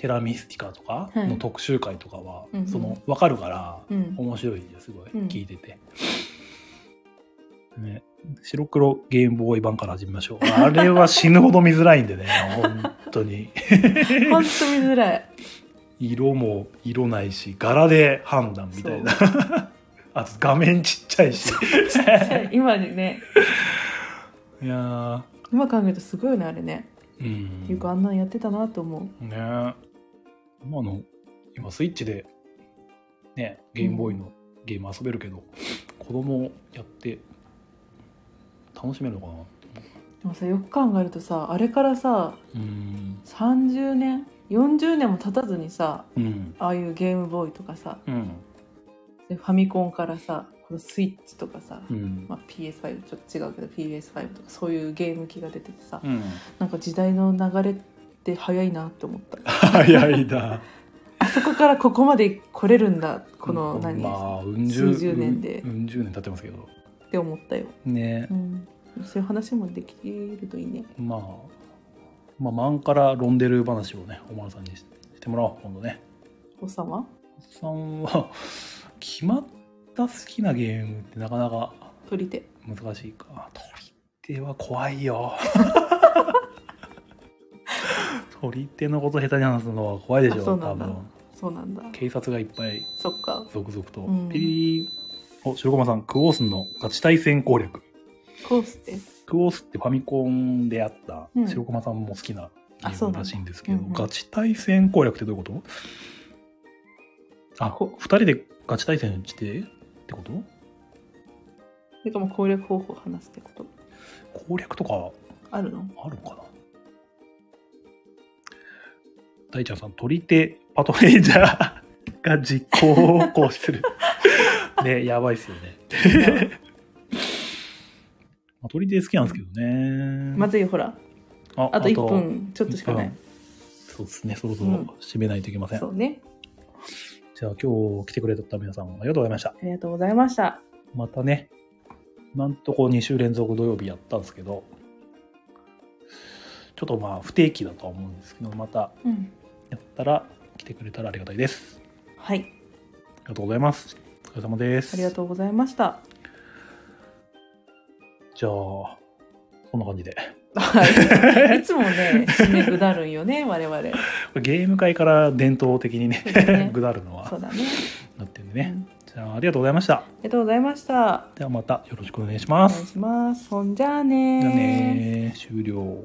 テラミスティカとか
はい
の特集会とかは、
うんうん
その分かるから
うん
面白いですごい、
うん
聞いてて、ね、白黒ゲームボーイ版から始めましょうあれは死ぬほど見づらいんでね本当に
本当見づらい。
色も色ないし柄で判断みたいなあと画面ちっちゃいし
[LAUGHS] 今にね、
いや
今考えるとすごいよね、あれね。
ーうん
よくあんなんやってたなと思う。
ねえ今の今スイッチでねゲームボーイのゲーム遊べるけど、子供やって楽しめるのかな
でもさ、よく考えるとさ、あれからさ、
うん
30年、40年も経たずにさ、
うん
ああいうゲームボーイとかさ、
うん
でファミコンからさ、このスイッチとかさ、
うん
まあ、PS5 ちょっと違うけど PS5 とかそういうゲーム機が出ててさ、
うん、
なんか時代の流れって早いなって思った
[LAUGHS] [LAUGHS] 早いな
あそこからここまで来れるんだこの何、
まあうん
数十年で
うんうん十年経ってますけど
って思ったよ、
ね
うん、そういう話もできるといいね
まあまあマンからロンデル話をねおまるさんにししてもらおう今度ね
おっさんは
おっさんは決まった好きなゲームってなかなか
取り手
難しいか取り手は怖い
[LAUGHS]
よ取り手のこと下手に話すのは怖いでしょ
あそうな
多
んだ
分
そうなんだ
警察がいっぱい
そっか
続々と、
うん
ピリーお白駒さんクオースのガチ対戦攻略
コースです
クオースってファミコンであった
うん
白駒さんも好きなゲ
あそ
ー
う
ム
なんだ
らしいんですけど、
うんうん
ガチ対戦攻略ってどういうことあ
こ
2人でガチ対戦してってこと
それかもう攻略方法を話すってこと
攻略とか
ある [LAUGHS] の
あるのかな大ちゃんさん、取り手パトレー [LAUGHS] ジャーが実行を行使
[LAUGHS]
する。ね、やばいっすよね。まあ、取り手好きなんですけどね。
まずいよほら
あ
あと1。分ちょっとしかな
一
い
そうですね、そろそろ締めないといけません。
そうね
じゃあ今日来てくれた皆さんありがとうございました。
ありがとうございました
またね、今んとこ2週連続土曜日やったんですけど、ちょっとまあ不定期だとは思うんですけど、また
うん
やったら来てくれたらありがたいです。
はい
ありがとうございます。お疲れ様です。
ありがとうございました
じゃあ、こんな感じで。
はい。いつもね、締めくだるんよね、我 [LAUGHS] 々。
ゲーム会から伝統的にね
そうですね、
[LAUGHS] ぐだるのは
そうだね。
なってるんで
う
ね。
ん
じゃあ、ありがとうございました。
ありがとうございました。
ではまたよろしくお願いし
お
ま
願い
す。
します。ほんじゃあね
じゃあねー、終了。